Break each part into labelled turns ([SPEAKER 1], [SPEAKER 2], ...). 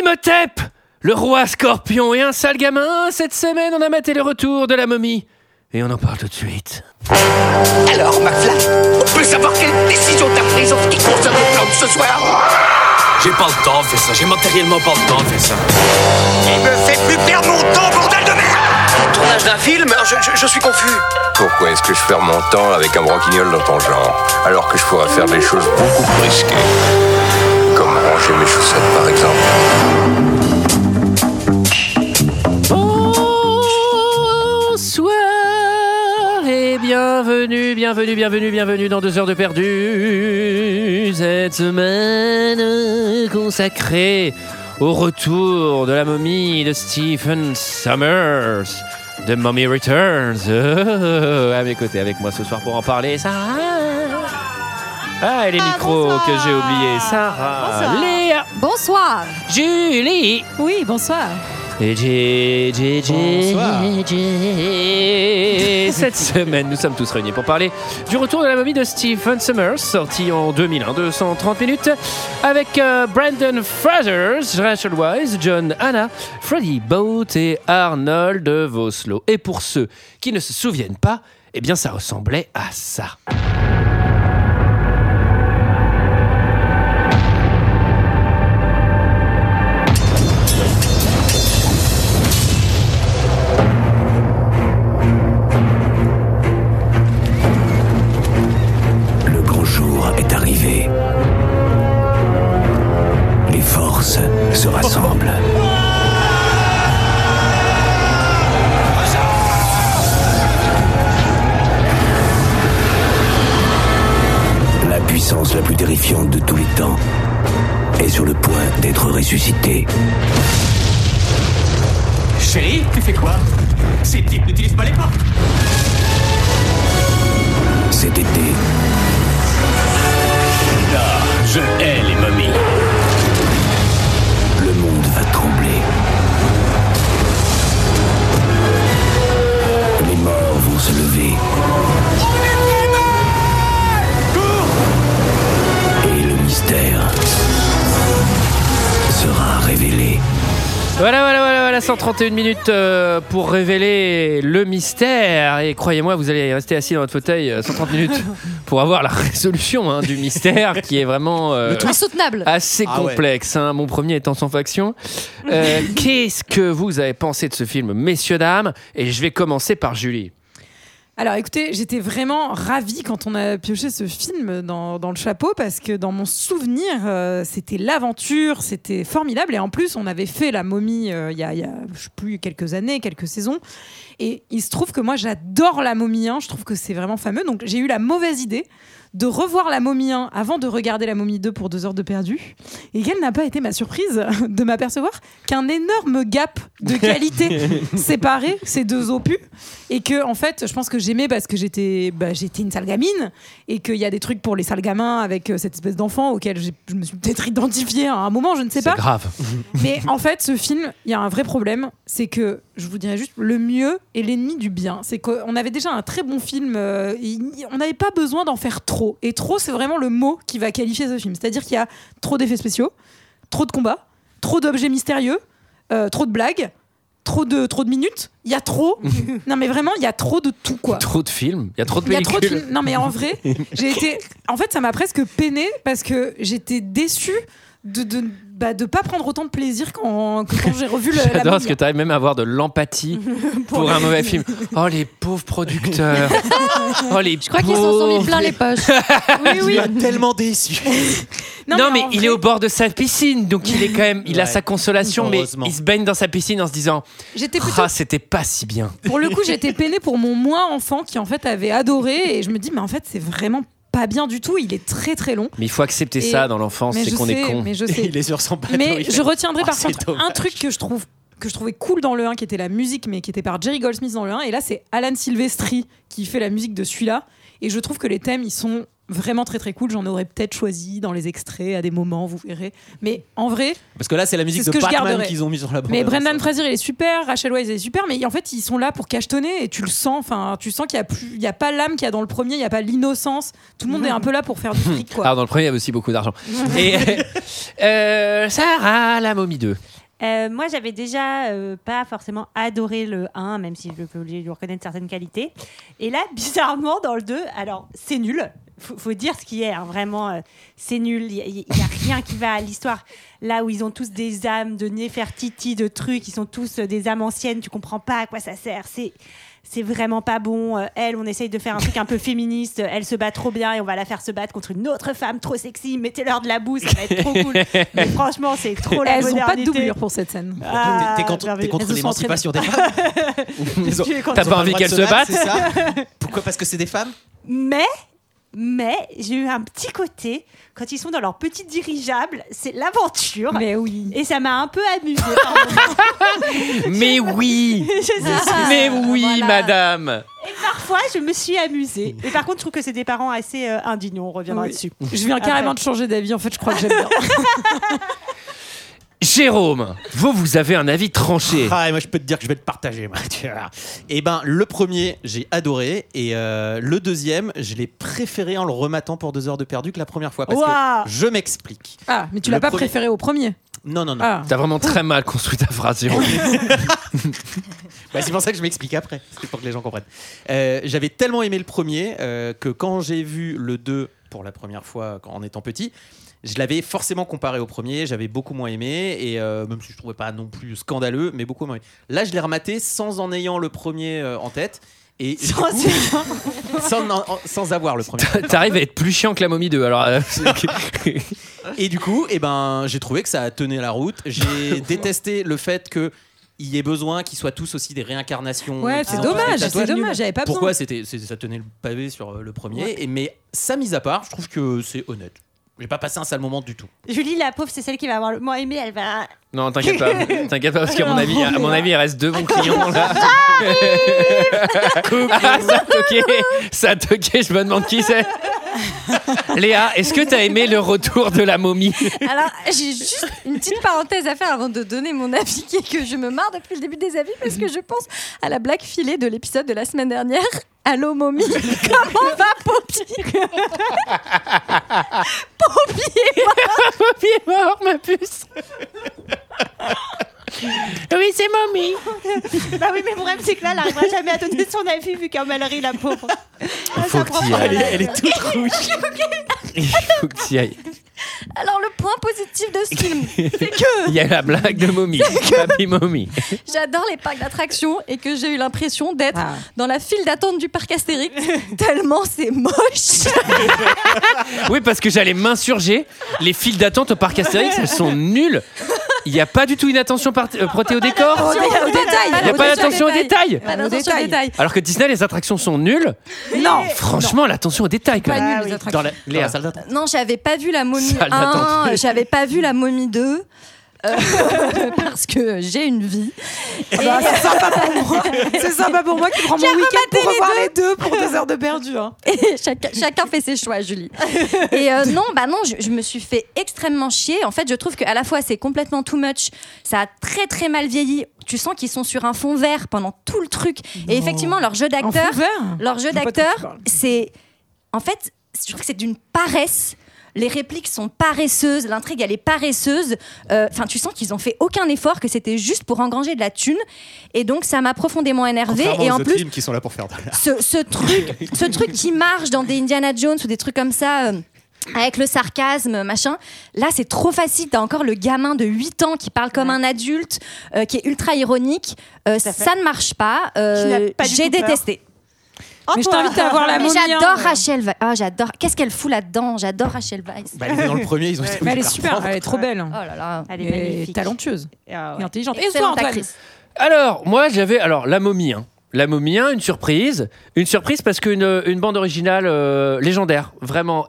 [SPEAKER 1] Imhotep Le roi scorpion et un sale gamin, cette semaine on a maté le retour de la momie. Et on en parle tout de suite.
[SPEAKER 2] Alors, McFly, on peut savoir quelle décision t'as prise en ce qui concerne le plan de ce soir
[SPEAKER 3] J'ai pas le temps de faire ça, j'ai matériellement pas le temps de faire ça.
[SPEAKER 2] Il me fait plus perdre mon temps, bordel de merde
[SPEAKER 4] Tournage d'un film je, je- je suis confus.
[SPEAKER 5] Pourquoi est-ce que je perds mon temps avec un broquignol dans ton genre, alors que je pourrais faire des choses beaucoup plus risquées Comme ranger mes chaussettes, par exemple.
[SPEAKER 1] Bonsoir et bienvenue, bienvenue, bienvenue, bienvenue dans deux heures de perdu. Cette semaine consacrée au retour de la momie de Stephen Summers. de Mommy Returns. Euh, à mes côtés, avec moi ce soir pour en parler, Sarah. Ah, et les micros
[SPEAKER 6] bonsoir.
[SPEAKER 1] que j'ai oubliés. Sarah,
[SPEAKER 6] Bonsoir.
[SPEAKER 1] Léa,
[SPEAKER 6] Bonsoir.
[SPEAKER 1] Julie.
[SPEAKER 6] Oui, bonsoir.
[SPEAKER 1] Et j'ai- j'ai- j'ai- j'ai- Cette semaine, nous sommes tous réunis pour parler du retour de la momie de Stephen Summers, sorti en 2001, 230 minutes, avec euh, Brandon Frathers, Rachel Wise, John Hanna, Freddy Boat et Arnold Voslo. Et pour ceux qui ne se souviennent pas, eh bien, ça ressemblait à ça.
[SPEAKER 7] Le grand jour est arrivé. Les forces se rassemblent. La puissance la plus terrifiante de tous les temps est sur le point d'être ressuscitée.
[SPEAKER 4] Chérie, tu fais quoi Ces types n'utilisent pas les portes.
[SPEAKER 7] Cet été,
[SPEAKER 4] Je hais les momies.
[SPEAKER 7] le monde va trembler. Les morts vont se lever. Et le mystère sera révélé.
[SPEAKER 1] Voilà, voilà, voilà, voilà, 131 minutes euh, pour révéler le mystère. Et croyez-moi, vous allez rester assis dans votre fauteuil euh, 130 minutes pour avoir la résolution hein, du mystère qui est vraiment euh,
[SPEAKER 6] Insoutenable.
[SPEAKER 1] assez
[SPEAKER 8] Ah ouais.
[SPEAKER 1] complexe. hein. Mon premier étant sans faction. Euh, Qu'est-ce que vous avez pensé de ce film, messieurs, dames Et je vais commencer par Julie.
[SPEAKER 9] Alors écoutez, j'étais vraiment ravie quand on a pioché ce film dans, dans le chapeau parce que dans mon souvenir, euh, c'était l'aventure, c'était formidable. Et en plus, on avait fait La momie euh, il y a, il y a, je sais plus, quelques années, quelques saisons. Et il se trouve que moi, j'adore La momie 1, je trouve que c'est vraiment fameux. Donc j'ai eu la mauvaise idée de revoir La momie 1 avant de regarder La momie 2 pour deux heures de perdu. Et quelle n'a pas été ma surprise de m'apercevoir qu'un énorme gap de qualité séparait ces deux opus et que en fait je pense que j'aimais parce que j'étais bah, j'étais une sale gamine et qu'il y a des trucs pour les sales gamins avec euh, cette espèce d'enfant auquel j'ai- je me suis peut-être identifiée à un moment je ne sais
[SPEAKER 1] C'est
[SPEAKER 9] pas
[SPEAKER 1] grave.
[SPEAKER 9] mais en fait ce film il y a un vrai problème c'est que je vous dirais juste le mieux est l'ennemi du bien c'est qu'on avait déjà un très bon film euh, il- on n'avait pas besoin d'en faire trop et trop c'est vraiment le mot qui va qualifier ce film c'est-à-dire qu'il y a trop d'effets spéciaux trop de combats trop d'objets mystérieux euh, trop de blagues trop de trop de minutes il y a trop non mais vraiment il y a trop de tout quoi
[SPEAKER 1] Trop de films. Il y a trop de
[SPEAKER 9] il y a trop de
[SPEAKER 1] pellicules.
[SPEAKER 9] films. Non, mais en vrai, j'ai été. En fait, ça m'a presque peiné parce que j'étais déçue de de bah, de pas prendre autant de plaisir quand, que quand j'ai revu le, la
[SPEAKER 1] J'adore parce que
[SPEAKER 9] momie.
[SPEAKER 1] tu arrives même à avoir de l'empathie pour, un mauvais film. Oh les pauvres producteurs. oh les
[SPEAKER 6] Je crois qu'ils s'en sont mis plein les poches. oui,
[SPEAKER 8] Il
[SPEAKER 6] oui.
[SPEAKER 8] m'a tellement déçu.
[SPEAKER 1] Non, mais,
[SPEAKER 9] en
[SPEAKER 1] il
[SPEAKER 9] vrai,
[SPEAKER 1] est au bord de sa piscine, donc il est quand même, il a
[SPEAKER 8] Ouais.
[SPEAKER 1] sa consolation, mais
[SPEAKER 8] Heureusement.
[SPEAKER 1] il se baigne dans sa piscine en se disant,
[SPEAKER 9] J'étais plutôt
[SPEAKER 1] ah c'était pas si bien.
[SPEAKER 9] pour le coup, j'étais peinée pour mon moins enfant qui en fait avait adoré et je me dis mais en fait c'est vraiment pas bien du tout. Il est très très long.
[SPEAKER 1] Mais il faut accepter
[SPEAKER 9] Et-
[SPEAKER 1] ça dans l'enfance,
[SPEAKER 9] mais
[SPEAKER 1] c'est
[SPEAKER 9] je
[SPEAKER 1] qu'on est
[SPEAKER 9] sais,
[SPEAKER 1] con.
[SPEAKER 9] mais je sais.
[SPEAKER 8] Il est sur son bateau.
[SPEAKER 9] mais
[SPEAKER 8] il
[SPEAKER 9] je
[SPEAKER 8] fait-
[SPEAKER 9] retiendrai
[SPEAKER 8] Oh,
[SPEAKER 9] par
[SPEAKER 8] c'est
[SPEAKER 9] contre
[SPEAKER 8] dommage.
[SPEAKER 9] un truc que je trouve que je trouvais cool dans le 1 qui était la musique mais qui était par Jerry Goldsmith dans le 1 et là c'est Alan Silvestri qui fait la musique de celui-là et je trouve que les thèmes ils sont vraiment très très cool. J'en aurais peut-être choisi dans les extraits à des moments, vous verrez. Mais en vrai,
[SPEAKER 8] Parce que là, c'est la
[SPEAKER 9] C'est
[SPEAKER 8] musique
[SPEAKER 9] ce
[SPEAKER 8] de
[SPEAKER 9] que je
[SPEAKER 8] Pac-Man
[SPEAKER 9] garderai.
[SPEAKER 8] qu'ils ont mis sur la bande.
[SPEAKER 9] mais Brendan Fraser il est super, Rachel Wise est super, mais en fait ils sont là pour cachetonner et tu le sens. Enfin, tu sens qu'il y a plus, il y a pas l'âme qu'il y a dans le premier, il y a pas l'innocence. Tout le monde est un peu là pour faire du fric quoi.
[SPEAKER 1] Ah, dans le premier, il y avait aussi beaucoup d'argent. Et euh, Sarah, la momie 2.
[SPEAKER 10] Euh, moi, j'avais déjà euh, pas forcément adoré le 1, même si je peux lui reconnaître certaines qualités. Et là, bizarrement, dans le 2, alors c'est nul. Faut, faut dire ce qui est, hein, vraiment, euh, c'est nul. Il n'y a, rien qui va à l'histoire. Là où ils ont tous des âmes de Néfertiti, de trucs, ils sont tous euh, des âmes anciennes, tu comprends pas à quoi ça sert. C'est. C'est vraiment pas bon. Euh, Elle, on essaye de faire un truc un peu féministe. Euh, Elle se bat trop bien et on va la faire se battre contre une autre femme trop sexy. Mettez-leur de la boue, ça va être trop cool. Mais franchement, c'est trop la
[SPEAKER 9] Elles ont pas de
[SPEAKER 10] modernité.
[SPEAKER 9] doublure pour cette scène.
[SPEAKER 10] Ah,
[SPEAKER 8] T'es contre,
[SPEAKER 10] merveilleux.
[SPEAKER 8] t'es contre
[SPEAKER 9] Elles se sont
[SPEAKER 8] l'émancipation des femmes Ils ont-
[SPEAKER 10] Tu es
[SPEAKER 8] ils
[SPEAKER 10] contre.
[SPEAKER 8] ont
[SPEAKER 1] T'as pas envie
[SPEAKER 8] le droit de
[SPEAKER 1] qu'elles se
[SPEAKER 8] battre,
[SPEAKER 1] battent
[SPEAKER 8] c'est ça Pourquoi Parce que c'est des femmes
[SPEAKER 10] Mais, mais j'ai eu un petit côté quand ils sont dans leur petit dirigeable, c'est l'aventure.
[SPEAKER 8] Ah.
[SPEAKER 9] Mais oui.
[SPEAKER 10] Et ça m'a un peu amusée. par moments.
[SPEAKER 1] Mais oui
[SPEAKER 10] Je sais pas.
[SPEAKER 1] Mais oui,
[SPEAKER 6] Voilà.
[SPEAKER 1] madame
[SPEAKER 10] Et parfois, je me suis amusée. Mais par contre, je trouve que c'est des parents assez euh, indignants. On reviendra
[SPEAKER 9] Oui.
[SPEAKER 10] dessus.
[SPEAKER 9] Je viens carrément de changer d'avis. En fait, je crois que j'aime bien.
[SPEAKER 1] Jérôme, vous, vous avez un avis tranché.
[SPEAKER 8] Ah, et moi je peux te dire que je vais te partager. Moi. tu vois. Eh ben, le premier, j'ai adoré. Et euh, le deuxième, je l'ai préféré en le rematant pour deux heures de perdu que la première fois. Parce
[SPEAKER 10] Waouh.
[SPEAKER 8] que je m'explique.
[SPEAKER 9] Ah, mais tu l'as
[SPEAKER 8] Le
[SPEAKER 9] pas
[SPEAKER 8] premier.
[SPEAKER 9] préféré au premier.
[SPEAKER 8] Non, non, non.
[SPEAKER 9] Ah.
[SPEAKER 1] T'as vraiment très mal construit ta phrase, Jérôme.
[SPEAKER 8] Bah, c'est pour ça que je m'explique après. C'est pour que les gens comprennent. Euh, J'avais tellement aimé le premier euh, que quand j'ai vu le 2 pour la première fois quand- en étant petit, je l'avais forcément comparé au premier. J'avais beaucoup moins aimé. Et euh, même si je trouvais pas non plus scandaleux, mais beaucoup moins aimé. Là, je l'ai rematé sans en ayant le premier euh, en tête. Et du
[SPEAKER 10] Sans-
[SPEAKER 8] coup, sans, en- en- sans avoir le premier.
[SPEAKER 1] T'arrives à être plus chiant que la momie 2, alors... euh,
[SPEAKER 8] Et du coup, eh ben, j'ai trouvé que ça a tenu la route. J'ai détesté le fait que il y ait besoin qu'ils soient tous aussi des réincarnations.
[SPEAKER 9] Ouais,
[SPEAKER 8] qu'ils aient
[SPEAKER 9] c'est
[SPEAKER 8] tous des
[SPEAKER 9] dommage.
[SPEAKER 8] tatouages.
[SPEAKER 9] C'est dommage. J'avais pas
[SPEAKER 8] Pourquoi c'était c'est- ça tenait le pavé sur euh, le premier et, mais ça mis à part, je trouve que c'est honnête. J'ai pas passé un sale moment du tout.
[SPEAKER 10] Julie, la pauvre, c'est celle qui va avoir le moins aimé. Elle va.
[SPEAKER 1] Non, t'inquiète pas. T'inquiète pas, parce qu'à mon
[SPEAKER 9] Ah,
[SPEAKER 1] avis, à mon avis, il reste deux bons clients, là. Ah, ça a toqué. Ça a toqué, je me demande qui c'est. Léa, est-ce que t'as aimé le retour de la momie
[SPEAKER 6] Alors, j'ai juste une petite parenthèse à faire avant de donner mon avis, qui est que je me marre depuis le début des avis, parce que je pense à la blague filée de l'épisode de la semaine dernière. Allô, momie, comment va Poppy Poppy est morte.
[SPEAKER 1] Momie est mort, ma puce. Oui, c'est momie.
[SPEAKER 10] Bah oui, mais le problème, c'est que là, elle n'arrivera jamais à donner son avis vu qu'elle rit, la pauvre. Ah,
[SPEAKER 1] Faut
[SPEAKER 10] ça
[SPEAKER 1] que
[SPEAKER 10] prend
[SPEAKER 1] t'y
[SPEAKER 10] pas
[SPEAKER 1] ailles.
[SPEAKER 10] mal.
[SPEAKER 8] Elle est toute rouge.
[SPEAKER 1] Il faut que t'y ailles.
[SPEAKER 6] Alors, le point positif de ce film, c'est que
[SPEAKER 1] Il y a la blague de momie. Papy momie.
[SPEAKER 6] J'adore les parcs d'attractions et que j'ai eu l'impression d'être
[SPEAKER 9] Ah.
[SPEAKER 6] dans la file d'attente du parc Astérix tellement c'est moche.
[SPEAKER 1] Oui, parce que j'allais m'insurger. Les files d'attente au parc Astérix, elles sont nulles. Il n'y a pas du tout une attention part- euh, prêtée au décor.
[SPEAKER 6] Attention au détail.
[SPEAKER 1] Il n'y a
[SPEAKER 6] Au
[SPEAKER 1] pas
[SPEAKER 6] détail.
[SPEAKER 1] d'attention au détail.
[SPEAKER 6] Pas
[SPEAKER 9] Au
[SPEAKER 6] d'attention
[SPEAKER 9] détail.
[SPEAKER 6] au détail.
[SPEAKER 1] Alors que Disney, les attractions sont nulles.
[SPEAKER 9] Non.
[SPEAKER 1] Franchement, l'attention au détail, quand
[SPEAKER 9] Pas
[SPEAKER 1] même.
[SPEAKER 9] nul
[SPEAKER 10] Ah
[SPEAKER 9] les
[SPEAKER 10] oui.
[SPEAKER 9] attractions.
[SPEAKER 8] Dans la, dans la salle d'attente.
[SPEAKER 6] Non, j'avais pas vu la momie
[SPEAKER 1] Salle
[SPEAKER 6] 1,
[SPEAKER 1] d'attente.
[SPEAKER 6] euh, j'avais pas vu la momie 2. euh, parce que j'ai une vie. Et-
[SPEAKER 9] Bah, c'est sympa pour moi. C'est sympa pour moi qui prend mon
[SPEAKER 6] J'ai
[SPEAKER 9] week-end pour
[SPEAKER 6] rematé les
[SPEAKER 9] revoir les deux pour deux heures de perdu. hein.
[SPEAKER 6] Et chacun, chacun fait ses choix, Julie. Et euh, non, bah non, je, je me suis fait extrêmement chier. En fait, je trouve qu'à la fois, c'est complètement too much. Ça a très, très mal vieilli. Tu sens qu'ils sont sur un fond vert pendant tout le truc. Et effectivement, leur jeu
[SPEAKER 9] En fond
[SPEAKER 6] d'acteur,
[SPEAKER 9] vert.
[SPEAKER 6] leur jeu
[SPEAKER 9] Je vois pas de quoi tu
[SPEAKER 6] d'acteur,
[SPEAKER 9] parles.
[SPEAKER 6] c'est. En fait, je trouve que c'est d'une paresse. Les répliques sont paresseuses, l'intrigue elle est paresseuse. Euh, Enfin, tu sens qu'ils ont fait aucun effort, que c'était juste pour engranger de la thune. Et donc, ça m'a profondément énervé. Et en plus,
[SPEAKER 8] qui sont là pour faire de la-
[SPEAKER 6] ce, ce truc, ce truc qui marche dans des Indiana Jones ou des trucs comme ça. euh, avec le sarcasme, machin. Là, c'est trop facile. T'as encore le gamin de 8 ans qui parle comme un adulte, euh, qui est ultra ironique. Euh,
[SPEAKER 10] à fait.
[SPEAKER 6] ça ne marche pas. Euh,
[SPEAKER 10] Qui n'a pas du
[SPEAKER 6] J'ai
[SPEAKER 10] tout peur. Ah,
[SPEAKER 6] détesté.
[SPEAKER 9] Mais je t'invite à voir la
[SPEAKER 6] Mais
[SPEAKER 9] momie.
[SPEAKER 6] j'adore
[SPEAKER 9] hein.
[SPEAKER 6] Rachel Weisz. Ah, j'adore. Qu'est-ce qu'elle fout là-dedans J'adore Rachel Weisz.
[SPEAKER 8] Bah, elle était dans le premier, ils ont été
[SPEAKER 9] Mais elle est
[SPEAKER 8] obligés de la
[SPEAKER 9] super,
[SPEAKER 8] reprendre.
[SPEAKER 9] elle est trop belle.
[SPEAKER 6] Oh là là.
[SPEAKER 10] Elle
[SPEAKER 9] Elle
[SPEAKER 10] est
[SPEAKER 9] est
[SPEAKER 10] magnifique.
[SPEAKER 9] talentueuse
[SPEAKER 10] Ah
[SPEAKER 9] et
[SPEAKER 10] ouais.
[SPEAKER 9] intelligente. Et toi,
[SPEAKER 6] Excellente
[SPEAKER 9] Antoine
[SPEAKER 6] actrice.
[SPEAKER 1] Alors, moi, j'avais. Alors, la momie, hein. La momie 1, une surprise. Une surprise parce qu'une une bande originale euh, légendaire, vraiment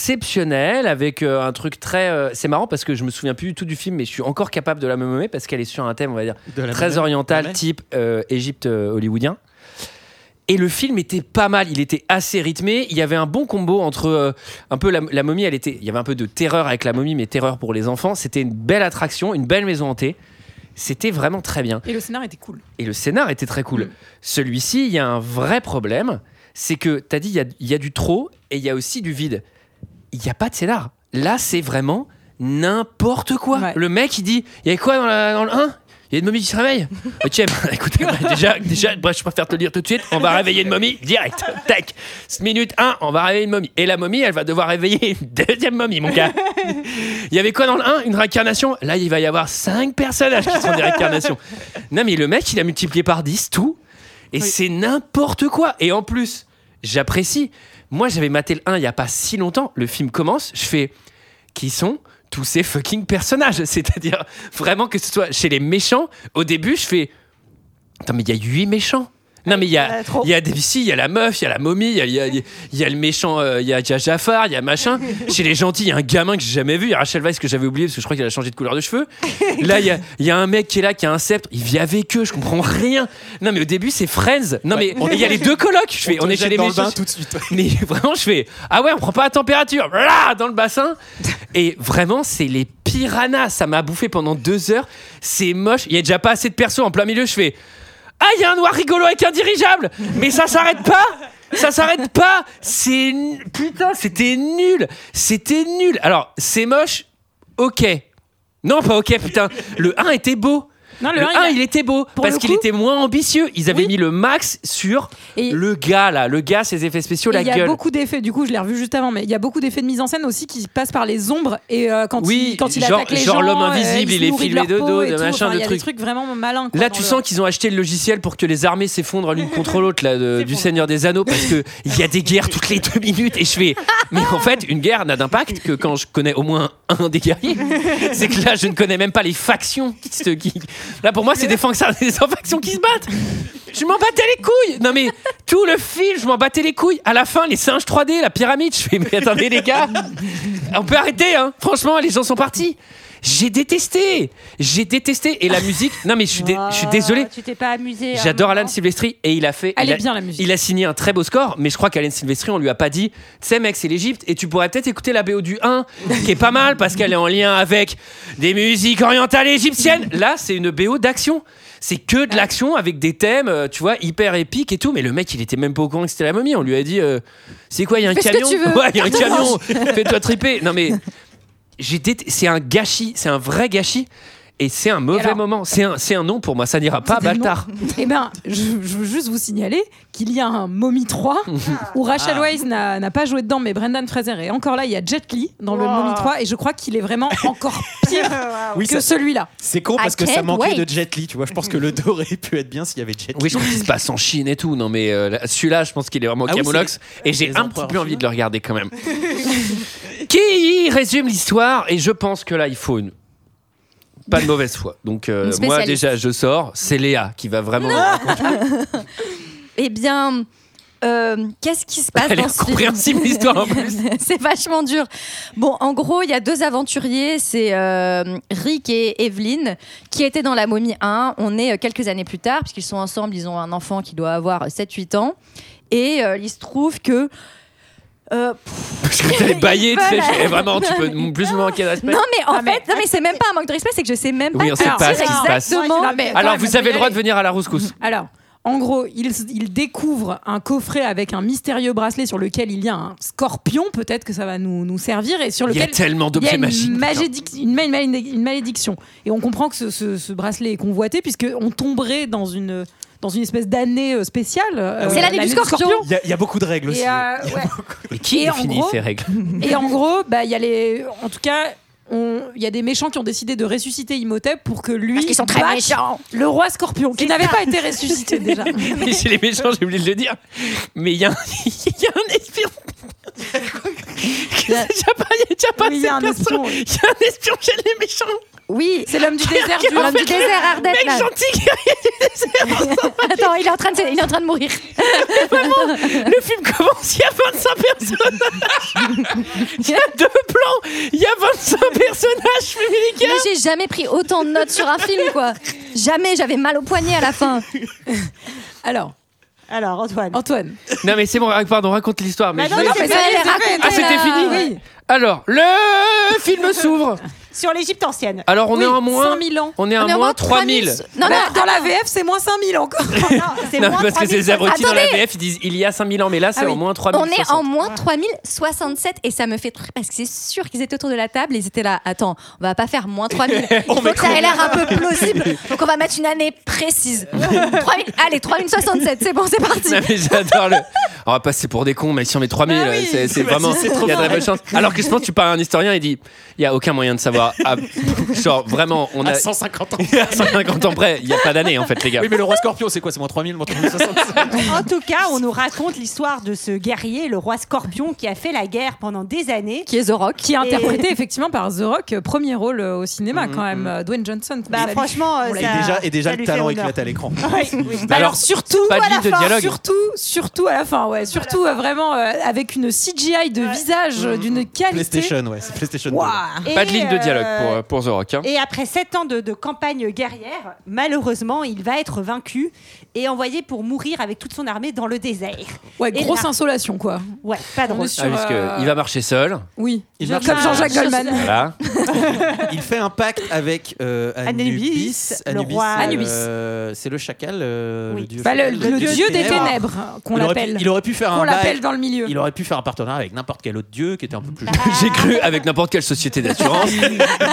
[SPEAKER 1] exceptionnelle, avec euh, un truc très. euh, c'est marrant parce que je me souviens plus du tout du film, mais je suis encore capable de la mémorer parce qu'elle est sur un thème, on va dire,
[SPEAKER 8] De la
[SPEAKER 1] très
[SPEAKER 8] même-
[SPEAKER 1] oriental,
[SPEAKER 8] Ouais.
[SPEAKER 1] type euh, Égypte euh, hollywoodien. Et le film était pas mal, il était assez rythmé. Il y avait un bon combo entre euh, un peu la, la momie, elle était, il y avait un peu de terreur avec la momie, mais terreur pour les enfants. C'était une belle attraction, une belle maison hantée. C'était vraiment très bien.
[SPEAKER 9] Et le scénar était cool.
[SPEAKER 1] Et le scénar était très cool. Celui-ci, il y a un vrai problème, c'est que t'as dit il y a, il y a du trop et il y a aussi du vide. Il n'y a pas de scénar. Là, c'est vraiment n'importe quoi.
[SPEAKER 9] Ouais.
[SPEAKER 1] Le mec, il dit il y a quoi dans, la- dans le 1 il y a une momie qui se réveille. Ok, bah, écoutez, bah, déjà, déjà bah, je préfère te le dire tout de suite. On va réveiller une momie direct. Tac. Minute 1, on va réveiller une momie. Et la momie, elle va devoir réveiller une deuxième momie, mon gars. Il y avait quoi dans le 1 Une réincarnation. Là, il va y avoir 5 personnages qui sont des réincarnations. Non, mais le mec, il a multiplié par 10 tout. Et c'est n'importe quoi. Et en plus, j'apprécie. Moi, j'avais maté le 1 il n'y a pas si longtemps. Le film commence. Je fais qui sont tous ces fucking personnages. C'est-à-dire, vraiment, que ce soit chez les méchants, au début, je fais Attends, mais il y a 8 méchants. Non, mais il y
[SPEAKER 10] Il y en
[SPEAKER 1] a,
[SPEAKER 10] a trop.
[SPEAKER 1] il y a des si, il y a la meuf, il y a la momie, il y a, il y a- il y a le méchant, euh, il y, a, il y a Jafar, il y a machin. Chez les gentils, il y a un gamin que j'ai jamais vu, il y a Rachel Weisz que j'avais oublié parce que je crois qu'elle a changé de couleur de cheveux. Là, il y a, il y a un mec qui est là, qui a un sceptre, il vit avec eux, je comprends rien. Non, mais au début, c'est Friends. Non,
[SPEAKER 8] Ouais.
[SPEAKER 1] mais et il y a les deux colocs. Je fais, on,
[SPEAKER 8] te
[SPEAKER 1] est chez
[SPEAKER 8] jette
[SPEAKER 1] les
[SPEAKER 8] dans le
[SPEAKER 1] méchants.
[SPEAKER 8] bain tout de suite.
[SPEAKER 1] Mais vraiment, je fais Ah ouais, on prend pas la température là, dans le bassin. Et vraiment, c'est les piranhas. Ça m'a bouffé pendant deux heures. C'est moche. Il y a déjà pas assez de perso en plein milieu. Je fais Ah, il y a un noir rigolo avec un dirigeable. Mais ça s'arrête pas. Ça s'arrête pas. C'est nu- putain, c'était nul. C'était nul. Alors, c'est moche. Ok. Non, pas ok, putain. Le 1 était beau.
[SPEAKER 9] Non, Ah, le
[SPEAKER 1] Le
[SPEAKER 9] 1,
[SPEAKER 1] 1,
[SPEAKER 9] il
[SPEAKER 1] il était beau
[SPEAKER 9] Pour
[SPEAKER 1] parce
[SPEAKER 9] le
[SPEAKER 1] qu'il
[SPEAKER 9] coup-
[SPEAKER 1] était moins ambitieux. Ils avaient
[SPEAKER 9] Oui.
[SPEAKER 1] mis le max sur
[SPEAKER 9] Et-
[SPEAKER 1] le gars là, le gars, ses effets spéciaux,
[SPEAKER 9] Et
[SPEAKER 1] la
[SPEAKER 9] il y a
[SPEAKER 1] gueule.
[SPEAKER 9] beaucoup d'effets, du coup je l'ai revu juste avant, mais il y a beaucoup d'effets de mise en scène aussi qui passent par les ombres et euh, quand,
[SPEAKER 1] Oui,
[SPEAKER 9] il, quand il
[SPEAKER 1] genre-
[SPEAKER 9] attaque les
[SPEAKER 1] genre
[SPEAKER 9] gens.
[SPEAKER 1] l'homme
[SPEAKER 9] euh,
[SPEAKER 1] invisible,
[SPEAKER 9] se
[SPEAKER 1] il est
[SPEAKER 9] nourrit
[SPEAKER 1] filmé
[SPEAKER 9] de leur
[SPEAKER 1] de
[SPEAKER 9] peau
[SPEAKER 1] dos,
[SPEAKER 9] et
[SPEAKER 1] de
[SPEAKER 9] tout.
[SPEAKER 1] machin,
[SPEAKER 9] Enfin,
[SPEAKER 1] de
[SPEAKER 9] Il y a des
[SPEAKER 1] trucs.
[SPEAKER 9] trucs vraiment malins. quoi,
[SPEAKER 1] Là,
[SPEAKER 9] dans
[SPEAKER 1] tu
[SPEAKER 9] le-
[SPEAKER 1] sens qu'ils ont acheté le logiciel pour que les armées s'effondrent l'une contre l'autre là de- du Seigneur des Anneaux parce que il y a des guerres toutes les deux minutes et je fais. Mais en fait, une guerre n'a d'impact que quand je connais au moins un des guerriers. C'est que là, je ne connais même pas les factions qui se. qui- Là, pour moi, c'est des factions, des factions qui se battent. Je m'en battais les couilles. Non mais tout le film, je m'en battais les couilles. À la fin, les singes 3D, la pyramide. Je fais mais attendez les gars, on peut arrêter hein. Franchement, les gens sont partis. J'ai détesté, j'ai détesté et la musique. Non mais je suis, dé- je suis désolé.
[SPEAKER 10] Tu t'es pas hein, amusé.
[SPEAKER 1] J'adore Alan Silvestri et il a fait.
[SPEAKER 9] Elle
[SPEAKER 1] il
[SPEAKER 9] est
[SPEAKER 1] a-
[SPEAKER 9] bien la musique.
[SPEAKER 1] Il a signé un très beau score, mais je crois qu'Alan Silvestri, on lui a pas dit, tu sais, mec, c'est l'Egypte, et tu pourrais peut-être écouter la BO du 1, qui est pas mal parce qu'elle est en lien avec des musiques orientales égyptiennes. Là, c'est une BO d'action. C'est que de l'action avec des thèmes, euh, tu vois, hyper épiques et tout. Mais le mec, il était même pas au courant que c'était la momie. On lui a dit, euh, c'est quoi, il y a un
[SPEAKER 6] Fais ce que
[SPEAKER 1] camion
[SPEAKER 6] tu veux.
[SPEAKER 1] Ouais, il y a un camion, fais-toi triper. Non, mais j'ai dét- c'est un gâchis, c'est un vrai gâchis. Et c'est un mauvais
[SPEAKER 9] alors-
[SPEAKER 1] moment. C'est un, c'est un nom pour moi. Ça n'ira pas,
[SPEAKER 9] C'était le nom.
[SPEAKER 1] bâtard.
[SPEAKER 9] Eh ben, je, je veux juste vous signaler qu'il y a un Mommy 3 où
[SPEAKER 1] Ah.
[SPEAKER 9] Rachel Weisz n'a n'a pas joué dedans, mais Brendan Fraser est encore là. Il y a Jet Li dans le
[SPEAKER 10] Wow.
[SPEAKER 9] Mommy 3 et je crois qu'il est vraiment encore pire
[SPEAKER 10] Ah,
[SPEAKER 8] Oui,
[SPEAKER 9] que
[SPEAKER 8] ça-
[SPEAKER 9] celui-là.
[SPEAKER 8] c'est con parce
[SPEAKER 6] I
[SPEAKER 8] que ça
[SPEAKER 6] can't
[SPEAKER 8] manquait
[SPEAKER 6] wait.
[SPEAKER 8] de Jet Li, tu vois. Je pense que le 2 aurait pu être bien s'il y avait Jet Li.
[SPEAKER 1] Oui, je trouve qu'il se passe en Chine et tout. Non, mais euh, là- celui-là, je pense qu'il est vraiment au
[SPEAKER 8] Ah oui,
[SPEAKER 1] Camoulox.
[SPEAKER 8] c'est-
[SPEAKER 1] et j'ai
[SPEAKER 8] les
[SPEAKER 1] un petit
[SPEAKER 8] empereurs
[SPEAKER 1] peu envie
[SPEAKER 8] chinois.
[SPEAKER 1] de le regarder quand même. Qui résume l'histoire Et je pense que là, il faut une. Pas de mauvaise foi. Donc, euh,
[SPEAKER 6] Une
[SPEAKER 1] moi,
[SPEAKER 6] spécialiste.
[SPEAKER 1] déjà, je sors. C'est Léa qui va vraiment.
[SPEAKER 6] Eh bien, euh, qu'est-ce qui se passe
[SPEAKER 1] Elle est
[SPEAKER 6] dans ce film
[SPEAKER 1] incompréhensible, l'histoire, en plus.
[SPEAKER 6] c'est vachement dur. Bon, en gros, il y a deux aventuriers, c'est euh, Rick et Evelyn, qui étaient dans La Momie 1. On est euh, quelques années plus tard, puisqu'ils sont ensemble, ils ont un enfant qui doit avoir 7-8 ans. Et euh, il se trouve que... euh,
[SPEAKER 1] Parce que t'allais bailler, tu sais.
[SPEAKER 6] Voilà.
[SPEAKER 1] je fais, Vraiment, tu peux plus me manquer de respect.
[SPEAKER 6] Non, mais en
[SPEAKER 9] Non, mais-
[SPEAKER 6] fait, non, mais c'est même pas un manque de respect, c'est que je sais même pas
[SPEAKER 1] Oui, on sait
[SPEAKER 9] Alors,
[SPEAKER 1] pas ce
[SPEAKER 6] dire
[SPEAKER 1] qui se passe.
[SPEAKER 6] exactement.
[SPEAKER 9] Non, mais-
[SPEAKER 1] Alors,
[SPEAKER 9] Ouais,
[SPEAKER 1] vous
[SPEAKER 9] faut
[SPEAKER 1] avez
[SPEAKER 9] y
[SPEAKER 1] le droit de
[SPEAKER 9] aller.
[SPEAKER 1] venir à la rouscousse.
[SPEAKER 9] Alors, en gros, il, il découvre un coffret avec un mystérieux bracelet sur lequel il y a un scorpion, peut-être que ça va nous, nous servir, et sur
[SPEAKER 1] Il y a
[SPEAKER 9] lequel
[SPEAKER 1] tellement
[SPEAKER 9] il y a
[SPEAKER 1] d'objets
[SPEAKER 9] une,
[SPEAKER 1] magiques. putain.
[SPEAKER 9] malédic- une ma- une malédic- une malédiction. Et on comprend que ce, ce- ce bracelet est convoité, puisqu'on tomberait dans une, dans une espèce d'année euh, spéciale. euh,
[SPEAKER 6] C'est l'année du scorpion.
[SPEAKER 8] Il y, a- il y a beaucoup de règles aussi.
[SPEAKER 9] Et, euh, ouais.
[SPEAKER 1] Mais qui
[SPEAKER 9] Et en
[SPEAKER 1] définit
[SPEAKER 9] gros-
[SPEAKER 1] ces règles
[SPEAKER 9] Et en gros, bah, il y a les. En tout cas. on- Il y a des méchants qui ont décidé de ressusciter Imhotep pour que lui
[SPEAKER 6] Parce qu'ils sont très
[SPEAKER 9] batte
[SPEAKER 6] méchants.
[SPEAKER 9] le roi scorpion qui n'avait pas été ressuscité déjà.
[SPEAKER 1] Mais chez les méchants, j'ai oublié de le dire. Mais il y a un. Il y a un espion. Il y a déjà pas, il y a déjà pas
[SPEAKER 9] Oui, il y a
[SPEAKER 1] assez de
[SPEAKER 9] un
[SPEAKER 1] personnes.
[SPEAKER 9] espion, oui.
[SPEAKER 1] Il y a un espion chez les méchants.
[SPEAKER 6] Oui,
[SPEAKER 9] C'est l'homme du désert
[SPEAKER 6] c'est
[SPEAKER 9] du
[SPEAKER 6] l'homme du désert Ardette.
[SPEAKER 1] Mec
[SPEAKER 6] là.
[SPEAKER 1] gentil guerrier du désert.
[SPEAKER 6] Attends, il est en train de, se- il est en train de mourir.
[SPEAKER 1] Le film commence, il y a 25 personnages. Il y a deux plans. Il y a 25 personnages. Mais les
[SPEAKER 6] Mais j'ai jamais pris autant de notes sur un film, quoi. Jamais, j'avais mal au poignet à la fin.
[SPEAKER 9] Alors,
[SPEAKER 10] Alors, Antoine.
[SPEAKER 9] Antoine.
[SPEAKER 1] Non, mais c'est bon, pardon, raconte l'histoire. Mais
[SPEAKER 10] Bah
[SPEAKER 1] je
[SPEAKER 10] non,
[SPEAKER 1] vais-
[SPEAKER 10] non,
[SPEAKER 9] Mais
[SPEAKER 10] mais
[SPEAKER 9] ça,
[SPEAKER 10] elle
[SPEAKER 9] elle raconte,
[SPEAKER 1] Ah, c'était
[SPEAKER 9] là.
[SPEAKER 1] fini
[SPEAKER 9] Oui.
[SPEAKER 1] Alors, le film s'ouvre.
[SPEAKER 10] Sur l'Égypte ancienne.
[SPEAKER 1] Alors, on
[SPEAKER 9] Oui,
[SPEAKER 1] est en moins.
[SPEAKER 9] 5000 ans.
[SPEAKER 1] On est en
[SPEAKER 6] On est au
[SPEAKER 1] moins
[SPEAKER 6] moins
[SPEAKER 1] 3000.
[SPEAKER 6] 3000. Non, non,
[SPEAKER 9] Bah, dans la VF, c'est moins 5000 encore.
[SPEAKER 10] Non, c'est
[SPEAKER 1] Non,
[SPEAKER 10] moins
[SPEAKER 1] parce que
[SPEAKER 10] 3000.
[SPEAKER 1] ces abrutis dans la
[SPEAKER 6] Attendez.
[SPEAKER 1] VF, ils disent il y a 5000 ans, mais là, c'est
[SPEAKER 9] Ah oui.
[SPEAKER 1] au moins
[SPEAKER 6] on
[SPEAKER 1] 3000.
[SPEAKER 6] est en moins 3067 et ça me fait truc parce que c'est sûr qu'ils étaient autour de la table et ils étaient là. Attends, on va pas faire moins 3000. Il faut que ça ait l'air un peu plausible. Donc on va mettre une année précise. 3000, allez, 3067, c'est bon, c'est parti.
[SPEAKER 1] Non, mais j'adore le. On va passer pour des cons, mais si on met 3000,
[SPEAKER 9] Bah oui.
[SPEAKER 1] c'est, c'est
[SPEAKER 8] Bah,
[SPEAKER 1] vraiment.
[SPEAKER 8] si, c'est trop
[SPEAKER 1] Il y a de
[SPEAKER 8] fort.
[SPEAKER 1] la bonne chance. Alors que je pense, tu parles à un historien, il dit il n'y a aucun moyen de savoir. Ah, genre, vraiment, on a.
[SPEAKER 8] À 150 ans.
[SPEAKER 1] 150 ans près, il n'y a pas d'année en fait, les gars.
[SPEAKER 8] Oui, mais le roi scorpion, c'est quoi C'est moins 3000, moins 3067
[SPEAKER 10] En tout cas, on nous raconte l'histoire de ce guerrier, le roi scorpion, qui a fait la guerre pendant des années.
[SPEAKER 6] Qui est The Rock
[SPEAKER 9] Qui est interprété effectivement par The Rock, euh, premier rôle euh, au cinéma quand même, euh, Dwayne Johnson. qu'on
[SPEAKER 10] Bah,
[SPEAKER 9] salue.
[SPEAKER 10] franchement,
[SPEAKER 9] On l'a
[SPEAKER 10] ça-
[SPEAKER 8] Et déjà, et déjà
[SPEAKER 10] ça
[SPEAKER 8] le
[SPEAKER 10] lui fait
[SPEAKER 8] talent
[SPEAKER 10] honneur.
[SPEAKER 8] éclate à l'écran.
[SPEAKER 10] Ouais, oui.
[SPEAKER 9] Bah alors,
[SPEAKER 1] Alors,
[SPEAKER 9] surtout
[SPEAKER 1] pas de
[SPEAKER 9] à la
[SPEAKER 1] ligne de
[SPEAKER 9] fin,
[SPEAKER 1] dialogue.
[SPEAKER 9] surtout, surtout à la fin, ouais, surtout euh, vraiment euh, avec une CGI de visage euh, d'une qualité.
[SPEAKER 8] PlayStation, ouais, c'est PlayStation 2.
[SPEAKER 9] Waouh.
[SPEAKER 10] Et,
[SPEAKER 1] Pas de ligne de dialogue
[SPEAKER 10] euh,
[SPEAKER 1] pour, euh, pour The Rock. hein.
[SPEAKER 10] Et après sept ans de, de campagne guerrière, malheureusement, il va être vaincu et envoyé pour mourir avec toute son armée dans le désert.
[SPEAKER 9] Ouais,
[SPEAKER 10] Et
[SPEAKER 9] grosse
[SPEAKER 6] bah.
[SPEAKER 10] là-
[SPEAKER 9] insolation quoi.
[SPEAKER 10] Ouais, pas
[SPEAKER 9] On
[SPEAKER 10] drôle.
[SPEAKER 9] est sur,
[SPEAKER 1] Ah, parce que
[SPEAKER 9] euh,
[SPEAKER 1] il va marcher seul.
[SPEAKER 9] Oui,
[SPEAKER 8] Il
[SPEAKER 9] comme
[SPEAKER 8] marche à
[SPEAKER 9] Jean-Jacques
[SPEAKER 6] marche.
[SPEAKER 9] Goldman.
[SPEAKER 1] Voilà.
[SPEAKER 8] Il fait un pacte avec euh, Anubis.
[SPEAKER 10] Anubis, le roi-
[SPEAKER 9] Anubis.
[SPEAKER 8] euh, c'est le chacal, euh,
[SPEAKER 10] Oui.
[SPEAKER 8] le dieu.
[SPEAKER 9] Bah, le,
[SPEAKER 8] chacal.
[SPEAKER 9] le dieu des ténèbres qu'on
[SPEAKER 8] Il aurait pu-
[SPEAKER 9] l'appelle.
[SPEAKER 8] Il aurait pu faire
[SPEAKER 9] On
[SPEAKER 8] un
[SPEAKER 9] l'appelle
[SPEAKER 8] bail.
[SPEAKER 9] dans le milieu.
[SPEAKER 8] Il aurait pu faire un partenariat avec n'importe quel autre dieu qui était un peu plus.
[SPEAKER 9] Ah.
[SPEAKER 1] J'ai cru avec n'importe quelle société d'assurance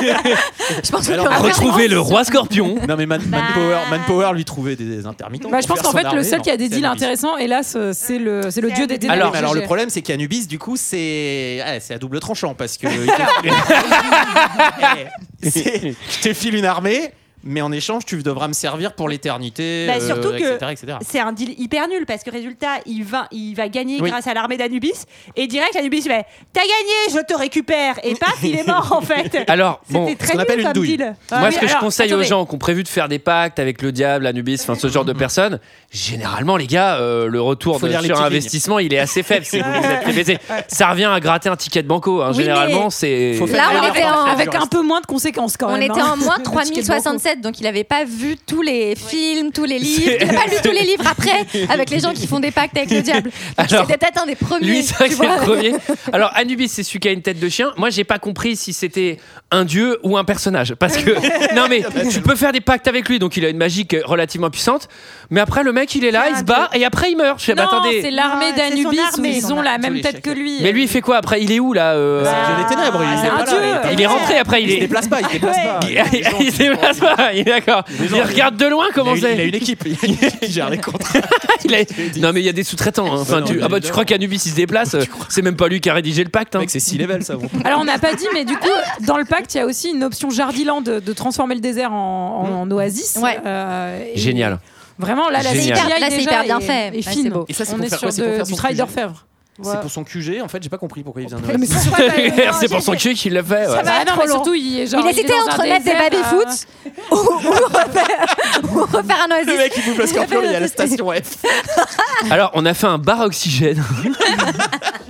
[SPEAKER 6] Je pense qu'on
[SPEAKER 8] Alors,
[SPEAKER 6] peut
[SPEAKER 9] Ah,
[SPEAKER 6] en faire
[SPEAKER 1] retrouver le roi scorpion.
[SPEAKER 8] Non mais Man- Manpower, Manpower lui trouvait des, des intermittents.
[SPEAKER 9] Bah, je
[SPEAKER 8] pour
[SPEAKER 9] pense
[SPEAKER 8] faire son
[SPEAKER 9] qu'en fait, le
[SPEAKER 8] armée,
[SPEAKER 9] seul
[SPEAKER 8] non,
[SPEAKER 9] qui a des
[SPEAKER 8] c'est
[SPEAKER 9] deals
[SPEAKER 8] Anubis.
[SPEAKER 9] intéressants, hélas, euh, c'est le, c'est le
[SPEAKER 10] C'est
[SPEAKER 9] dieu des ténèbres.
[SPEAKER 1] Alors-
[SPEAKER 8] Mais alors le
[SPEAKER 9] GG.
[SPEAKER 8] problème c'est qu'Anubis du coup c'est ah, c'est à double tranchant parce que Eh, c'est- je te file une armée mais en échange tu devras me servir pour l'éternité
[SPEAKER 10] Bah,
[SPEAKER 8] euh,
[SPEAKER 10] surtout que-
[SPEAKER 8] etc., etc.
[SPEAKER 10] C'est un deal hyper nul parce que résultat, il va, il va gagner
[SPEAKER 8] Oui.
[SPEAKER 10] grâce à l'armée d'Anubis et direct Anubis fait T'as gagné, je te récupère et paf, il est mort en fait.
[SPEAKER 1] Alors, bon,
[SPEAKER 10] C'était très
[SPEAKER 8] qu'on appelle
[SPEAKER 10] nul
[SPEAKER 8] une
[SPEAKER 10] comme
[SPEAKER 8] douille.
[SPEAKER 10] deal.
[SPEAKER 1] Moi,
[SPEAKER 10] Ouais.
[SPEAKER 1] ce
[SPEAKER 9] oui,
[SPEAKER 1] que je
[SPEAKER 9] alors,
[SPEAKER 1] conseille aux
[SPEAKER 9] attendez.
[SPEAKER 1] gens qui ont prévu de faire des pactes avec le diable, Anubis, enfin ce genre de personnes, généralement, les gars, euh, le retour
[SPEAKER 8] Faut
[SPEAKER 1] de-
[SPEAKER 8] lire les
[SPEAKER 1] sur
[SPEAKER 8] petites
[SPEAKER 1] investissement, il est assez faible. Si vous vous êtes fait baiser. Ça revient à gratter un ticket de banco. hein.
[SPEAKER 6] Oui,
[SPEAKER 1] généralement,
[SPEAKER 6] mais
[SPEAKER 1] c'est.
[SPEAKER 8] Faut faire-
[SPEAKER 6] Là,
[SPEAKER 9] Alors,
[SPEAKER 6] on était en,
[SPEAKER 9] avec un peu moins de conséquences quand
[SPEAKER 6] on
[SPEAKER 9] même.
[SPEAKER 6] était
[SPEAKER 9] hein.
[SPEAKER 6] en moins
[SPEAKER 9] Le ticket de banco.
[SPEAKER 6] 3067, donc il avait pas vu tous les films, tous les livres. Il n'a pas lu tous les livres après avec les gens qui font des pactes avec le diable. Donc,
[SPEAKER 1] Alors,
[SPEAKER 6] C'était peut-être un des premiers.
[SPEAKER 1] Lui, c'est vrai
[SPEAKER 6] tu
[SPEAKER 1] que c'est le
[SPEAKER 6] vois.
[SPEAKER 1] premier. Alors, Anubis, c'est celui qui a une tête de chien. Moi, j'ai pas compris si c'était un dieu ou un personnage. Parce que, non, mais tu peux faire des pactes avec lui, donc il a une magie qui est relativement puissante. Mais après, le mec, il est là, il se bat, et après, il meurt. Je fais, bah,
[SPEAKER 9] Non, c'est
[SPEAKER 1] attendez.
[SPEAKER 9] l'armée
[SPEAKER 10] Non, c'est son
[SPEAKER 9] d'Anubis où
[SPEAKER 10] armée.
[SPEAKER 9] ils ont la
[SPEAKER 8] Tous
[SPEAKER 9] même
[SPEAKER 8] les
[SPEAKER 9] tête
[SPEAKER 8] chèques.
[SPEAKER 9] que lui.
[SPEAKER 1] Mais lui, il fait quoi après Il est où, là euh,
[SPEAKER 8] C'est le dieu des ténèbres, il
[SPEAKER 9] c'est
[SPEAKER 8] est
[SPEAKER 9] un
[SPEAKER 8] pas là,
[SPEAKER 9] dieu.
[SPEAKER 8] il est pas là.
[SPEAKER 1] Il est rentré après, il
[SPEAKER 8] Bah, Il se
[SPEAKER 1] est.
[SPEAKER 8] déplace pas, Ah, il se déplace pas.
[SPEAKER 1] Il, il se déplace pas, il est d'accord. Il regarde de loin comment
[SPEAKER 8] il a, une, il a
[SPEAKER 1] c'est.
[SPEAKER 8] une équipe, il a une équipe qui gère les contrats.
[SPEAKER 1] Il a- Non, mais il y a des sous-traitants. hein. Enfin,
[SPEAKER 8] non,
[SPEAKER 1] tu...
[SPEAKER 8] mais
[SPEAKER 1] Ah bah, tu crois qu'Anubis il se déplace C'est même pas lui qui a rédigé le pacte. hein.
[SPEAKER 8] Mec, c'est 6 levels ça. Bon.
[SPEAKER 9] Alors on n'a pas dit, mais du coup, dans le pacte, il y a aussi une option Jardiland de, de transformer le désert en, en- en oasis.
[SPEAKER 6] Ouais.
[SPEAKER 9] Euh, et
[SPEAKER 1] Génial.
[SPEAKER 9] Vraiment, là, la
[SPEAKER 1] Génial.
[SPEAKER 9] CGI
[SPEAKER 6] Là, c'est
[SPEAKER 9] déjà
[SPEAKER 6] hyper bien
[SPEAKER 9] est-
[SPEAKER 6] fait.
[SPEAKER 9] est
[SPEAKER 6] Ouais,
[SPEAKER 9] fine.
[SPEAKER 6] c'est beau.
[SPEAKER 8] Et ça, c'est
[SPEAKER 9] on
[SPEAKER 8] pour
[SPEAKER 9] est
[SPEAKER 8] faire
[SPEAKER 9] sur
[SPEAKER 8] quoi C'est pour
[SPEAKER 9] de-
[SPEAKER 8] faire
[SPEAKER 9] du
[SPEAKER 8] son
[SPEAKER 9] travail
[SPEAKER 8] sujet.
[SPEAKER 9] d'orfèvre.
[SPEAKER 8] C'est pour son QG en fait, j'ai pas compris pourquoi il faisait un
[SPEAKER 9] Mais
[SPEAKER 8] OSS.
[SPEAKER 9] pourquoi pas les gens-
[SPEAKER 1] C'est pour son cul qu'il l'a fait. ouais.
[SPEAKER 9] Bah non,
[SPEAKER 6] trop
[SPEAKER 9] mais
[SPEAKER 6] long.
[SPEAKER 9] surtout, il est genre.
[SPEAKER 6] il hésitait
[SPEAKER 9] est dans
[SPEAKER 6] entre
[SPEAKER 9] un
[SPEAKER 6] mettre des
[SPEAKER 9] désert,
[SPEAKER 6] baby-foot
[SPEAKER 9] euh,
[SPEAKER 6] ou, ou refaire, ou refaire un
[SPEAKER 8] Le
[SPEAKER 6] oasis.
[SPEAKER 8] mec, il bouffe le scorpion, il y a la station F.
[SPEAKER 1] Alors, on a fait un bar à oxygène.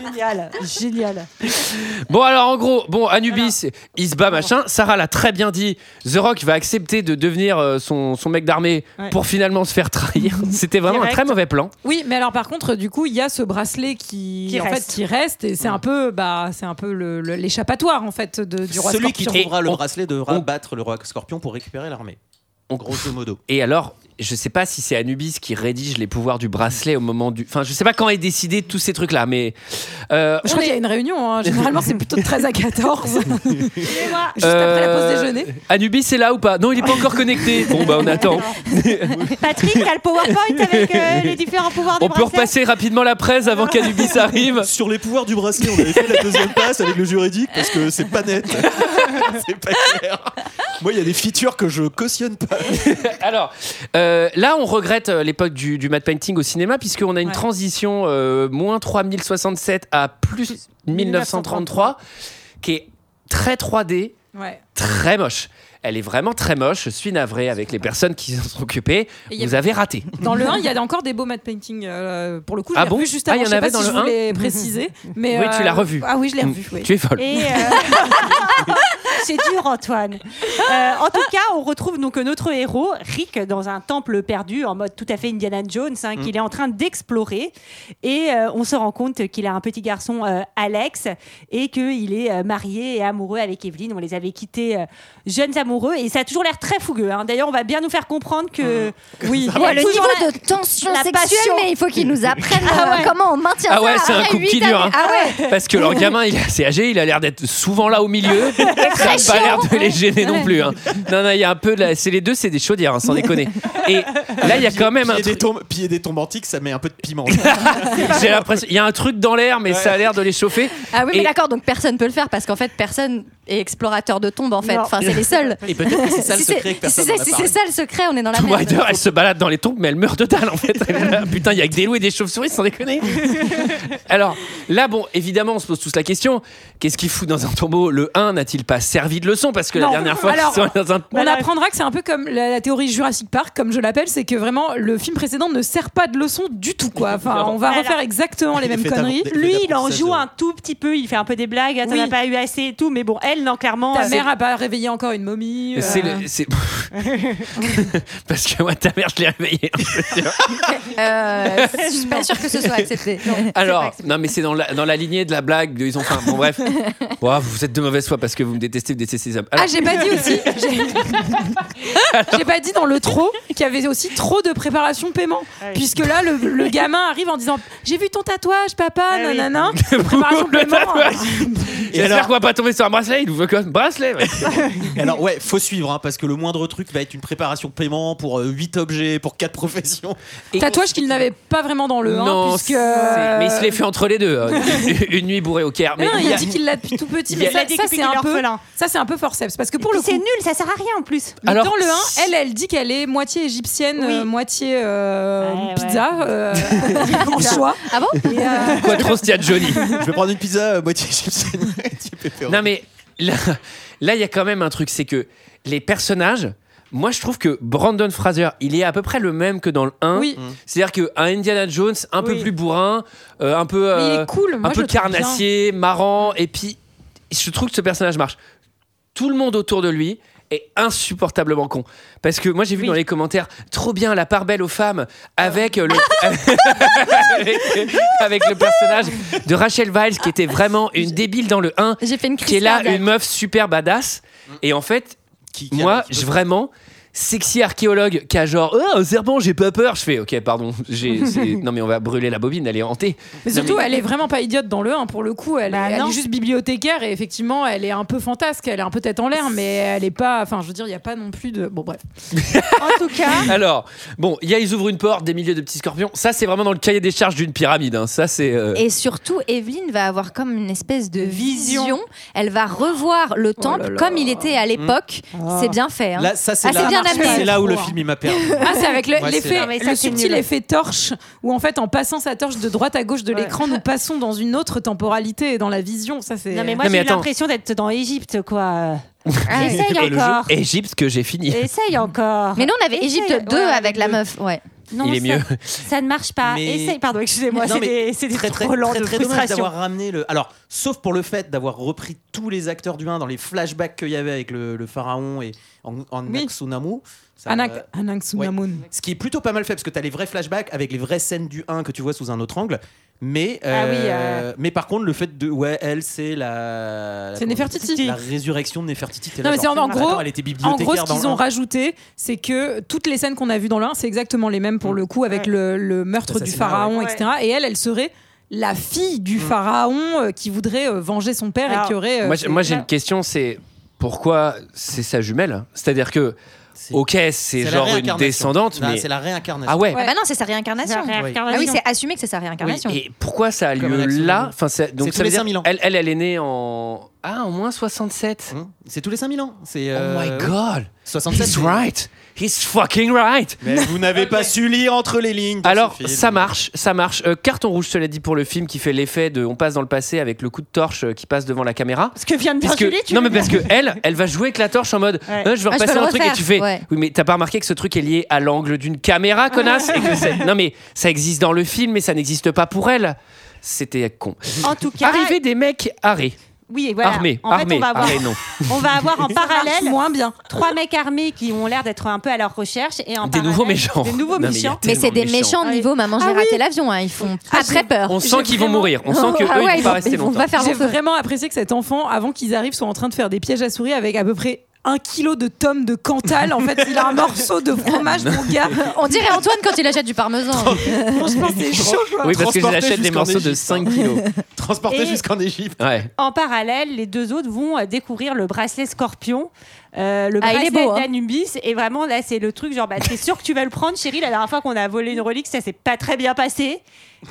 [SPEAKER 10] Génial, génial.
[SPEAKER 1] Bon alors en gros, bon Anubis, il se bat machin. Sarah l'a très bien dit. The Rock va accepter de devenir euh, son, son mec d'armée
[SPEAKER 10] Ouais.
[SPEAKER 1] pour finalement se faire trahir. C'était vraiment
[SPEAKER 10] Direct.
[SPEAKER 1] un très mauvais plan.
[SPEAKER 9] Oui, mais alors par contre, du coup, il y a ce bracelet qui,
[SPEAKER 10] Qui
[SPEAKER 9] en
[SPEAKER 10] reste.
[SPEAKER 9] fait, qui reste et c'est un peu, bah, c'est un peu le- le- l'échappatoire en fait de, du roi
[SPEAKER 8] Celui qui
[SPEAKER 9] scorpion.
[SPEAKER 8] trouvera le
[SPEAKER 1] on-
[SPEAKER 8] bracelet devra battre le roi scorpion pour récupérer l'armée.
[SPEAKER 1] On-
[SPEAKER 8] Grosso modo.
[SPEAKER 1] Et alors, je sais pas si c'est Anubis qui rédige les pouvoirs du bracelet au moment du. Enfin, je sais pas quand est décidé tous ces trucs là, mais euh,
[SPEAKER 9] Je crois qu'il y a une réunion. hein. Généralement, c'est plutôt de 13 à 14. Juste après la
[SPEAKER 1] euh,
[SPEAKER 9] pause déjeuner.
[SPEAKER 1] Anubis est là ou pas Non, il est pas encore connecté. Bon bah on attend.
[SPEAKER 10] Patrick, t'as le PowerPoint avec euh, les différents pouvoirs du
[SPEAKER 1] On peut
[SPEAKER 10] bracelet
[SPEAKER 1] repasser rapidement la presse avant qu'Anubis arrive.
[SPEAKER 8] Sur les pouvoirs du bracelet, on avait fait la deuxième passe avec le juridique parce que c'est pas net. c'est pas clair. Moi, il y a des features que je cautionne pas.
[SPEAKER 1] Alors, euh, là, on regrette euh, l'époque du, du matte painting au cinéma, puisqu'on a une
[SPEAKER 10] Ouais.
[SPEAKER 1] transition euh, moins 3067 à plus 1933, qui est très 3D,
[SPEAKER 9] Ouais.
[SPEAKER 1] très moche. Elle est vraiment très moche. Je suis navré avec les personnes qui s'en sont occupées.
[SPEAKER 9] Et il y a-
[SPEAKER 1] Vous avez raté.
[SPEAKER 9] Dans le 1, il y a encore des beaux matte painting. euh, pour le coup, je
[SPEAKER 1] Ah
[SPEAKER 9] l'ai
[SPEAKER 1] bon
[SPEAKER 9] revu juste
[SPEAKER 1] Ah,
[SPEAKER 9] avant.
[SPEAKER 1] il y en
[SPEAKER 9] je sais
[SPEAKER 1] avait
[SPEAKER 9] pas
[SPEAKER 1] dans
[SPEAKER 9] si
[SPEAKER 1] le
[SPEAKER 9] je voulais
[SPEAKER 1] 1.
[SPEAKER 9] préciser. Mais euh,
[SPEAKER 1] Oui, tu l'as revu.
[SPEAKER 9] Ah oui, je l'ai revu. oui.
[SPEAKER 1] Tu es folle.
[SPEAKER 10] Et euh, C'est dur, Antoine. Euh, en tout cas, on retrouve donc notre héros, Rick, dans un temple perdu, en mode tout à fait Indiana Jones,
[SPEAKER 1] Mm.
[SPEAKER 10] hein, qu'il est en train d'explorer. Et euh, on se rend compte qu'il a un petit garçon, euh, Alex, et qu'il est euh, marié et amoureux avec Evelyn. On les avait quittés euh, jeunes amoureux, et ça a toujours l'air très fougueux. hein. D'ailleurs, on va bien nous faire comprendre que.
[SPEAKER 1] Mm.
[SPEAKER 10] Oui,
[SPEAKER 6] Il y a le niveau de tension
[SPEAKER 10] la
[SPEAKER 6] sexuelle,
[SPEAKER 10] passion.
[SPEAKER 6] mais il faut qu'il nous apprenne
[SPEAKER 10] Ah
[SPEAKER 6] euh,
[SPEAKER 10] ouais.
[SPEAKER 6] comment on maintient
[SPEAKER 1] Ah
[SPEAKER 6] ça
[SPEAKER 1] ouais, c'est un
[SPEAKER 6] après
[SPEAKER 1] couple
[SPEAKER 6] huit
[SPEAKER 1] qui dure,
[SPEAKER 6] années.
[SPEAKER 1] hein.
[SPEAKER 6] Ah ouais.
[SPEAKER 1] Parce que leur gamin, il est assez âgé, il a l'air d'être souvent là au milieu. Ça n'a pas l'air de les gêner non plus. hein. Non, non, il y a un peu de la- C'est les deux, c'est des chaudières, hein, sans déconner. Et là, il y a quand même un
[SPEAKER 8] Piller des
[SPEAKER 1] truc.
[SPEAKER 8] tombes- piller des tombes antiques, ça met un peu de piment.
[SPEAKER 1] J'ai l'impression. Il y a un truc dans l'air, mais ça a l'air de les chauffer.
[SPEAKER 6] Ah oui,
[SPEAKER 1] Et-
[SPEAKER 6] mais d'accord, donc personne peut le faire parce qu'en fait, personne est explorateur de tombes en fait.
[SPEAKER 10] Non.
[SPEAKER 6] Enfin, c'est les seuls.
[SPEAKER 8] Et peut-être que c'est ça le
[SPEAKER 6] Si c'est-
[SPEAKER 8] secret que personne
[SPEAKER 6] si c'est-
[SPEAKER 8] n'en a
[SPEAKER 6] si
[SPEAKER 8] parlé.
[SPEAKER 6] c'est ça le secret, on est dans la
[SPEAKER 1] Tomb Raider,
[SPEAKER 6] merde.
[SPEAKER 1] elle se balade dans les tombes, mais elle meurt de dalle en fait. Elle est là, Putain, il y a que des loups et des chauves-souris, sans déconner. Alors là, bon, évidemment, on se pose tous la question qu'est-ce qu'il fout dans un tombeau Le 1 n'a-t-il pas servi de leçon Parce que la
[SPEAKER 9] Non.
[SPEAKER 1] dernière fois,
[SPEAKER 9] Alors-
[SPEAKER 1] ils sont dans un.
[SPEAKER 9] On apprendra que c'est un peu comme la, la théorie Jurassic Park, comme je l'appelle, c'est que vraiment le film précédent ne sert pas de leçon du tout. Quoi. Enfin, on va
[SPEAKER 10] Alors-
[SPEAKER 9] refaire exactement les
[SPEAKER 8] Il
[SPEAKER 9] mêmes
[SPEAKER 8] fait d'avoir-
[SPEAKER 9] conneries.
[SPEAKER 8] des-
[SPEAKER 10] Lui, il en
[SPEAKER 8] d'apprentissage,
[SPEAKER 10] joue
[SPEAKER 8] ouais.
[SPEAKER 10] un tout petit peu, il fait un peu des blagues, ah, t'en
[SPEAKER 9] Oui.
[SPEAKER 10] as pas eu assez et tout, mais bon, elle, non, clairement.
[SPEAKER 9] Ta
[SPEAKER 10] euh,
[SPEAKER 9] mère a pas réveillé encore une momie. euh,
[SPEAKER 1] C'est le- c'est- Parce que moi, ta mère, je l'ai réveillée.
[SPEAKER 6] Euh, je suis pas sûre que ce soit accepté.
[SPEAKER 1] Alors, non, mais c'est dans la, dans la lignée de la blague. de Ils ont faim. Bon, bref. Bon, vous êtes de mauvaise foi parce que vous me détestez, vous détestez les hommes. Alors,
[SPEAKER 9] Ah, j'ai pas dit aussi. j'ai- J'ai pas dit dans le trop qu'il y avait aussi trop de préparation paiement. Puisque là, le, le gamin arrive en disant J'ai vu ton tatouage, papa,
[SPEAKER 10] Ah oui.
[SPEAKER 9] nanana.
[SPEAKER 1] Le
[SPEAKER 9] Préparation paiement.
[SPEAKER 1] tatouage.
[SPEAKER 8] Et
[SPEAKER 1] J'espère
[SPEAKER 8] alors-
[SPEAKER 1] qu'on va pas tomber sur un bracelet. Il nous veut quoi Bracelet ouais.
[SPEAKER 8] Et Alors ouais, faut suivre hein, parce que le moindre truc va être une préparation paiement pour 8 objets, pour 4 professions.
[SPEAKER 1] Et-
[SPEAKER 9] Tatouage qu'il n'avait pas vraiment dans le 1. puisque...
[SPEAKER 1] c'est- mais il se l'est fait entre les deux. hein. Une, une nuit bourrée au Caire. Mais
[SPEAKER 9] Non,
[SPEAKER 1] il
[SPEAKER 9] il
[SPEAKER 1] y
[SPEAKER 9] a
[SPEAKER 1] a-
[SPEAKER 9] dit qu'il l'a depuis tout petit,
[SPEAKER 1] il
[SPEAKER 9] mais
[SPEAKER 1] y a-
[SPEAKER 9] ça,
[SPEAKER 10] Il a dit
[SPEAKER 9] ça,
[SPEAKER 10] qu'il
[SPEAKER 9] c'est un peu,
[SPEAKER 10] orphelin.
[SPEAKER 9] ça c'est un peu forceps parce que pour
[SPEAKER 10] Puis
[SPEAKER 9] le
[SPEAKER 10] c'est
[SPEAKER 9] coup,
[SPEAKER 10] nul, ça sert à rien en plus.
[SPEAKER 9] mais
[SPEAKER 1] Alors-
[SPEAKER 9] dans le 1, elle, elle dit qu'elle est moitié égyptienne,
[SPEAKER 10] Oui.
[SPEAKER 9] euh, moitié euh,
[SPEAKER 10] Ouais, ouais.
[SPEAKER 9] pizza, euh, en choix.
[SPEAKER 6] Ah bon
[SPEAKER 1] Quoi trop s'il y a Johnny
[SPEAKER 8] Je vais prendre une pizza euh, moitié égyptienne, moitié pepperoni.
[SPEAKER 1] Non, mais là, là, il y a quand même un truc, c'est que les personnages. Moi, je trouve que Brandon Fraser, il est à peu près le même que dans le 1.
[SPEAKER 9] Oui,
[SPEAKER 1] C'est-à-dire qu'un Indiana Jones, un peu
[SPEAKER 10] Oui.
[SPEAKER 1] plus bourrin, euh, un peu,
[SPEAKER 9] mais il
[SPEAKER 1] euh,
[SPEAKER 9] est cool. Moi,
[SPEAKER 1] un
[SPEAKER 9] je
[SPEAKER 1] peu
[SPEAKER 9] le trouve bien.
[SPEAKER 1] carnassier, marrant. Et puis, je trouve que ce personnage marche. Tout le monde autour de lui est insupportablement con. Parce que moi, j'ai vu
[SPEAKER 10] Oui.
[SPEAKER 1] dans les commentaires, trop bien, la part belle aux femmes, avec euh, le, avec, avec le personnage de Rachel Viles, qui était vraiment une débile dans le 1,
[SPEAKER 6] J'ai fait une
[SPEAKER 1] qui est
[SPEAKER 6] crise
[SPEAKER 1] là
[SPEAKER 6] cardiaque.
[SPEAKER 1] une meuf super badass. Et en fait,
[SPEAKER 8] Mm. Qui- qui a-
[SPEAKER 1] moi,
[SPEAKER 8] qui peut-
[SPEAKER 1] je, vraiment, sexy archéologue qui a genre, oh, un serpent, j'ai pas peur. Je fais, ok, pardon, j'ai, c'est- non mais on va brûler la bobine, elle est hantée.
[SPEAKER 9] Mais
[SPEAKER 1] Non,
[SPEAKER 9] surtout,
[SPEAKER 1] mais-
[SPEAKER 9] elle est vraiment pas idiote dans le 1 pour le coup. Elle,
[SPEAKER 10] Bah,
[SPEAKER 9] est, elle
[SPEAKER 10] non.
[SPEAKER 9] est juste bibliothécaire et effectivement, elle est un peu fantasque. Elle est un peu tête en l'air, mais elle est pas. Enfin, je veux dire, il y a pas non plus de. Bon, bref.
[SPEAKER 10] En tout cas,
[SPEAKER 1] Alors, bon, il y a, ils ouvrent une porte, des milliers de petits scorpions. Ça, c'est vraiment dans le cahier des charges d'une pyramide. hein. Ça, c'est. euh,
[SPEAKER 6] Et surtout, Evelyne va avoir comme une espèce de
[SPEAKER 10] Vision.
[SPEAKER 6] vision. Elle va
[SPEAKER 1] Oh
[SPEAKER 6] revoir le temple
[SPEAKER 9] là.
[SPEAKER 6] comme il était à l'époque.
[SPEAKER 1] Mm.
[SPEAKER 6] C'est bien fait. hein.
[SPEAKER 8] Là, ça c'est
[SPEAKER 6] Ah,
[SPEAKER 8] là,
[SPEAKER 6] c'est bien
[SPEAKER 8] ça,
[SPEAKER 6] amené.
[SPEAKER 8] c'est là où le
[SPEAKER 9] Pour.
[SPEAKER 8] film il m'a perdu.
[SPEAKER 9] Ah, c'est avec le-
[SPEAKER 8] Ouais, c'est
[SPEAKER 9] l'effet,
[SPEAKER 8] là.
[SPEAKER 10] mais ça,
[SPEAKER 9] le
[SPEAKER 10] c'est
[SPEAKER 9] subtil
[SPEAKER 10] nul.
[SPEAKER 9] effet torche, où en fait, en passant sa torche de droite à gauche de
[SPEAKER 10] Ouais.
[SPEAKER 9] l'écran, nous passons dans une autre temporalité et dans la vision. Ça, c'est.
[SPEAKER 10] non mais moi
[SPEAKER 1] Non, mais
[SPEAKER 10] j'ai eu
[SPEAKER 1] attends.
[SPEAKER 10] l'impression d'être dans Égypte quoi.
[SPEAKER 6] Ah, ouais.
[SPEAKER 10] Essaye
[SPEAKER 1] et le
[SPEAKER 10] encore.
[SPEAKER 1] jeu- Égypte que j'ai fini.
[SPEAKER 10] Essaye encore.
[SPEAKER 6] Mais nous, on avait
[SPEAKER 10] Essaye.
[SPEAKER 6] Égypte
[SPEAKER 10] Ouais,
[SPEAKER 6] 2
[SPEAKER 10] ouais,
[SPEAKER 6] avec la
[SPEAKER 10] deux.
[SPEAKER 6] meuf. Ouais.
[SPEAKER 10] Non,
[SPEAKER 1] Il est
[SPEAKER 10] ça-
[SPEAKER 1] mieux.
[SPEAKER 10] Ça ne marche pas.
[SPEAKER 8] Mais-
[SPEAKER 10] Essaye. Pardon, excusez-moi,
[SPEAKER 8] Non,
[SPEAKER 10] c'est
[SPEAKER 8] mais
[SPEAKER 10] des, c'est des
[SPEAKER 8] très très,
[SPEAKER 10] trop lents
[SPEAKER 8] très,
[SPEAKER 10] de
[SPEAKER 8] très dommage
[SPEAKER 10] frustration.
[SPEAKER 8] d'avoir ramené le. Alors, sauf pour le fait d'avoir repris tous les acteurs du 1 dans les flashbacks qu'il y avait avec le, le pharaon et en, en
[SPEAKER 9] Oui.
[SPEAKER 8] Aksunamu, ça, euh,
[SPEAKER 9] Anak, Anak Sunamun.
[SPEAKER 8] Ce qui est plutôt pas mal fait parce que t'as les vrais flashbacks avec les vraies scènes du 1 que tu vois sous un autre angle. Mais,
[SPEAKER 10] Ah oui,
[SPEAKER 8] euh, mais par contre, le fait de. Ouais, elle, c'est la. la-
[SPEAKER 9] C'est Nefertiti.
[SPEAKER 8] La résurrection de Nefertiti. t'es
[SPEAKER 9] Non,
[SPEAKER 8] là
[SPEAKER 9] mais
[SPEAKER 8] genre,
[SPEAKER 9] c'est en- en
[SPEAKER 8] attends,
[SPEAKER 9] gros-
[SPEAKER 8] elle était
[SPEAKER 9] En
[SPEAKER 8] bibliothécaire
[SPEAKER 9] gros, ce
[SPEAKER 8] dans
[SPEAKER 9] qu'ils
[SPEAKER 8] le
[SPEAKER 9] ont
[SPEAKER 8] 1.
[SPEAKER 9] rajouté, c'est que toutes les scènes qu'on a vues dans le 1, c'est exactement les mêmes pour le coup, avec le, le meurtre du
[SPEAKER 8] L'assassinat,
[SPEAKER 9] pharaon,
[SPEAKER 10] Mm. ouais.
[SPEAKER 9] etc. Et elle, elle serait la fille du pharaon euh, qui voudrait euh, venger son père
[SPEAKER 10] Alors,
[SPEAKER 9] et qui aurait. euh,
[SPEAKER 1] Mm. Moi, j'ai-
[SPEAKER 9] fait-
[SPEAKER 1] moi, j'ai une question, c'est pourquoi c'est sa jumelle C'est-à-dire que,
[SPEAKER 8] C'est-
[SPEAKER 1] ok,
[SPEAKER 8] c'est
[SPEAKER 1] c'est
[SPEAKER 8] la
[SPEAKER 1] genre une
[SPEAKER 8] réincarnation.
[SPEAKER 1] descendante,
[SPEAKER 8] Non,
[SPEAKER 1] mais
[SPEAKER 8] C'est la réincarnation.
[SPEAKER 1] ah ouais.
[SPEAKER 6] Ah bah non, c'est sa réincarnation.
[SPEAKER 10] La
[SPEAKER 6] Ah
[SPEAKER 10] réincarnation.
[SPEAKER 6] oui, c'est assumé que c'est sa
[SPEAKER 8] Oui,
[SPEAKER 6] réincarnation.
[SPEAKER 1] Et pourquoi ça a
[SPEAKER 8] Comme
[SPEAKER 1] lieu
[SPEAKER 8] un accident.
[SPEAKER 1] là Enfin, ça-
[SPEAKER 8] C'est
[SPEAKER 1] donc
[SPEAKER 8] tous
[SPEAKER 1] ça veut
[SPEAKER 8] les
[SPEAKER 1] dire
[SPEAKER 8] 5000 ans.
[SPEAKER 1] elle, elle, elle est née en ah en moins 67.
[SPEAKER 8] Hum, C'est tous les 5000 ans. C'est.
[SPEAKER 1] Oh my
[SPEAKER 8] euh,
[SPEAKER 1] God,
[SPEAKER 8] 67.
[SPEAKER 1] he's
[SPEAKER 8] c'est-
[SPEAKER 1] right, he's fucking right.
[SPEAKER 8] Mais vous n'avez pas su lire entre les lignes. dans
[SPEAKER 1] Alors,
[SPEAKER 8] ce film.
[SPEAKER 1] ça marche, ça marche. Euh, carton rouge, cela dit, pour le film qui fait l'effet de on passe dans le passé avec le coup de torche euh, qui passe devant la caméra.
[SPEAKER 10] Ce que vient de dire
[SPEAKER 1] Parce que-
[SPEAKER 10] Julie, tu
[SPEAKER 1] non,
[SPEAKER 10] veux
[SPEAKER 1] mais parce que elle, elle va jouer avec la torche en mode
[SPEAKER 10] Ouais.
[SPEAKER 1] euh, je vais
[SPEAKER 6] Ah, je
[SPEAKER 1] repasser
[SPEAKER 6] peux le
[SPEAKER 1] un truc et
[SPEAKER 6] refaire.
[SPEAKER 1] tu fais
[SPEAKER 6] Ouais.
[SPEAKER 1] oui, mais t'as pas remarqué que ce truc est lié à l'angle d'une caméra, connasse et que c'est- Non, mais ça existe dans le film, mais ça n'existe pas pour elle. C'était con.
[SPEAKER 10] En tout cas,
[SPEAKER 1] Arrivée des mecs arrêts.
[SPEAKER 10] Oui, et voilà.
[SPEAKER 1] Armé,
[SPEAKER 10] en fait,
[SPEAKER 1] armé,
[SPEAKER 10] on va avoir,
[SPEAKER 1] armé, non.
[SPEAKER 10] on va avoir en parallèle
[SPEAKER 9] moins bien.
[SPEAKER 10] trois mecs armés qui ont l'air d'être un peu à leur recherche et en
[SPEAKER 1] Des nouveaux
[SPEAKER 10] parallèle,
[SPEAKER 1] méchants.
[SPEAKER 10] Des nouveaux
[SPEAKER 1] Non, mais il y a
[SPEAKER 10] méchants.
[SPEAKER 6] Mais
[SPEAKER 1] tellement
[SPEAKER 6] c'est
[SPEAKER 1] de
[SPEAKER 6] des méchants
[SPEAKER 10] méchants.
[SPEAKER 6] niveau maman, j'ai
[SPEAKER 9] Ah oui.
[SPEAKER 6] raté l'avion. hein, Ils font pas très peur.
[SPEAKER 1] On sent qu'ils vont mourir. On sent que
[SPEAKER 6] Ah
[SPEAKER 1] eux,
[SPEAKER 6] ouais,
[SPEAKER 1] ils vont
[SPEAKER 6] ils vont-
[SPEAKER 1] pas rester
[SPEAKER 6] ils vont
[SPEAKER 1] longtemps.
[SPEAKER 6] pas faire
[SPEAKER 9] J'ai
[SPEAKER 6] long feu.
[SPEAKER 9] vraiment apprécié que cet enfant, avant qu'ils arrivent, soit en train de faire des pièges à souris avec à peu près un kilo de tomes de Cantal. En fait, il a un morceau de fromage, mon gars.
[SPEAKER 6] On dirait Antoine quand il achète du parmesan.
[SPEAKER 8] Franchement, c'est chaud.
[SPEAKER 1] Oui, parce que
[SPEAKER 8] Transporté
[SPEAKER 1] j'achète des
[SPEAKER 8] jusqu'en
[SPEAKER 1] morceaux de
[SPEAKER 8] Égypte. hein.
[SPEAKER 1] 5 kilos.
[SPEAKER 8] Transporté
[SPEAKER 10] Et-
[SPEAKER 8] jusqu'en Égypte.
[SPEAKER 1] Ouais.
[SPEAKER 10] En parallèle, les deux autres vont euh, découvrir le bracelet scorpion, euh, le
[SPEAKER 6] Ah, il est
[SPEAKER 10] bracelet
[SPEAKER 6] beau, hein.
[SPEAKER 10] d'Anubis. Et vraiment, là, c'est le truc genre, bah, c'est sûr que tu vas le prendre, chérie. La dernière fois qu'on a volé une relique, ça s'est pas très bien passé.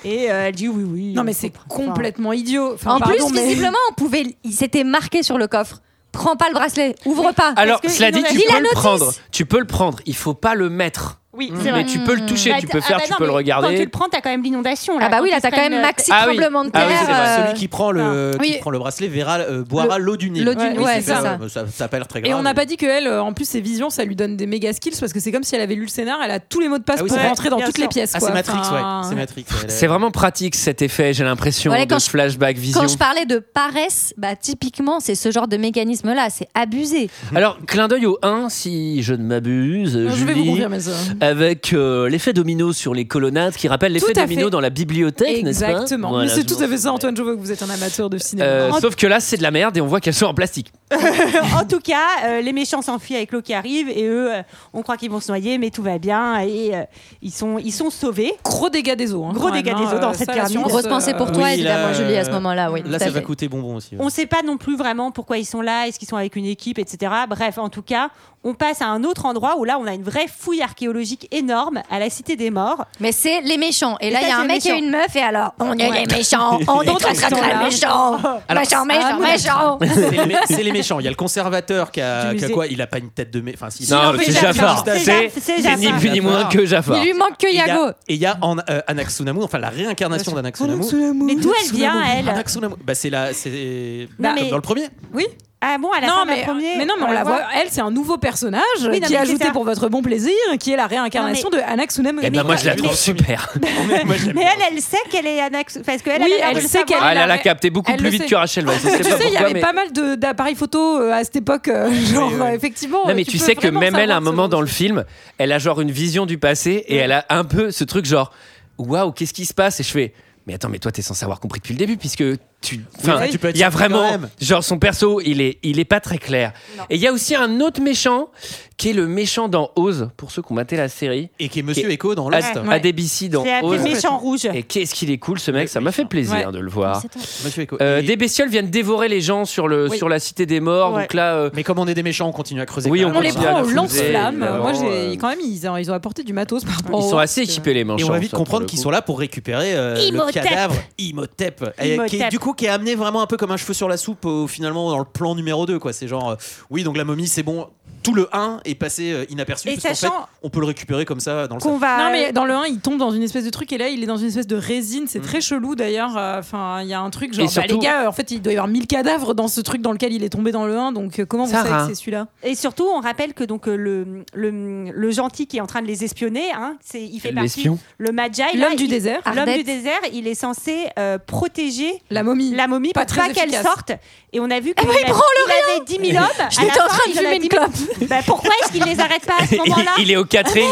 [SPEAKER 10] Et euh, elle dit oui, oui.
[SPEAKER 9] Non, mais
[SPEAKER 10] on
[SPEAKER 9] c'est
[SPEAKER 10] comprend. Enfin,
[SPEAKER 9] complètement idiot. Enfin,
[SPEAKER 6] En
[SPEAKER 9] pardon,
[SPEAKER 6] plus,
[SPEAKER 9] mais-
[SPEAKER 6] visiblement, on pouvait. Il s'était marqué sur le coffre. Prends pas le bracelet, ouvre pas.
[SPEAKER 1] Alors,
[SPEAKER 10] que
[SPEAKER 1] cela
[SPEAKER 10] ils
[SPEAKER 1] dit,
[SPEAKER 10] ont
[SPEAKER 1] tu
[SPEAKER 6] la- Lis la
[SPEAKER 1] peux le
[SPEAKER 6] notice.
[SPEAKER 1] prendre. Tu peux le prendre. Il faut pas le mettre.
[SPEAKER 10] Oui, c'est
[SPEAKER 1] Mm. Mais
[SPEAKER 10] vrai.
[SPEAKER 1] tu peux le toucher,
[SPEAKER 10] Bah,
[SPEAKER 1] tu peux
[SPEAKER 10] ah
[SPEAKER 1] faire,
[SPEAKER 10] bah
[SPEAKER 1] tu
[SPEAKER 10] non,
[SPEAKER 1] peux le
[SPEAKER 10] mais Quand tu
[SPEAKER 1] regarder.
[SPEAKER 10] le prends, t'as quand euh, même l'inondation.
[SPEAKER 6] Ah bah oui, là, t'as quand même maxi
[SPEAKER 1] Ah oui.
[SPEAKER 6] tremblement de
[SPEAKER 1] Ah
[SPEAKER 6] terre.
[SPEAKER 1] oui, c'est vrai.
[SPEAKER 6] euh,
[SPEAKER 8] Celui qui prend le, qui
[SPEAKER 6] Oui.
[SPEAKER 8] prend le bracelet verra, euh, boira l'eau du Nil.
[SPEAKER 6] l'eau du
[SPEAKER 8] Oui,
[SPEAKER 6] Nil,
[SPEAKER 8] c'est
[SPEAKER 6] ouais, c'est
[SPEAKER 8] ça.
[SPEAKER 6] ça.
[SPEAKER 8] euh, Ça ça a pas l'air très grave. Ah
[SPEAKER 9] Et on n'a
[SPEAKER 8] mais-
[SPEAKER 9] pas dit que elle, euh, en plus ses visions, ça lui donne des méga skills parce que c'est comme si elle avait lu le scénar, elle a tous les mots de passe
[SPEAKER 8] Ah oui,
[SPEAKER 9] pour
[SPEAKER 8] c'est vrai.
[SPEAKER 9] rentrer dans
[SPEAKER 10] Bien
[SPEAKER 9] toutes
[SPEAKER 10] sûr.
[SPEAKER 9] les pièces.
[SPEAKER 8] Ah, c'est
[SPEAKER 9] quoi.
[SPEAKER 8] Matrix,
[SPEAKER 9] Enfin,
[SPEAKER 8] ouais. C'est Matrix. ouais,
[SPEAKER 1] C'est vraiment pratique cet effet, j'ai l'impression,
[SPEAKER 6] Ouais,
[SPEAKER 1] de
[SPEAKER 6] quand je-
[SPEAKER 1] flashback vision.
[SPEAKER 6] Quand je parlais de paresse, bah typiquement, c'est ce genre de mécanisme-là, c'est abusé.
[SPEAKER 1] Alors, clin d'œil au 1, si je ne m'abuse,
[SPEAKER 9] Non, je vais vous
[SPEAKER 1] Julie,
[SPEAKER 9] confirmer ça.
[SPEAKER 1] avec euh, l'effet domino sur les colonnades qui rappelle l'effet
[SPEAKER 9] Tout à
[SPEAKER 1] domino
[SPEAKER 9] fait.
[SPEAKER 1] dans la bibliothèque, n'est-ce pas
[SPEAKER 9] Exactement.
[SPEAKER 1] Voilà,
[SPEAKER 9] Mais c'est
[SPEAKER 1] je
[SPEAKER 9] tout
[SPEAKER 1] m'en
[SPEAKER 9] à fait ça,
[SPEAKER 1] souviens.
[SPEAKER 9] Antoine, Oh. je vois que vous êtes un amateur de cinéma.
[SPEAKER 1] Euh, sauf que là, c'est de la merde et on voit qu'elles sont en plastique.
[SPEAKER 10] en tout cas, euh, les méchants s'enfuient avec l'eau qui arrive et eux, euh, on croit qu'ils vont se noyer, mais tout va bien et euh, ils, sont, ils sont sauvés.
[SPEAKER 9] Gros dégâts des eaux. hein,
[SPEAKER 10] Gros
[SPEAKER 9] quand même,
[SPEAKER 10] dégâts
[SPEAKER 9] hein.
[SPEAKER 10] des eaux dans
[SPEAKER 9] Euh,
[SPEAKER 10] cette
[SPEAKER 9] ça,
[SPEAKER 10] pyramide.
[SPEAKER 9] l'assurance,
[SPEAKER 6] Grosse pensée pour
[SPEAKER 9] euh,
[SPEAKER 6] toi,
[SPEAKER 8] oui,
[SPEAKER 6] évidemment,
[SPEAKER 8] là,
[SPEAKER 6] Julie, à ce
[SPEAKER 8] euh,
[SPEAKER 6] moment-là. Oui,
[SPEAKER 8] Là,
[SPEAKER 6] tout à
[SPEAKER 8] ça va
[SPEAKER 6] fait.
[SPEAKER 8] coûter bonbon aussi. ouais.
[SPEAKER 10] On ne sait pas non plus vraiment pourquoi ils sont là, est-ce qu'ils sont avec une équipe, etc. Bref, en tout cas, on passe à un autre endroit où là, on a une vraie fouille archéologique énorme à la Cité des Morts.
[SPEAKER 6] Mais c'est les méchants. Et là,
[SPEAKER 10] Et
[SPEAKER 6] il y
[SPEAKER 10] ça,
[SPEAKER 6] a un
[SPEAKER 10] c'est
[SPEAKER 6] mec
[SPEAKER 10] les
[SPEAKER 6] et une meuf, et alors, on est les méchants, on est très très
[SPEAKER 10] sont
[SPEAKER 6] très
[SPEAKER 10] là.
[SPEAKER 6] méchants. Méchants, méchants, méchants.
[SPEAKER 8] C'est les mé- C'est les méchants. Il y a le conservateur qui a,
[SPEAKER 10] Du
[SPEAKER 8] qui a
[SPEAKER 10] musée.
[SPEAKER 8] quoi Il a pas une tête de mé. Enfin, si, il a-
[SPEAKER 1] Non,
[SPEAKER 10] Non, mais
[SPEAKER 1] c'est
[SPEAKER 10] Jafar,
[SPEAKER 1] Jafar.
[SPEAKER 10] c'est
[SPEAKER 1] C'est
[SPEAKER 10] Jafar, c'est
[SPEAKER 1] c'est ni
[SPEAKER 10] Jafar.
[SPEAKER 1] plus ni moins que Jafar.
[SPEAKER 6] Il lui manque que
[SPEAKER 8] Et il y a-
[SPEAKER 6] Yago.
[SPEAKER 8] Et il y a en- euh, Anaxunamu, enfin la réincarnation d'Anaxunamu.
[SPEAKER 10] Mais d'où elle vient, Ah,
[SPEAKER 9] Ah,
[SPEAKER 10] elle
[SPEAKER 8] Anaxunamu, bah c'est la, c'est
[SPEAKER 10] Non,
[SPEAKER 8] comme
[SPEAKER 10] mais-
[SPEAKER 8] dans le premier.
[SPEAKER 10] Oui. Ah bon, à la
[SPEAKER 9] Non
[SPEAKER 10] fin de
[SPEAKER 9] mais, euh,
[SPEAKER 10] la première.
[SPEAKER 9] mais non mais on la voit, elle c'est un nouveau personnage
[SPEAKER 10] Oui, non,
[SPEAKER 9] qui
[SPEAKER 10] mais
[SPEAKER 9] est
[SPEAKER 10] c'est
[SPEAKER 9] ajouté
[SPEAKER 10] ça.
[SPEAKER 9] pour votre bon plaisir qui est la réincarnation
[SPEAKER 10] Non,
[SPEAKER 9] de Anaxunamu.
[SPEAKER 1] Eh ben, moi, je la
[SPEAKER 8] mais-
[SPEAKER 1] trouve super.
[SPEAKER 8] Moi, j'aime
[SPEAKER 10] Mais
[SPEAKER 8] bien.
[SPEAKER 10] elle, elle sait qu'elle est Anax. Parce qu'elle
[SPEAKER 9] Oui,
[SPEAKER 10] elle,
[SPEAKER 9] elle sait qu'elle-
[SPEAKER 1] Ah, elle a la
[SPEAKER 9] mais-
[SPEAKER 1] capté beaucoup
[SPEAKER 9] elle
[SPEAKER 1] plus
[SPEAKER 9] le
[SPEAKER 1] vite
[SPEAKER 9] sait.
[SPEAKER 1] que Rachel Weisz. Je sais
[SPEAKER 9] tu
[SPEAKER 1] pas
[SPEAKER 9] sais, il y
[SPEAKER 1] pourquoi,
[SPEAKER 9] avait
[SPEAKER 1] mais-
[SPEAKER 9] pas mal de- d'appareils photo euh, à cette époque, euh, genre
[SPEAKER 8] oui, oui.
[SPEAKER 9] euh, effectivement.
[SPEAKER 1] Non mais tu,
[SPEAKER 9] peux
[SPEAKER 1] sais que
[SPEAKER 9] vraiment
[SPEAKER 1] même elle, à
[SPEAKER 9] savoir
[SPEAKER 1] un
[SPEAKER 9] ce
[SPEAKER 1] moment
[SPEAKER 9] genre
[SPEAKER 1] dans
[SPEAKER 9] de
[SPEAKER 1] le film, elle a genre une vision du passé et elle a un peu ce truc genre waouh qu'est-ce qui se passe et je fais mais attends mais toi t'es censé avoir compris depuis le début puisque tu enfin
[SPEAKER 8] mais tu peux être
[SPEAKER 1] il y a
[SPEAKER 8] surpris quand
[SPEAKER 1] vraiment
[SPEAKER 8] même.
[SPEAKER 1] genre son perso il est il est pas très clair et il y a aussi un autre méchant qui est le méchant dans Oz pour ceux qui ont maté la série
[SPEAKER 8] Et qui est Monsieur Echo dans Lost.
[SPEAKER 1] Ad- Adébissi dans
[SPEAKER 10] C'est appelé
[SPEAKER 1] Oz
[SPEAKER 10] méchant rouge.
[SPEAKER 1] et qu'est-ce qu'il est cool ce mec ça m'a fait plaisir
[SPEAKER 9] Ouais.
[SPEAKER 1] de le voir
[SPEAKER 8] Monsieur Echo.
[SPEAKER 1] Euh,
[SPEAKER 8] Et-
[SPEAKER 1] des bestioles viennent dévorer les gens sur le
[SPEAKER 9] Oui.
[SPEAKER 1] sur la cité des morts
[SPEAKER 10] Ouais.
[SPEAKER 1] donc là euh,
[SPEAKER 8] Mais comme on est des méchants, on continue à creuser.
[SPEAKER 1] Oui,
[SPEAKER 8] quand
[SPEAKER 9] On les
[SPEAKER 8] même.
[SPEAKER 1] continue à la
[SPEAKER 9] prend au
[SPEAKER 1] fouiller,
[SPEAKER 9] lance-flamme.
[SPEAKER 1] évidemment,
[SPEAKER 9] Moi, j'ai
[SPEAKER 1] euh.
[SPEAKER 9] quand même, ils ont, ils ont apporté du matos par rapport
[SPEAKER 1] ils
[SPEAKER 9] au-
[SPEAKER 1] sont assez équipés les
[SPEAKER 8] Et
[SPEAKER 1] manchants
[SPEAKER 8] on va vite
[SPEAKER 1] ça, pour
[SPEAKER 8] comprendre
[SPEAKER 1] le
[SPEAKER 8] qu'ils
[SPEAKER 1] coup.
[SPEAKER 8] sont là pour récupérer euh, le
[SPEAKER 10] Imhotep.
[SPEAKER 8] cadavre Imhotep, Et
[SPEAKER 10] Imhotep.
[SPEAKER 8] qui est- du coup qui est amené vraiment un peu comme un cheveu sur la soupe au- finalement dans le plan numéro 2 quoi. C'est genre euh, oui donc la momie c'est bon tout le 1 est passé euh, inaperçu
[SPEAKER 10] Et
[SPEAKER 8] parce qu'en
[SPEAKER 10] sachant-
[SPEAKER 8] fait, on peut le récupérer comme ça dans le
[SPEAKER 10] Qu'on
[SPEAKER 8] sac.
[SPEAKER 10] va.
[SPEAKER 9] Non, mais dans le 1, il tombe dans une espèce de truc et là, il est dans une espèce de résine. C'est très chelou d'ailleurs. Enfin, il y a un truc genre,
[SPEAKER 1] Mm. Et surtout-
[SPEAKER 9] bah, les gars, euh, en fait, il doit y avoir 1000 cadavres dans ce truc dans lequel il est tombé dans le 1. Donc, euh, comment
[SPEAKER 1] Sarah.
[SPEAKER 9] vous savez que c'est celui-là
[SPEAKER 10] Et surtout, on rappelle que donc euh, le, le, le gentil qui est en train de les espionner, hein, c'est, il fait partie.
[SPEAKER 1] L'espion.
[SPEAKER 10] Le Magi. là,
[SPEAKER 9] L'homme du
[SPEAKER 10] il-
[SPEAKER 9] désert,
[SPEAKER 10] L'homme
[SPEAKER 6] Ardette.
[SPEAKER 10] du désert, il est censé euh, protéger
[SPEAKER 9] la momie.
[SPEAKER 10] la momie
[SPEAKER 9] Pas
[SPEAKER 10] pour
[SPEAKER 9] très
[SPEAKER 10] pas qu'elle
[SPEAKER 9] efficace. Eh
[SPEAKER 10] sorte. Et on a vu qu'il avait, il avait 10 000 hommes. à la
[SPEAKER 6] J'étais en
[SPEAKER 10] fin,
[SPEAKER 6] train de
[SPEAKER 10] il en a
[SPEAKER 6] fumer une
[SPEAKER 10] 10 000.
[SPEAKER 6] clope.
[SPEAKER 10] Bah, pourquoi est-ce qu'il les arrête pas à ce moment-là
[SPEAKER 1] il, il est au catering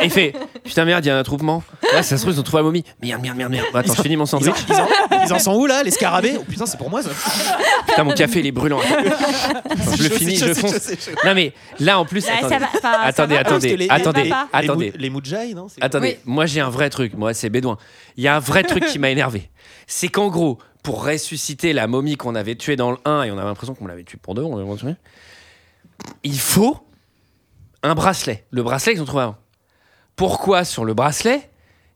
[SPEAKER 1] et il fait Putain, merde, il y a un attroupement. Là, ça se trouve, ils ont trouvé la momie. Merde, merde, merde, merde. Attends, je finis mon
[SPEAKER 8] Ils en,
[SPEAKER 1] sandwich.
[SPEAKER 8] ils en- ils en sont où là les scarabées Oh putain c'est pour moi ça.
[SPEAKER 1] Putain, mon café, il est brûlant. Attends, je le
[SPEAKER 8] sais,
[SPEAKER 1] finis,
[SPEAKER 8] je
[SPEAKER 1] je
[SPEAKER 8] sais,
[SPEAKER 1] fonce.
[SPEAKER 8] je sais, je sais.
[SPEAKER 1] Non, mais là, en plus.
[SPEAKER 10] Bah,
[SPEAKER 1] attendez,
[SPEAKER 10] ça va- enfin, ça
[SPEAKER 1] attendez,
[SPEAKER 10] va pas.
[SPEAKER 1] attendez,
[SPEAKER 8] Parce que les-
[SPEAKER 1] attendez,
[SPEAKER 8] les-
[SPEAKER 10] papa.
[SPEAKER 1] attendez.
[SPEAKER 8] Les, Mou- les Moudjaïs, non C'est-
[SPEAKER 1] Attendez,
[SPEAKER 9] Oui.
[SPEAKER 1] moi j'ai un vrai truc, moi c'est bédouin. Il y a un vrai truc qui m'a énervé. C'est qu'en gros, pour ressusciter la momie qu'on avait tuée dans le 1, et on avait l'impression qu'on l'avait tuée pour deux, on avait l'impression, il faut un bracelet. Le bracelet qu'ils ont trouvé avant. Pourquoi sur le bracelet,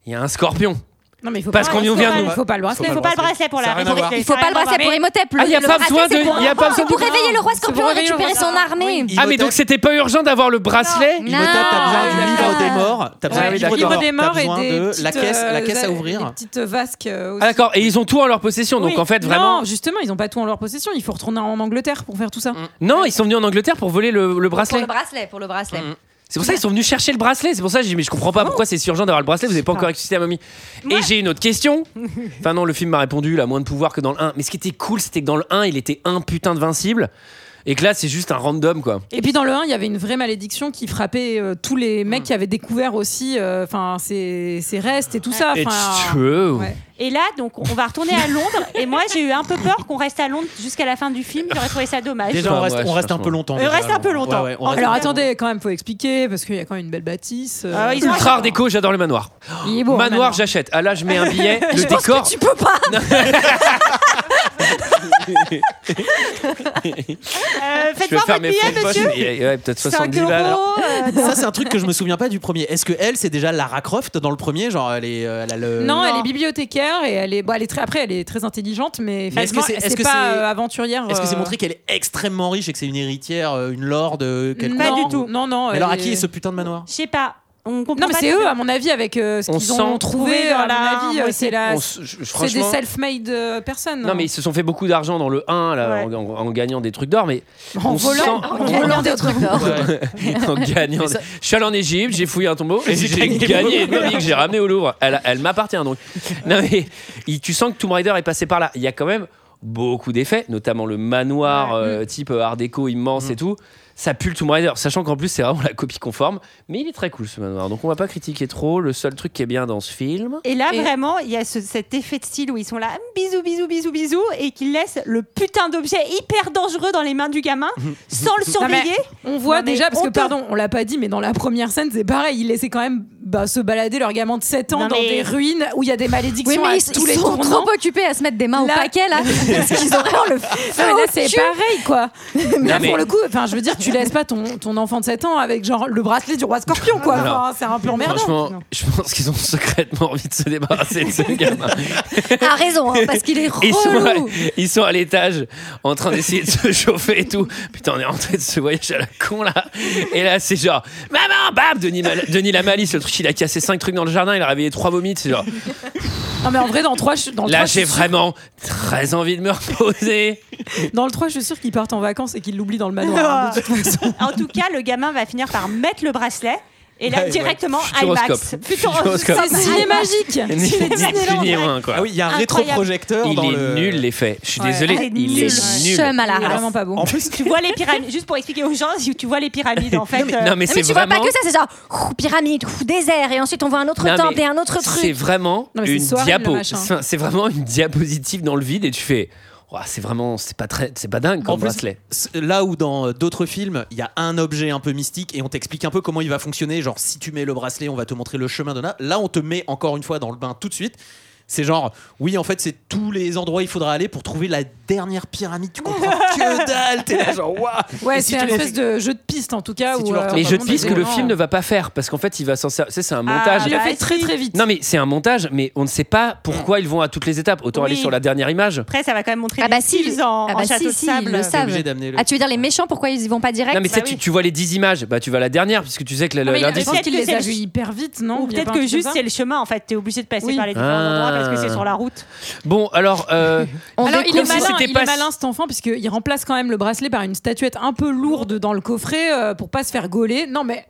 [SPEAKER 1] il y a un scorpion
[SPEAKER 9] Non, mais il faut
[SPEAKER 1] Parce
[SPEAKER 9] pas-
[SPEAKER 1] qu'on y
[SPEAKER 9] il faut
[SPEAKER 1] vient
[SPEAKER 9] pas-
[SPEAKER 1] de
[SPEAKER 9] Il
[SPEAKER 1] nous.
[SPEAKER 9] faut pas le bracelet.
[SPEAKER 10] Il faut pas le bracelet pour
[SPEAKER 8] Ça a
[SPEAKER 10] la
[SPEAKER 8] rien à voir.
[SPEAKER 6] Il faut pas le bracelet pour Imhotep.
[SPEAKER 1] Ah, y a
[SPEAKER 6] Le
[SPEAKER 1] pas
[SPEAKER 6] bracelet,
[SPEAKER 1] besoin
[SPEAKER 6] c'est
[SPEAKER 1] de-
[SPEAKER 6] pour-
[SPEAKER 1] y a pas besoin
[SPEAKER 6] C'est
[SPEAKER 1] de-
[SPEAKER 6] pour réveiller le roi scorpion
[SPEAKER 9] pour
[SPEAKER 6] et
[SPEAKER 9] réveiller le
[SPEAKER 6] récupérer
[SPEAKER 9] roi
[SPEAKER 6] son
[SPEAKER 9] scorpion.
[SPEAKER 6] armée.
[SPEAKER 8] Oui.
[SPEAKER 1] Ah, mais donc c'était pas urgent d'avoir le bracelet
[SPEAKER 6] Non.
[SPEAKER 8] Imhotep, t'as besoin du
[SPEAKER 6] Ah.
[SPEAKER 8] livre des morts, t'as besoin
[SPEAKER 1] Ah
[SPEAKER 8] du
[SPEAKER 1] oui,
[SPEAKER 8] livre
[SPEAKER 1] d'accord.
[SPEAKER 9] des morts
[SPEAKER 8] t'as
[SPEAKER 9] et
[SPEAKER 8] besoin
[SPEAKER 9] des
[SPEAKER 8] de
[SPEAKER 9] petites,
[SPEAKER 8] la caisse, la
[SPEAKER 9] euh,
[SPEAKER 8] caisse à
[SPEAKER 9] des
[SPEAKER 8] ouvrir.
[SPEAKER 9] petites vasques euh, aussi.
[SPEAKER 1] Ah d'accord, et ils ont tout en leur possession, donc
[SPEAKER 9] Oui.
[SPEAKER 1] en fait vraiment...
[SPEAKER 9] Non, justement, ils ont pas tout en leur possession. Il faut retourner en Angleterre pour faire tout ça.
[SPEAKER 1] Non, ils sont venus en Angleterre pour voler le, le
[SPEAKER 6] Pour
[SPEAKER 1] bracelet. Mm.
[SPEAKER 6] le bracelet, pour le bracelet.
[SPEAKER 1] C'est pour ça qu'ils sont venus chercher le bracelet. C'est pour ça que j'ai dit, mais je comprends pas pourquoi c'est si urgent d'avoir le bracelet. Vous n'avez pas encore existé à mamie. Et j'ai une autre question. Enfin, non, le film m'a répondu, là, moins de pouvoir que dans le 1. Mais ce qui était cool, c'était que dans le 1, il était un putain de vincible. Et que là, c'est juste un random, quoi.
[SPEAKER 9] Et puis dans le 1, il y avait une vraie malédiction qui frappait euh, tous les mecs qui avaient découvert aussi euh, enfin ses, ses restes et tout ça.
[SPEAKER 1] It's
[SPEAKER 9] enfin,
[SPEAKER 1] true.
[SPEAKER 9] Ah. ouais.
[SPEAKER 10] Et là, donc, on va retourner à Londres. Et moi, j'ai eu un peu peur qu'on reste à Londres jusqu'à la fin du film. J'aurais trouvé ça dommage.
[SPEAKER 8] Déjà,
[SPEAKER 1] Enfin,
[SPEAKER 8] on reste,
[SPEAKER 1] ouais,
[SPEAKER 8] on reste un peu
[SPEAKER 1] franchement.
[SPEAKER 8] longtemps.
[SPEAKER 10] On
[SPEAKER 8] déjà,
[SPEAKER 10] reste un peu
[SPEAKER 8] ouais,
[SPEAKER 10] longtemps.
[SPEAKER 8] ouais, on
[SPEAKER 10] En
[SPEAKER 8] reste-
[SPEAKER 9] Alors attendez, quand même, faut expliquer parce qu'il y a quand même une belle bâtisse. euh,
[SPEAKER 10] Ah, ils ont
[SPEAKER 1] Ultra
[SPEAKER 10] raison.
[SPEAKER 1] art déco, j'adore le manoir.
[SPEAKER 9] il est beau,
[SPEAKER 1] manoir,
[SPEAKER 9] maintenant.
[SPEAKER 1] j'achète. Ah là, je mets un billet. Le
[SPEAKER 6] Je pense
[SPEAKER 1] décor.
[SPEAKER 6] que tu peux pas.
[SPEAKER 10] Euh, faites
[SPEAKER 1] Je vais
[SPEAKER 10] voir
[SPEAKER 1] faire
[SPEAKER 10] votre
[SPEAKER 1] mes
[SPEAKER 10] billet,
[SPEAKER 1] frais de poche.
[SPEAKER 10] monsieur.
[SPEAKER 1] Et, eh, ouais, peut-être
[SPEAKER 10] 5
[SPEAKER 1] 70
[SPEAKER 10] euros.
[SPEAKER 1] balles. alors.
[SPEAKER 10] euh,
[SPEAKER 8] Ça, c'est un truc que je me souviens pas du premier. Est-ce que elle, c'est déjà Lara Croft dans le premier Genre, elle, est, euh, elle a le.
[SPEAKER 9] Non, elle
[SPEAKER 10] non.
[SPEAKER 9] est bibliothécaire et elle est, bon, elle est très, après, elle est très intelligente, mais,
[SPEAKER 8] Mais est-ce que
[SPEAKER 9] effectivement,
[SPEAKER 8] c'est-
[SPEAKER 9] elle-
[SPEAKER 8] est-ce
[SPEAKER 9] c'est
[SPEAKER 8] que
[SPEAKER 9] pas
[SPEAKER 8] c'est-
[SPEAKER 9] euh, aventurière.
[SPEAKER 8] Est-ce que c'est
[SPEAKER 9] euh,
[SPEAKER 8] montré qu'elle est extrêmement riche et que c'est une héritière, euh, une lorde euh, quelconque
[SPEAKER 10] Pas
[SPEAKER 9] non,
[SPEAKER 10] du tout.
[SPEAKER 9] Non, non.
[SPEAKER 8] Mais alors,
[SPEAKER 9] elle
[SPEAKER 8] à qui est ce putain de manoir
[SPEAKER 10] Je sais pas. On comprend
[SPEAKER 9] Non, mais
[SPEAKER 10] pas
[SPEAKER 9] c'est
[SPEAKER 10] tout.
[SPEAKER 9] eux, à mon avis, avec euh, ce
[SPEAKER 1] On
[SPEAKER 9] qu'ils
[SPEAKER 1] sent
[SPEAKER 9] ont trouvé.
[SPEAKER 10] trouvé dans
[SPEAKER 9] À
[SPEAKER 10] la-
[SPEAKER 9] mon avis, euh,
[SPEAKER 10] ouais,
[SPEAKER 9] c'est
[SPEAKER 10] c'est-
[SPEAKER 9] la.
[SPEAKER 1] On s- je-
[SPEAKER 9] C'est des
[SPEAKER 1] franchement.
[SPEAKER 9] self-made euh, personnes.
[SPEAKER 1] Non, mais ils se sont fait beaucoup d'argent dans le 1 là,
[SPEAKER 10] Ouais.
[SPEAKER 1] en, en- en gagnant des trucs d'or, mais
[SPEAKER 9] en
[SPEAKER 1] on
[SPEAKER 9] volant.
[SPEAKER 1] sent-
[SPEAKER 9] en
[SPEAKER 1] on
[SPEAKER 9] volant.
[SPEAKER 6] Gagnant des trucs d'or.
[SPEAKER 8] Ouais.
[SPEAKER 1] en gagnant.
[SPEAKER 8] ça-
[SPEAKER 1] Je suis allé en Égypte, j'ai fouillé un tombeau et j'ai
[SPEAKER 8] gagné
[SPEAKER 1] gagné une momie que j'ai ramenée au Louvre. Elle, elle m'appartient donc. Non, mais il- tu sens que Tomb Raider est passé par là. Il y a quand même beaucoup d'effets, notamment le manoir euh, type euh, Art déco immense et tout. Ça pue le Tomb Raider, sachant qu'en plus c'est vraiment la copie conforme, mais il est très cool ce manoir. Donc on va pas critiquer trop. Le seul truc qui est bien dans ce film,
[SPEAKER 10] Et là,
[SPEAKER 9] Et-
[SPEAKER 10] vraiment, il y a ce- cet effet de style où ils sont là, bisous, bisous, bisous, bisous, et qu'ils laissent le putain d'objet hyper dangereux dans les mains du gamin
[SPEAKER 1] Mhm.
[SPEAKER 10] sans le
[SPEAKER 9] Non, mais hein.
[SPEAKER 10] surveiller.
[SPEAKER 9] on voit
[SPEAKER 10] Non, mais
[SPEAKER 9] déjà, parce que
[SPEAKER 10] honteux.
[SPEAKER 9] pardon, on l'a pas dit, mais dans la première scène, c'est pareil. Ils laissaient quand même bah, se balader leur gamin de 7 ans
[SPEAKER 10] Non,
[SPEAKER 9] dans
[SPEAKER 10] mais-
[SPEAKER 9] des ruines où il y a des
[SPEAKER 6] Oui,
[SPEAKER 9] malédictions
[SPEAKER 6] mais
[SPEAKER 9] à
[SPEAKER 6] ils,
[SPEAKER 9] tous
[SPEAKER 6] ils
[SPEAKER 9] les
[SPEAKER 6] sont
[SPEAKER 9] tournants.
[SPEAKER 6] trop occupés à se mettre des mains
[SPEAKER 9] Là-
[SPEAKER 6] au paquet là. Parce qu'ils ont vraiment le
[SPEAKER 9] Non,
[SPEAKER 6] feu
[SPEAKER 9] mais là,
[SPEAKER 6] au
[SPEAKER 9] c'est
[SPEAKER 6] cul.
[SPEAKER 9] pareil, quoi. Mais là,
[SPEAKER 1] mais-
[SPEAKER 9] pour le coup, enfin, je veux dire, tu laisses pas ton, ton enfant de 7 ans avec genre le bracelet du roi scorpion, quoi.
[SPEAKER 1] Non.
[SPEAKER 9] Enfin, c'est un peu emmerdant.
[SPEAKER 1] franchement,
[SPEAKER 10] non.
[SPEAKER 1] je pense qu'ils ont secrètement envie de se débarrasser de ce gamin.
[SPEAKER 6] Ah raison, hein, parce qu'il est
[SPEAKER 1] Ils sont, à,
[SPEAKER 6] relou.
[SPEAKER 1] ils sont à l'étage en train d'essayer de se chauffer et tout. Putain, on est rentré de ce voyage à la con là. Et là, c'est genre, maman, bam, Denis, Mal- Denis la malice, le truc, il a cassé cinq trucs dans le jardin, il a réveillé trois vomites. C'est genre,
[SPEAKER 9] Non, mais en vrai, dans le 3, je, dans le
[SPEAKER 1] là,
[SPEAKER 9] 3, je suis
[SPEAKER 1] j'ai vraiment très envie de me reposer.
[SPEAKER 9] sûre- dans le 3, je suis sûr qu'ils partent en vacances et qu'ils l'oublient dans le manoir. hein, de toute façon.
[SPEAKER 10] Oh. En tout cas, le gamin va finir par mettre le bracelet. Et là,
[SPEAKER 8] Ouais, ouais.
[SPEAKER 10] directement,
[SPEAKER 1] Futuroscope.
[SPEAKER 10] IMAX.
[SPEAKER 1] Futuroscope.
[SPEAKER 9] C'est ciné magique.
[SPEAKER 1] Ni-
[SPEAKER 10] Disneyland,
[SPEAKER 1] ni
[SPEAKER 10] ouais.
[SPEAKER 1] rien, quoi.
[SPEAKER 8] Ah oui, il y a un
[SPEAKER 10] Incroyable.
[SPEAKER 8] rétroprojecteur
[SPEAKER 1] Il
[SPEAKER 8] dans
[SPEAKER 1] est
[SPEAKER 8] le.
[SPEAKER 1] nul, les faits. Je suis
[SPEAKER 9] Ouais.
[SPEAKER 1] désolé,
[SPEAKER 10] Ah,
[SPEAKER 1] il
[SPEAKER 10] il est nul.
[SPEAKER 1] est nul.
[SPEAKER 6] Chum à la
[SPEAKER 9] Il est
[SPEAKER 6] race.
[SPEAKER 9] vraiment pas beau.
[SPEAKER 8] En plus,
[SPEAKER 10] Tu vois les pyramides, juste pour expliquer aux gens, si tu vois les pyramides en fait. euh,
[SPEAKER 1] Non, mais
[SPEAKER 6] Non, mais
[SPEAKER 1] c'est
[SPEAKER 6] tu vois
[SPEAKER 1] vraiment.
[SPEAKER 6] pas que ça, c'est genre ouf, pyramide, ouf, désert, et ensuite on voit un autre
[SPEAKER 1] Non,
[SPEAKER 6] temple
[SPEAKER 1] mais
[SPEAKER 6] et un autre
[SPEAKER 1] C'est
[SPEAKER 6] truc.
[SPEAKER 1] vraiment
[SPEAKER 9] Non, mais c'est
[SPEAKER 1] une
[SPEAKER 9] Soarin, le
[SPEAKER 1] diapo.
[SPEAKER 9] machin.
[SPEAKER 1] Enfin, C'est vraiment une diapositive dans le vide et tu fais. Ouah, c'est vraiment, c'est pas très, c'est pas dingue
[SPEAKER 8] En
[SPEAKER 1] comme
[SPEAKER 8] plus,
[SPEAKER 1] bracelet.
[SPEAKER 8] s- là où dans euh, d'autres films, il y a un objet un peu mystique et on t'explique un peu comment il va fonctionner. Genre, si tu mets le bracelet, on va te montrer le chemin de là. Là, on te met encore une fois dans le bain tout de suite. C'est genre, oui, en fait, c'est tous les endroits où il faudra aller pour trouver la dernière pyramide. Tu comprends que dalle. T'es là, genre, waouh.
[SPEAKER 9] Ouais,
[SPEAKER 8] Et si
[SPEAKER 9] c'est
[SPEAKER 8] tu
[SPEAKER 9] un
[SPEAKER 8] les-
[SPEAKER 9] espèce de jeu de piste en tout cas.
[SPEAKER 8] Si
[SPEAKER 9] où,
[SPEAKER 8] tu leur
[SPEAKER 9] euh,
[SPEAKER 8] tends-
[SPEAKER 1] Mais
[SPEAKER 9] tout
[SPEAKER 1] je
[SPEAKER 9] monde
[SPEAKER 1] te pisse
[SPEAKER 9] est
[SPEAKER 1] que le
[SPEAKER 9] dedans.
[SPEAKER 1] film ne va pas faire parce qu'en fait il va s'en servir. Tu sais, c'est un montage.
[SPEAKER 9] Je le
[SPEAKER 10] Bah,
[SPEAKER 9] fais très
[SPEAKER 10] si.
[SPEAKER 9] très vite.
[SPEAKER 1] Non mais c'est un montage, mais on ne sait pas pourquoi ils vont à toutes les étapes. Autant
[SPEAKER 10] Oui.
[SPEAKER 1] aller sur la dernière image.
[SPEAKER 10] Après, ça va quand même montrer
[SPEAKER 6] Ah bah
[SPEAKER 10] les
[SPEAKER 6] si,
[SPEAKER 10] skills en,
[SPEAKER 6] ah bah
[SPEAKER 10] en château
[SPEAKER 6] si,
[SPEAKER 10] de
[SPEAKER 6] si,
[SPEAKER 10] sable.
[SPEAKER 6] ils le
[SPEAKER 8] T'es
[SPEAKER 6] savent.
[SPEAKER 8] obligé d'amener le.
[SPEAKER 6] Ah, tu veux dire les méchants, pourquoi ils y vont pas direct
[SPEAKER 1] non mais
[SPEAKER 10] bah
[SPEAKER 1] tu,
[SPEAKER 10] oui.
[SPEAKER 1] tu vois les 10 images, bah tu vas à la dernière puisque tu sais que le-
[SPEAKER 9] Non, mais il a-
[SPEAKER 1] euh, l'indice-
[SPEAKER 9] je pense
[SPEAKER 10] Peut-être
[SPEAKER 9] qu'il
[SPEAKER 10] que
[SPEAKER 9] les
[SPEAKER 10] c'est
[SPEAKER 9] a
[SPEAKER 10] le-
[SPEAKER 9] vus hyper vite, non
[SPEAKER 10] Ou
[SPEAKER 9] Il y a
[SPEAKER 10] peut-être
[SPEAKER 9] pas un
[SPEAKER 10] que
[SPEAKER 9] truc
[SPEAKER 10] juste
[SPEAKER 9] comme ça
[SPEAKER 10] c'est le chemin en fait, t'es obligé de passer
[SPEAKER 9] Oui.
[SPEAKER 10] par les différents
[SPEAKER 1] Ah.
[SPEAKER 10] endroits parce que c'est sur la route.
[SPEAKER 1] Bon alors, euh,
[SPEAKER 6] On
[SPEAKER 9] Alors, il
[SPEAKER 1] comme si
[SPEAKER 9] est
[SPEAKER 6] découvre-
[SPEAKER 9] malin,
[SPEAKER 1] c'était
[SPEAKER 9] il
[SPEAKER 1] pas
[SPEAKER 9] est
[SPEAKER 1] si-
[SPEAKER 9] malin cet enfant, puisqu'il remplace quand même le bracelet par une statuette un peu lourde dans le coffret euh, pour pas se faire gauler. Non, mais.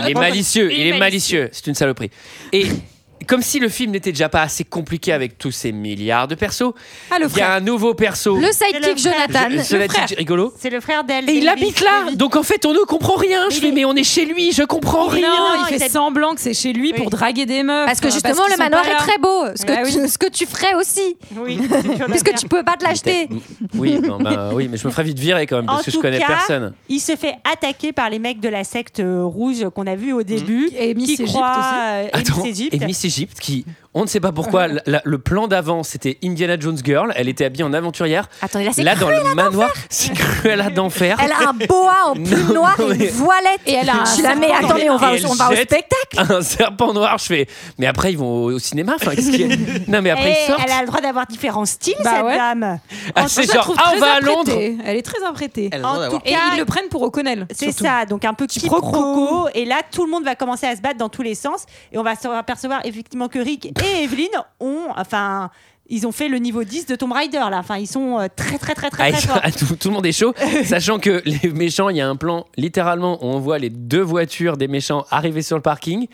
[SPEAKER 1] il est malicieux, il est malicieux, c'est une saloperie. Et comme si le film n'était déjà pas assez compliqué avec tous ces milliards de persos,
[SPEAKER 9] Ah, le
[SPEAKER 1] il y a
[SPEAKER 9] frère.
[SPEAKER 1] un nouveau perso.
[SPEAKER 6] le
[SPEAKER 10] Le
[SPEAKER 6] sidekick
[SPEAKER 10] frère.
[SPEAKER 6] Jonathan.
[SPEAKER 1] Je- cela
[SPEAKER 6] le
[SPEAKER 1] dit,
[SPEAKER 6] frère.
[SPEAKER 1] j'ai rigolo.
[SPEAKER 10] C'est le frère d'elle.
[SPEAKER 1] Et il
[SPEAKER 10] Elvis.
[SPEAKER 1] habite là, donc en fait on ne comprend rien. Je fais mais on est chez lui, je comprends
[SPEAKER 9] Non,
[SPEAKER 1] rien.
[SPEAKER 10] Non,
[SPEAKER 9] il
[SPEAKER 10] il
[SPEAKER 9] fait
[SPEAKER 10] est-
[SPEAKER 9] semblant que c'est chez lui pour draguer des meufs.
[SPEAKER 6] Parce que
[SPEAKER 9] euh,
[SPEAKER 6] justement,
[SPEAKER 9] qu'ils
[SPEAKER 6] le
[SPEAKER 9] sont
[SPEAKER 6] manoir
[SPEAKER 9] pas
[SPEAKER 6] est
[SPEAKER 9] là.
[SPEAKER 6] très beau. Ce que,
[SPEAKER 9] Ah oui.
[SPEAKER 6] tu, ce que tu ferais aussi.
[SPEAKER 10] Oui, c'est Jonathan.
[SPEAKER 6] Puisque tu peux pas te l'acheter.
[SPEAKER 1] Oui, non, bah, oui, mais je me ferais vite virer quand même parce
[SPEAKER 10] En
[SPEAKER 1] que je
[SPEAKER 10] tout
[SPEAKER 1] connais
[SPEAKER 10] cas,
[SPEAKER 1] personne.
[SPEAKER 10] Il se fait attaquer par les mecs de la secte euh, rouge qu'on a vu au début.
[SPEAKER 9] Et Miss
[SPEAKER 10] qui
[SPEAKER 9] Égypte
[SPEAKER 10] croient,
[SPEAKER 9] aussi.
[SPEAKER 10] euh, et
[SPEAKER 1] Attends,
[SPEAKER 10] Miss Égypte.
[SPEAKER 1] et Miss Égypte qui, on ne sait pas pourquoi, la- la- le plan d'avant c'était Indiana Jones Girl, elle était habillée en aventurière.
[SPEAKER 6] Attends, et là, c'est
[SPEAKER 1] Là dans le manoir, c'est cruel à d'enfer.
[SPEAKER 6] Elle a un boa en
[SPEAKER 1] Non,
[SPEAKER 6] plume noire et
[SPEAKER 1] mais-
[SPEAKER 6] une voilette.
[SPEAKER 9] Et elle a un
[SPEAKER 6] Tu la mets,
[SPEAKER 9] serpent.
[SPEAKER 6] attendez, on va,
[SPEAKER 1] Et elle
[SPEAKER 6] au, on va au
[SPEAKER 1] jette-
[SPEAKER 6] spectacle.
[SPEAKER 1] Un serpent noir, je fais. Mais après ils vont au, au cinéma, enfin qu'est-ce qu'il y a Non mais après
[SPEAKER 10] Et
[SPEAKER 9] Eh,
[SPEAKER 1] ils sortent.
[SPEAKER 10] elle a le droit d'avoir différents styles,
[SPEAKER 9] Bah
[SPEAKER 10] cette
[SPEAKER 9] ouais.
[SPEAKER 10] dame.
[SPEAKER 1] Ah,
[SPEAKER 10] En-
[SPEAKER 1] c'est
[SPEAKER 9] Je la
[SPEAKER 1] genre
[SPEAKER 9] trouve
[SPEAKER 1] ah on
[SPEAKER 9] très
[SPEAKER 1] va à
[SPEAKER 9] apprêtée.
[SPEAKER 1] Londres.
[SPEAKER 9] Elle est très imprêtée.
[SPEAKER 8] Elle a le droit
[SPEAKER 10] En
[SPEAKER 8] d'avoir-
[SPEAKER 10] tout
[SPEAKER 9] Et
[SPEAKER 10] cas,
[SPEAKER 9] ils le prennent pour O'Connell.
[SPEAKER 10] C'est
[SPEAKER 9] surtout.
[SPEAKER 10] ça, donc un peu
[SPEAKER 9] Quiproquo.
[SPEAKER 10] quiproquo. Et là, tout le monde va commencer à se battre dans tous les sens. Et on va se apercevoir effectivement que Rick et Evelyn ont, enfin, Ils ont fait le niveau 10 de Tomb Raider là. Enfin, ils sont euh, très très très
[SPEAKER 1] Ah,
[SPEAKER 10] très, très
[SPEAKER 1] ils-
[SPEAKER 10] forts.
[SPEAKER 1] ah, tout, tout le monde est chaud, sachant que les méchants, il y a un plan littéralement où on voit les deux voitures des méchants arriver sur le parking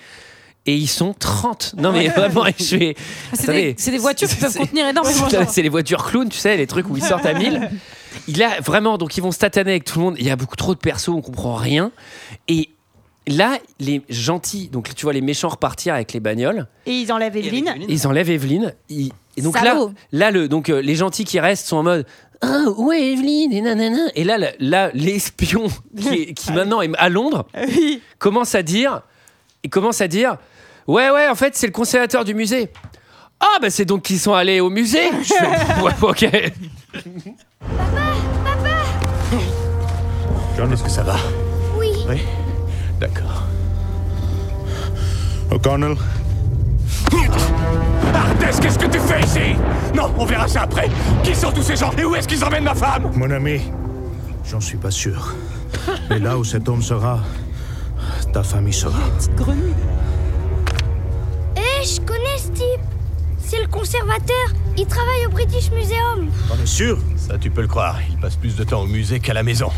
[SPEAKER 1] et ils sont 30. Non mais vraiment, je suis...
[SPEAKER 9] Ah, C'est
[SPEAKER 1] Attendez.
[SPEAKER 9] des, c'est des voitures qui peuvent
[SPEAKER 1] C'est-
[SPEAKER 9] contenir énormément de
[SPEAKER 1] C'est-
[SPEAKER 9] gens.
[SPEAKER 1] C'est les voitures clowns, tu sais, les trucs où ils sortent à 1000. Il a vraiment, donc ils vont stataner avec tout le monde. Il y a beaucoup trop de persos, on comprend rien. Et là, les gentils, donc tu vois les méchants repartir avec les bagnoles.
[SPEAKER 10] Et ils enlèvent Evelyne.
[SPEAKER 1] Ils enlèvent Evelyne. ils- Et donc là,
[SPEAKER 6] Salaud.
[SPEAKER 1] là le, donc, euh, les gentils qui restent sont en mode Ah, où est Evelyne Et, nanana. et là, la- là l'espion qui, est- qui maintenant est à Londres
[SPEAKER 10] Ah Oui.
[SPEAKER 1] commence à dire il commence à dire Ouais, ouais, en fait, c'est le conservateur du musée. Ah, bah c'est donc qu'ils sont allés au musée Je fais, Ouais, ok.
[SPEAKER 4] John, est-ce que ça va Oui. Oui D'accord. O'Connell
[SPEAKER 3] Artes, qu'est-ce que tu fais ici Non, on verra ça après. Qui sont tous ces gens et où est-ce qu'ils emmènent ma femme
[SPEAKER 4] Mon ami, j'en suis pas sûr. Mais là où cet homme sera, ta famille sera.
[SPEAKER 11] Eh, je connais ce type. C'est le conservateur. Il travaille au British Museum.
[SPEAKER 4] T'en es sûr
[SPEAKER 3] Ça, Ah, tu peux le croire. Il passe plus de temps au musée qu'à la maison.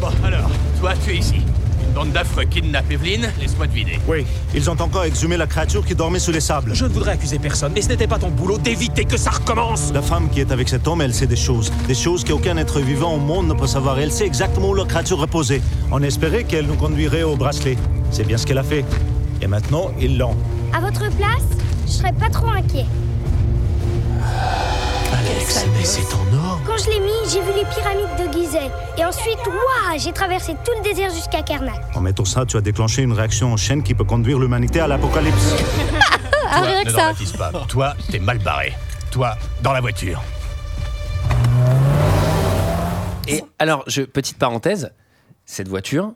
[SPEAKER 3] Bon, alors, toi, tu es ici. Une bande d'affreux kidnappe Evelyne, laisse-moi te vider.
[SPEAKER 4] Oui. Ils ont encore exhumé la créature qui dormait sous les sables.
[SPEAKER 3] Je ne voudrais accuser personne, mais ce n'était pas ton boulot d'éviter que ça recommence
[SPEAKER 4] La femme qui est avec cet homme, elle sait des choses. Des choses qu'aucun être vivant au monde ne peut savoir. Elle sait exactement où la créature reposait. On espérait qu'elle nous conduirait au bracelet. C'est bien ce qu'elle a fait. Et maintenant, ils l'ont.
[SPEAKER 11] À votre place, je serais pas trop inquiet.
[SPEAKER 3] Alex, mais c'est en or
[SPEAKER 11] Quand je l'ai mis, j'ai vu les pyramides de Gizeh. Et ensuite, waouh, j'ai traversé tout le désert jusqu'à Karnak.
[SPEAKER 4] En mettant ça, tu as déclenché une réaction en chaîne qui peut conduire l'humanité à l'apocalypse.
[SPEAKER 6] Ah, rien que ça.
[SPEAKER 3] pas. Toi, t'es mal barré. Toi, dans la voiture.
[SPEAKER 1] Et alors, je, petite parenthèse, cette voiture,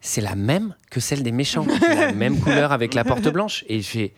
[SPEAKER 1] c'est la même que celle des méchants. la même couleur avec la porte blanche. Et j'ai.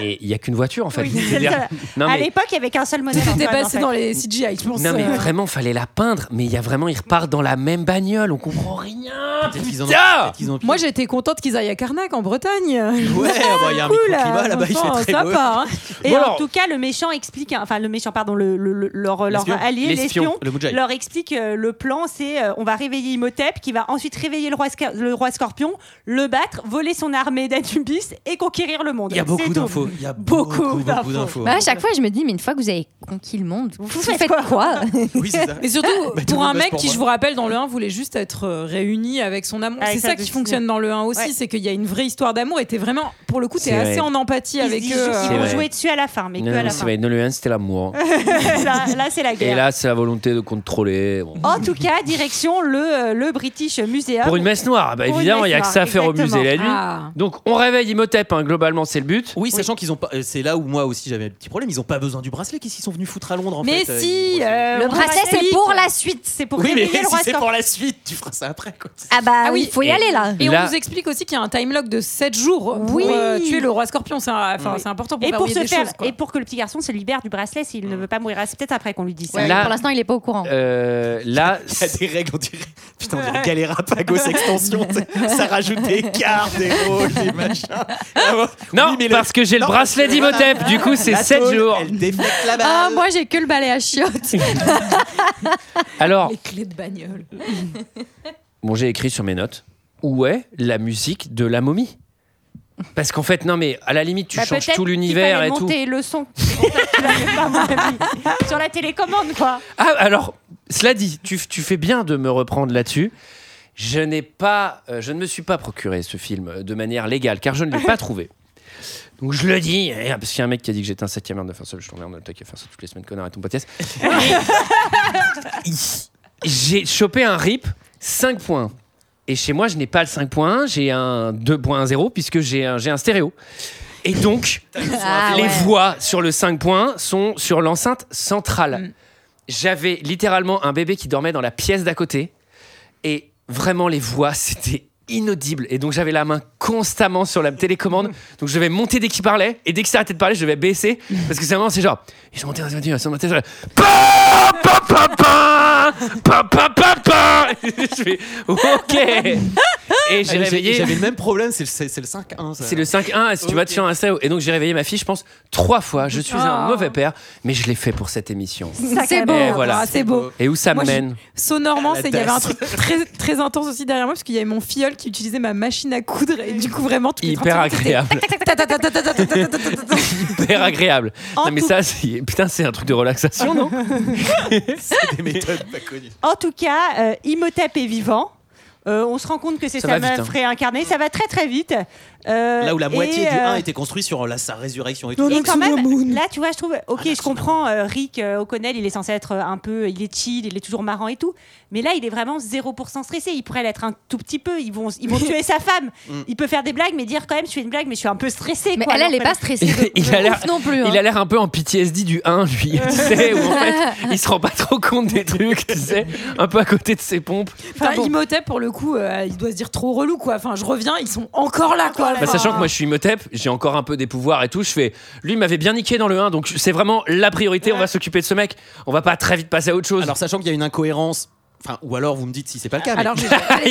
[SPEAKER 1] Mais il n'y a qu'une voiture en fait.
[SPEAKER 10] Oui,
[SPEAKER 1] C'est-à-dire-
[SPEAKER 10] c'est ça.
[SPEAKER 1] non,
[SPEAKER 10] À
[SPEAKER 1] mais,
[SPEAKER 10] l'époque, il y avait qu'un seul modèle.
[SPEAKER 9] Tout est
[SPEAKER 10] Antoine, en
[SPEAKER 9] passé
[SPEAKER 10] fait.
[SPEAKER 9] dans les CGI, je pense.
[SPEAKER 1] non, mais
[SPEAKER 9] euh,
[SPEAKER 1] vraiment, fallait la peindre. Mais il y a vraiment, ils repartent dans la même bagnole. On comprend rien.
[SPEAKER 8] Peut-être qu'ils en ont-
[SPEAKER 1] Putain
[SPEAKER 8] peut-être qu'ils ont-
[SPEAKER 9] Moi, j'étais contente qu'ils aillent à Carnac, en Bretagne.
[SPEAKER 8] Ouais, bah, il y a un
[SPEAKER 9] Cool,
[SPEAKER 8] microclimat là-bas, il fait
[SPEAKER 9] franchement,
[SPEAKER 8] très
[SPEAKER 9] ça
[SPEAKER 8] beau.
[SPEAKER 9] part, hein.
[SPEAKER 10] Et
[SPEAKER 1] Bon,
[SPEAKER 10] en
[SPEAKER 1] alors-
[SPEAKER 10] tout cas, le méchant explique, hein, enfin le méchant, pardon, le, le- le- leur, leur
[SPEAKER 8] L'espion.
[SPEAKER 10] allié,
[SPEAKER 1] L'espion.
[SPEAKER 10] l'espion,
[SPEAKER 8] Le Moudjaï.
[SPEAKER 10] leur explique euh, le plan, c'est euh, on va réveiller Imhotep, qui va ensuite réveiller le roi, Sca- le roi scorpion, le battre, voler son armée d'Anubis et conquérir le monde.
[SPEAKER 1] Il y a
[SPEAKER 10] C'est
[SPEAKER 1] beaucoup
[SPEAKER 10] tout.
[SPEAKER 1] d'infos.
[SPEAKER 8] Il y a
[SPEAKER 10] Beaucoup d'infos.
[SPEAKER 6] Bah, à chaque fois, je me dis, mais une fois que vous avez conquis le monde, vous,
[SPEAKER 10] faites
[SPEAKER 6] faites, quoi
[SPEAKER 8] Oui, c'est ça.
[SPEAKER 9] Et surtout,
[SPEAKER 8] Bah, tout le
[SPEAKER 9] pour
[SPEAKER 8] monde
[SPEAKER 9] un
[SPEAKER 8] bosse
[SPEAKER 9] mec
[SPEAKER 8] pour
[SPEAKER 9] qui,
[SPEAKER 8] moi.
[SPEAKER 9] je vous rappelle, dans le 1, voulait juste être euh, réuni avec son amour.
[SPEAKER 10] Ah, Avec
[SPEAKER 9] C'est
[SPEAKER 10] sa
[SPEAKER 9] ça qui
[SPEAKER 10] destinée.
[SPEAKER 9] fonctionne dans le 1 aussi,
[SPEAKER 10] Ouais.
[SPEAKER 9] c'est qu'il y a une vraie histoire d'amour et t'es vraiment, pour le coup,
[SPEAKER 1] C'est
[SPEAKER 9] t'es assez
[SPEAKER 1] vrai.
[SPEAKER 9] en empathie
[SPEAKER 10] Ils se
[SPEAKER 9] avec
[SPEAKER 10] disent
[SPEAKER 9] eux. euh,
[SPEAKER 10] juste,
[SPEAKER 1] C'est
[SPEAKER 10] ils vont
[SPEAKER 1] vrai.
[SPEAKER 10] jouer euh, dessus à la fin, mais
[SPEAKER 1] Non,
[SPEAKER 10] que à
[SPEAKER 1] non,
[SPEAKER 10] la
[SPEAKER 1] c'est
[SPEAKER 10] fin.
[SPEAKER 1] vrai. Non, le 1, c'était l'amour.
[SPEAKER 10] là, là, c'est la
[SPEAKER 1] Et
[SPEAKER 10] guerre.
[SPEAKER 1] là, c'est la volonté de contrôler. Bon.
[SPEAKER 10] En tout cas, direction le, euh, le British Museum.
[SPEAKER 1] Pour une messe noire, bah,
[SPEAKER 10] Pour une
[SPEAKER 1] évidemment,
[SPEAKER 10] messe
[SPEAKER 1] il n'y a que
[SPEAKER 10] noire,
[SPEAKER 1] ça à faire au musée
[SPEAKER 10] exactement.
[SPEAKER 1] la nuit.
[SPEAKER 9] Ah.
[SPEAKER 1] Donc, on réveille Imhotep, hein, globalement, c'est le but.
[SPEAKER 8] Oui, sachant qu'ils ont pas. euh, C'est là où moi aussi j'avais un petit problème. Ils ont pas besoin du bracelet. Qu'est-ce qu'ils sont venus foutre à Londres en
[SPEAKER 9] Mais
[SPEAKER 8] fait euh,
[SPEAKER 9] si,
[SPEAKER 8] ils-
[SPEAKER 9] euh,
[SPEAKER 6] Le
[SPEAKER 9] on
[SPEAKER 6] bracelet,
[SPEAKER 9] reste-
[SPEAKER 6] c'est pour la suite.
[SPEAKER 10] C'est pour
[SPEAKER 8] Oui, mais
[SPEAKER 10] réveiller le roi
[SPEAKER 8] si c'est
[SPEAKER 10] scorpion.
[SPEAKER 8] pour la suite, tu feras ça après quoi.
[SPEAKER 6] Ah bah
[SPEAKER 9] Ah oui,
[SPEAKER 6] oui, il faut y aller là.
[SPEAKER 9] Et
[SPEAKER 1] Là-
[SPEAKER 9] on nous explique aussi qu'il y a un time lock de 7 jours pour
[SPEAKER 10] Oui.
[SPEAKER 9] euh, tuer le roi scorpion. C'est un- enfin,
[SPEAKER 10] Oui.
[SPEAKER 9] c'est important pour
[SPEAKER 10] Et
[SPEAKER 9] faire
[SPEAKER 10] pour,
[SPEAKER 9] oublier
[SPEAKER 10] se
[SPEAKER 9] des
[SPEAKER 10] faire,
[SPEAKER 9] choses, quoi.
[SPEAKER 10] et pour que le petit garçon se libère du bracelet s'il ne veut pas mourir. Ah, C'est peut-être après qu'on lui dit ça.
[SPEAKER 1] Ouais. Là-
[SPEAKER 6] Pour l'instant, il est pas au courant.
[SPEAKER 1] Euh, là,
[SPEAKER 8] Il y a des règles, on dirait. Putain, on dirait Galera Pagos extension. tu sais. Ça rajoute des cartes, des rôles, des machins. Ah bon
[SPEAKER 1] non,
[SPEAKER 8] Oui, mais le-
[SPEAKER 1] parce que j'ai le
[SPEAKER 8] Non,
[SPEAKER 1] bracelet d'Imhotep. Du coup, c'est
[SPEAKER 8] la
[SPEAKER 1] 7
[SPEAKER 8] tôle,
[SPEAKER 1] jours.
[SPEAKER 8] Elle défecte la balle.
[SPEAKER 9] Euh,
[SPEAKER 6] Ah, moi, j'ai que le balai à chiottes.
[SPEAKER 1] Alors,
[SPEAKER 9] Les clés de bagnole.
[SPEAKER 1] bon, j'ai écrit sur mes notes où est la musique de la momie Parce qu'en fait, non, mais à la limite, tu
[SPEAKER 10] Bah,
[SPEAKER 1] changes
[SPEAKER 10] peut-être
[SPEAKER 1] tout
[SPEAKER 10] qu'il
[SPEAKER 1] l'univers
[SPEAKER 10] fallait
[SPEAKER 1] et tout.
[SPEAKER 10] monter le son. Pour faire qu'il arrive pas, à mon avis. Sur la télécommande, quoi.
[SPEAKER 1] Ah, alors, cela dit, tu, f- tu fais bien de me reprendre là-dessus. Je n'ai pas, euh, je ne me suis pas procuré ce film euh, de manière légale, car je ne l'ai pas trouvé. Donc je le dis, eh, parce qu'il y a un mec qui a dit que j'étais un septième merde de faire ça, je t'emmerde, t'as qu'à faire ça toutes les semaines, connard, et ton podcast. J'ai chopé un rip, 5 points. Et chez moi, je n'ai pas le 5.1, j'ai un 2.0, puisque j'ai un, j'ai un stéréo. Et donc,
[SPEAKER 6] Ah
[SPEAKER 1] les
[SPEAKER 6] ouais.
[SPEAKER 1] voix sur le 5 points sont sur l'enceinte centrale.
[SPEAKER 6] Mm.
[SPEAKER 1] J'avais littéralement un bébé qui dormait dans la pièce d'à côté. Et vraiment, les voix, c'était inaudible. Et donc j'avais la main constamment sur la télécommande. Donc je devais monter dès qu'il parlait. Et dès que ça arrêtait de parler, je devais baisser. Parce que c'est un moment, c'est genre. Ils sont montés dans les voitures, ils sont montés dans les voitures. Pa, pa, pa, pa, pa, pa, pa, pa. Je fais OK. Et j'ai
[SPEAKER 8] Ah,
[SPEAKER 1] réveillé.
[SPEAKER 8] J'avais le même problème, c'est le, c'est- c'est le 5-1. ça.
[SPEAKER 1] C'est le 5-1, et si tu vas sur un save. Et donc j'ai réveillé ma fille, je pense, trois fois. Je suis un
[SPEAKER 9] Oh.
[SPEAKER 1] mauvais père, mais je l'ai fait pour cette émission.
[SPEAKER 9] C'est beau,
[SPEAKER 1] Et voilà.
[SPEAKER 9] ah, c'est beau.
[SPEAKER 1] Et où ça
[SPEAKER 9] Moi,
[SPEAKER 1] mène
[SPEAKER 9] Sonorement,
[SPEAKER 8] La
[SPEAKER 9] c'est- il y avait un
[SPEAKER 8] tasse.
[SPEAKER 9] truc très, très intense aussi derrière moi, parce qu'il y avait mon filleul qui utilisait ma machine à coudre, et du coup, vraiment, tout
[SPEAKER 1] Hyper agréable. Hyper agréable.
[SPEAKER 10] En
[SPEAKER 1] Non, mais
[SPEAKER 10] tout-
[SPEAKER 1] ça, c'est- putain, c'est un truc de
[SPEAKER 6] Ah,
[SPEAKER 1] relaxation, non
[SPEAKER 8] C'est des méthodes pas connues.
[SPEAKER 10] En tout cas, euh, Imhotep est vivant. Euh, on se rend compte que c'est
[SPEAKER 1] Ça
[SPEAKER 10] sa
[SPEAKER 1] va vite,
[SPEAKER 10] meuf
[SPEAKER 1] hein.
[SPEAKER 10] réincarnée. Ça va très très vite. Euh,
[SPEAKER 8] Là où la
[SPEAKER 10] et,
[SPEAKER 8] moitié du
[SPEAKER 10] euh,
[SPEAKER 8] 1 était construit sur la, sa résurrection et tout.
[SPEAKER 9] Non,
[SPEAKER 10] Et
[SPEAKER 9] Donc,
[SPEAKER 10] quand
[SPEAKER 9] sous la
[SPEAKER 10] même,
[SPEAKER 9] moon.
[SPEAKER 10] là, tu vois, je trouve, ok, je comprends, euh, Rick euh, O'Connell, il est censé être euh, un peu, il est chill, il est toujours marrant et tout, mais là, il est vraiment 0% stressé. Il pourrait l'être un tout petit peu. Ils vont, ils vont tuer sa femme. Il peut faire des blagues, mais dire quand même, je fais une blague, mais je suis un peu stressé.
[SPEAKER 6] Mais
[SPEAKER 10] quoi,
[SPEAKER 6] elle, elle
[SPEAKER 10] alors
[SPEAKER 6] est
[SPEAKER 10] que
[SPEAKER 6] pas
[SPEAKER 10] là-
[SPEAKER 6] stressée.
[SPEAKER 1] Il-
[SPEAKER 6] de-
[SPEAKER 1] il
[SPEAKER 6] de
[SPEAKER 1] a l'air-
[SPEAKER 6] ouf non plus. hein.
[SPEAKER 1] Il a l'air un peu en PTSD du 1, lui, tu sais, où en fait, il se rend pas trop compte des trucs, tu sais, un peu à côté de ses pompes.
[SPEAKER 9] Enfin, Imhotep, pour le coup, euh, il doit se dire trop relou, quoi. Enfin, je reviens, ils sont encore là, quoi.
[SPEAKER 1] Bah, sachant que moi je suis Imhotep, j'ai encore un peu des pouvoirs et tout, je fais. Lui il m'avait bien niqué dans le 1, donc c'est vraiment la priorité, on va s'occuper de ce mec, on va pas très vite passer à autre chose.
[SPEAKER 8] Alors, sachant qu'il y a une incohérence, enfin, ou alors vous me dites si c'est pas le cas. mais-
[SPEAKER 9] Alors, j'ai-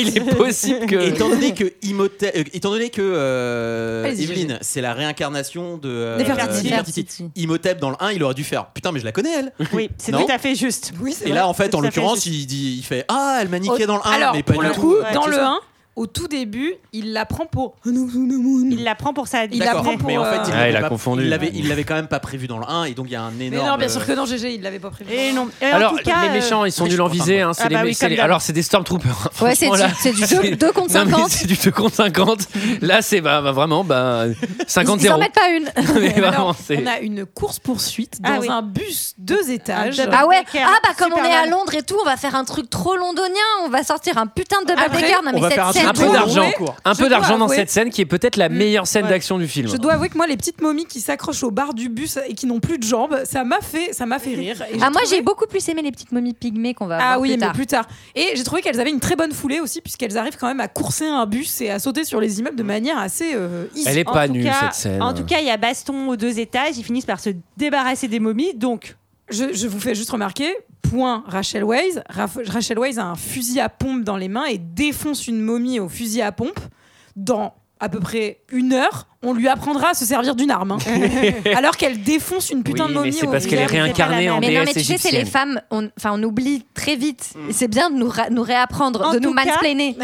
[SPEAKER 1] il est possible que.
[SPEAKER 8] Étant donné que, Imhotep- euh, étant donné que euh,
[SPEAKER 9] Allez-y,
[SPEAKER 8] Evelyne, c'est la réincarnation de euh,
[SPEAKER 9] Nefertiti.
[SPEAKER 8] Nefertiti. Imhotep dans le 1, il aurait dû faire Putain, mais je la connais elle
[SPEAKER 10] Oui, c'est
[SPEAKER 8] Non.
[SPEAKER 10] tout à fait juste.
[SPEAKER 9] oui, c'est
[SPEAKER 8] Et
[SPEAKER 9] vrai.
[SPEAKER 8] là, en fait, en
[SPEAKER 10] Tout à fait
[SPEAKER 8] l'occurrence,
[SPEAKER 10] juste.
[SPEAKER 8] il, dit- il fait Ah, elle m'a niqué dans le 1,
[SPEAKER 9] Alors,
[SPEAKER 8] mais pas
[SPEAKER 9] pour
[SPEAKER 8] du
[SPEAKER 9] le
[SPEAKER 8] tout.
[SPEAKER 9] coup,
[SPEAKER 10] Ouais,
[SPEAKER 9] dans
[SPEAKER 10] c'est
[SPEAKER 9] le
[SPEAKER 10] ça.
[SPEAKER 9] 1, au tout début, il la prend pour. Il
[SPEAKER 10] Il la prend pour ça.
[SPEAKER 9] Il la
[SPEAKER 8] D'accord,
[SPEAKER 9] prend pour,
[SPEAKER 8] mais en fait,
[SPEAKER 9] euh,
[SPEAKER 8] il
[SPEAKER 1] Ah,
[SPEAKER 8] l'avait
[SPEAKER 1] il a
[SPEAKER 8] pas-
[SPEAKER 1] confondu.
[SPEAKER 8] il l'avait- Il l'avait quand même pas prévu dans le 1, et donc il y a un
[SPEAKER 9] Mais
[SPEAKER 8] énorme. euh,
[SPEAKER 9] non, bien sûr que non, GG, il l'avait pas prévu.
[SPEAKER 10] Et non. Et en
[SPEAKER 1] Alors,
[SPEAKER 10] tout cas,
[SPEAKER 1] les méchants, ils sont nuls en visée. Hein, c'est
[SPEAKER 10] Ah bah
[SPEAKER 1] les-
[SPEAKER 10] oui,
[SPEAKER 1] c'est
[SPEAKER 10] comme
[SPEAKER 1] les-
[SPEAKER 10] d'hab.
[SPEAKER 1] alors, c'est des stormtroopers.
[SPEAKER 6] Ouais, c'est
[SPEAKER 1] Franchement,
[SPEAKER 6] du,
[SPEAKER 1] là,
[SPEAKER 6] c'est du deux- deux contre
[SPEAKER 1] non, mais
[SPEAKER 6] 50.
[SPEAKER 1] c'est du 2 contre 50. Là, c'est bah, bah, vraiment bah,
[SPEAKER 6] Ils-
[SPEAKER 1] 50
[SPEAKER 6] Ils en
[SPEAKER 1] 0.
[SPEAKER 6] mettent pas une.
[SPEAKER 1] Mais
[SPEAKER 9] Alors,
[SPEAKER 1] vraiment, c'est-
[SPEAKER 9] on a une course-poursuite dans
[SPEAKER 10] Ah oui.
[SPEAKER 9] un bus deux étages.
[SPEAKER 10] double-
[SPEAKER 6] Ah ouais,
[SPEAKER 10] Baker,
[SPEAKER 6] ah bah comme on est à
[SPEAKER 10] Superman.
[SPEAKER 6] Londres et tout, on va faire un truc trop londonien, on va sortir un putain de double
[SPEAKER 9] Après,
[SPEAKER 6] decker. Non
[SPEAKER 8] on
[SPEAKER 6] mais
[SPEAKER 8] va
[SPEAKER 6] cette
[SPEAKER 8] faire un
[SPEAKER 6] scène
[SPEAKER 1] un peu
[SPEAKER 6] trop-
[SPEAKER 1] d'argent.
[SPEAKER 9] avouer-
[SPEAKER 1] Un
[SPEAKER 9] je
[SPEAKER 1] peu
[SPEAKER 9] dois
[SPEAKER 1] d'argent dans
[SPEAKER 9] avouer-
[SPEAKER 1] cette scène qui est peut-être la meilleure scène
[SPEAKER 10] ouais.
[SPEAKER 1] d'action du film.
[SPEAKER 9] Je dois avouer que moi, les petites momies qui s'accrochent au bar du bus et qui n'ont plus de jambes, ça m'a fait, ça m'a fait rire. Et
[SPEAKER 6] Ah moi
[SPEAKER 9] trouvé-
[SPEAKER 6] j'ai beaucoup plus aimé les petites momies pygmées qu'on va
[SPEAKER 9] Ah
[SPEAKER 6] voir
[SPEAKER 9] oui,
[SPEAKER 6] plus
[SPEAKER 9] mais
[SPEAKER 6] tard.
[SPEAKER 9] plus tard. Et j'ai trouvé qu'elles avaient une très bonne foulée aussi, puisqu'elles arrivent quand même à courser un bus et à sauter sur les immeubles de manière assez. euh, easy.
[SPEAKER 1] Elle est
[SPEAKER 10] En
[SPEAKER 1] pas
[SPEAKER 10] tout
[SPEAKER 1] nulle
[SPEAKER 10] cas-
[SPEAKER 1] cette scène.
[SPEAKER 10] En tout cas, il y a baston aux deux étages. Ils finissent par se débarrasser des momies. Donc,
[SPEAKER 9] Je, je vous fais juste remarquer, point Rachel Weisz. Raf- Rachel Weisz a un fusil à pompe dans les mains et défonce une momie au fusil à pompe dans à peu près une heure. On lui apprendra à se servir d'une arme. hein. Alors qu'elle défonce une putain
[SPEAKER 1] oui,
[SPEAKER 9] de momie
[SPEAKER 1] mais c'est
[SPEAKER 9] au
[SPEAKER 1] parce qu'elle est
[SPEAKER 9] verre.
[SPEAKER 10] ré-
[SPEAKER 1] réincarnée en
[SPEAKER 10] Mais
[SPEAKER 6] Mais non, mais
[SPEAKER 1] déesse
[SPEAKER 6] tu sais, c'est Mm. les
[SPEAKER 1] égyptienne.
[SPEAKER 6] femmes, on- enfin, on, oublie très vite. C'est bien de nous, ra- nous réapprendre,
[SPEAKER 10] En
[SPEAKER 6] de nous
[SPEAKER 10] tout cas-
[SPEAKER 6] mansplainer.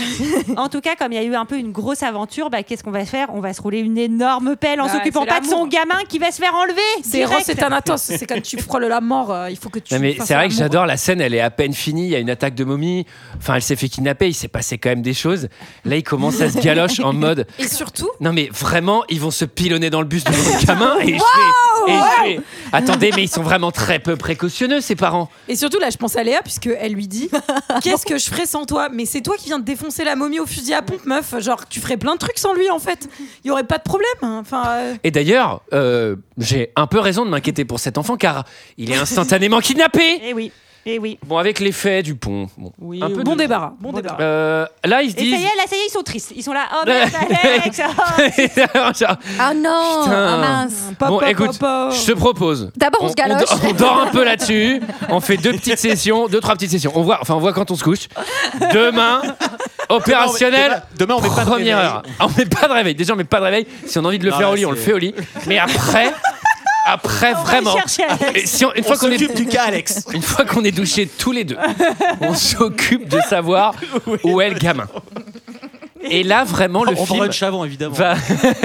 [SPEAKER 10] en tout cas, comme il y a eu un peu une grosse aventure, bah, qu'est-ce qu'on va faire On va se rouler une énorme pelle en
[SPEAKER 9] Bah,
[SPEAKER 10] s'occupant
[SPEAKER 9] c'est
[SPEAKER 10] pas de son
[SPEAKER 9] l'amour.
[SPEAKER 10] gamin qui va se faire enlever.
[SPEAKER 9] C'est
[SPEAKER 10] direct.
[SPEAKER 9] Ross et Thanatos, c'est quand tu frôles la mort, euh, il faut que tu.
[SPEAKER 1] Non, mais
[SPEAKER 9] fasses
[SPEAKER 1] c'est vrai que
[SPEAKER 9] l'amour.
[SPEAKER 1] j'adore la scène, elle est à peine finie, il y a une attaque de momie, enfin elle s'est fait kidnapper, il s'est passé quand même des choses. Là il commence à se galoche en mode
[SPEAKER 9] Et surtout,
[SPEAKER 1] Non mais vraiment, ils vont se pilonner dans le bus devant le gamin et je fais- et je fais, Attendez, mais ils sont vraiment très peu précautionneux ces parents.
[SPEAKER 9] et surtout, là, je pense à Léa, puisque elle lui dit Qu'est-ce que je ferais sans toi Mais c'est toi qui viens de défoncer la momie au fusil à pompe, meuf. Genre, tu ferais plein de trucs sans lui, en fait. Il y aurait pas de problème. hein. Enfin. euh,
[SPEAKER 1] Et d'ailleurs, euh, j'ai un peu raison de m'inquiéter pour cet enfant car il est instantanément kidnappé.
[SPEAKER 10] Eh oui, eh oui.
[SPEAKER 1] Bon, avec l'effet du pont. Bon, un peu
[SPEAKER 9] euh, Bon
[SPEAKER 1] de-
[SPEAKER 9] débarras, bon débarras.
[SPEAKER 1] Euh, là ils se
[SPEAKER 10] Et ça y
[SPEAKER 1] disent.
[SPEAKER 10] est, Eh, là, ça y est, ils sont tristes. Ils sont là. Oh merde, Alex oh.
[SPEAKER 1] Genre,
[SPEAKER 6] Ah
[SPEAKER 9] Oh,
[SPEAKER 6] non,
[SPEAKER 1] Putain.
[SPEAKER 6] ah mince.
[SPEAKER 9] Papa,
[SPEAKER 1] bon, écoute,
[SPEAKER 9] papa.
[SPEAKER 1] je te propose.
[SPEAKER 6] D'abord, on se galoche.
[SPEAKER 1] do- on dort un peu là-dessus. On fait deux petites sessions, deux trois petites sessions. On voit, enfin, on voit quand on se couche. Demain, opérationnel.
[SPEAKER 8] Demain, on met pas de
[SPEAKER 1] première
[SPEAKER 8] réveil.
[SPEAKER 1] heure. Ah, On met pas de réveil. Déjà, on met pas de réveil. Si on a envie de le
[SPEAKER 8] Non,
[SPEAKER 1] faire
[SPEAKER 8] là,
[SPEAKER 1] au lit, on le
[SPEAKER 8] c'est-
[SPEAKER 1] fait au lit. Mais après, après
[SPEAKER 10] On va
[SPEAKER 1] vraiment.
[SPEAKER 10] aller chercher
[SPEAKER 1] Et
[SPEAKER 10] Alex.
[SPEAKER 1] si on- une
[SPEAKER 8] On
[SPEAKER 1] fois qu'on est
[SPEAKER 8] s'occupe du cas, Alex.
[SPEAKER 1] une fois qu'on est douchés tous les deux, on s'occupe de savoir où est le gamin. Et là, vraiment, le
[SPEAKER 8] on
[SPEAKER 1] film
[SPEAKER 8] brunch avant, évidemment.
[SPEAKER 1] va.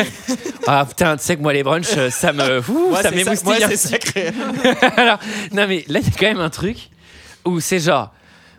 [SPEAKER 1] ah putain, tu sais que moi les brunchs, euh, ça me, ouh,
[SPEAKER 8] Moi,
[SPEAKER 1] ça
[SPEAKER 8] c'est
[SPEAKER 1] m'émoustille.
[SPEAKER 8] moi, c'est sacré.
[SPEAKER 1] Alors, non mais là, il y a quand même un truc où c'est genre,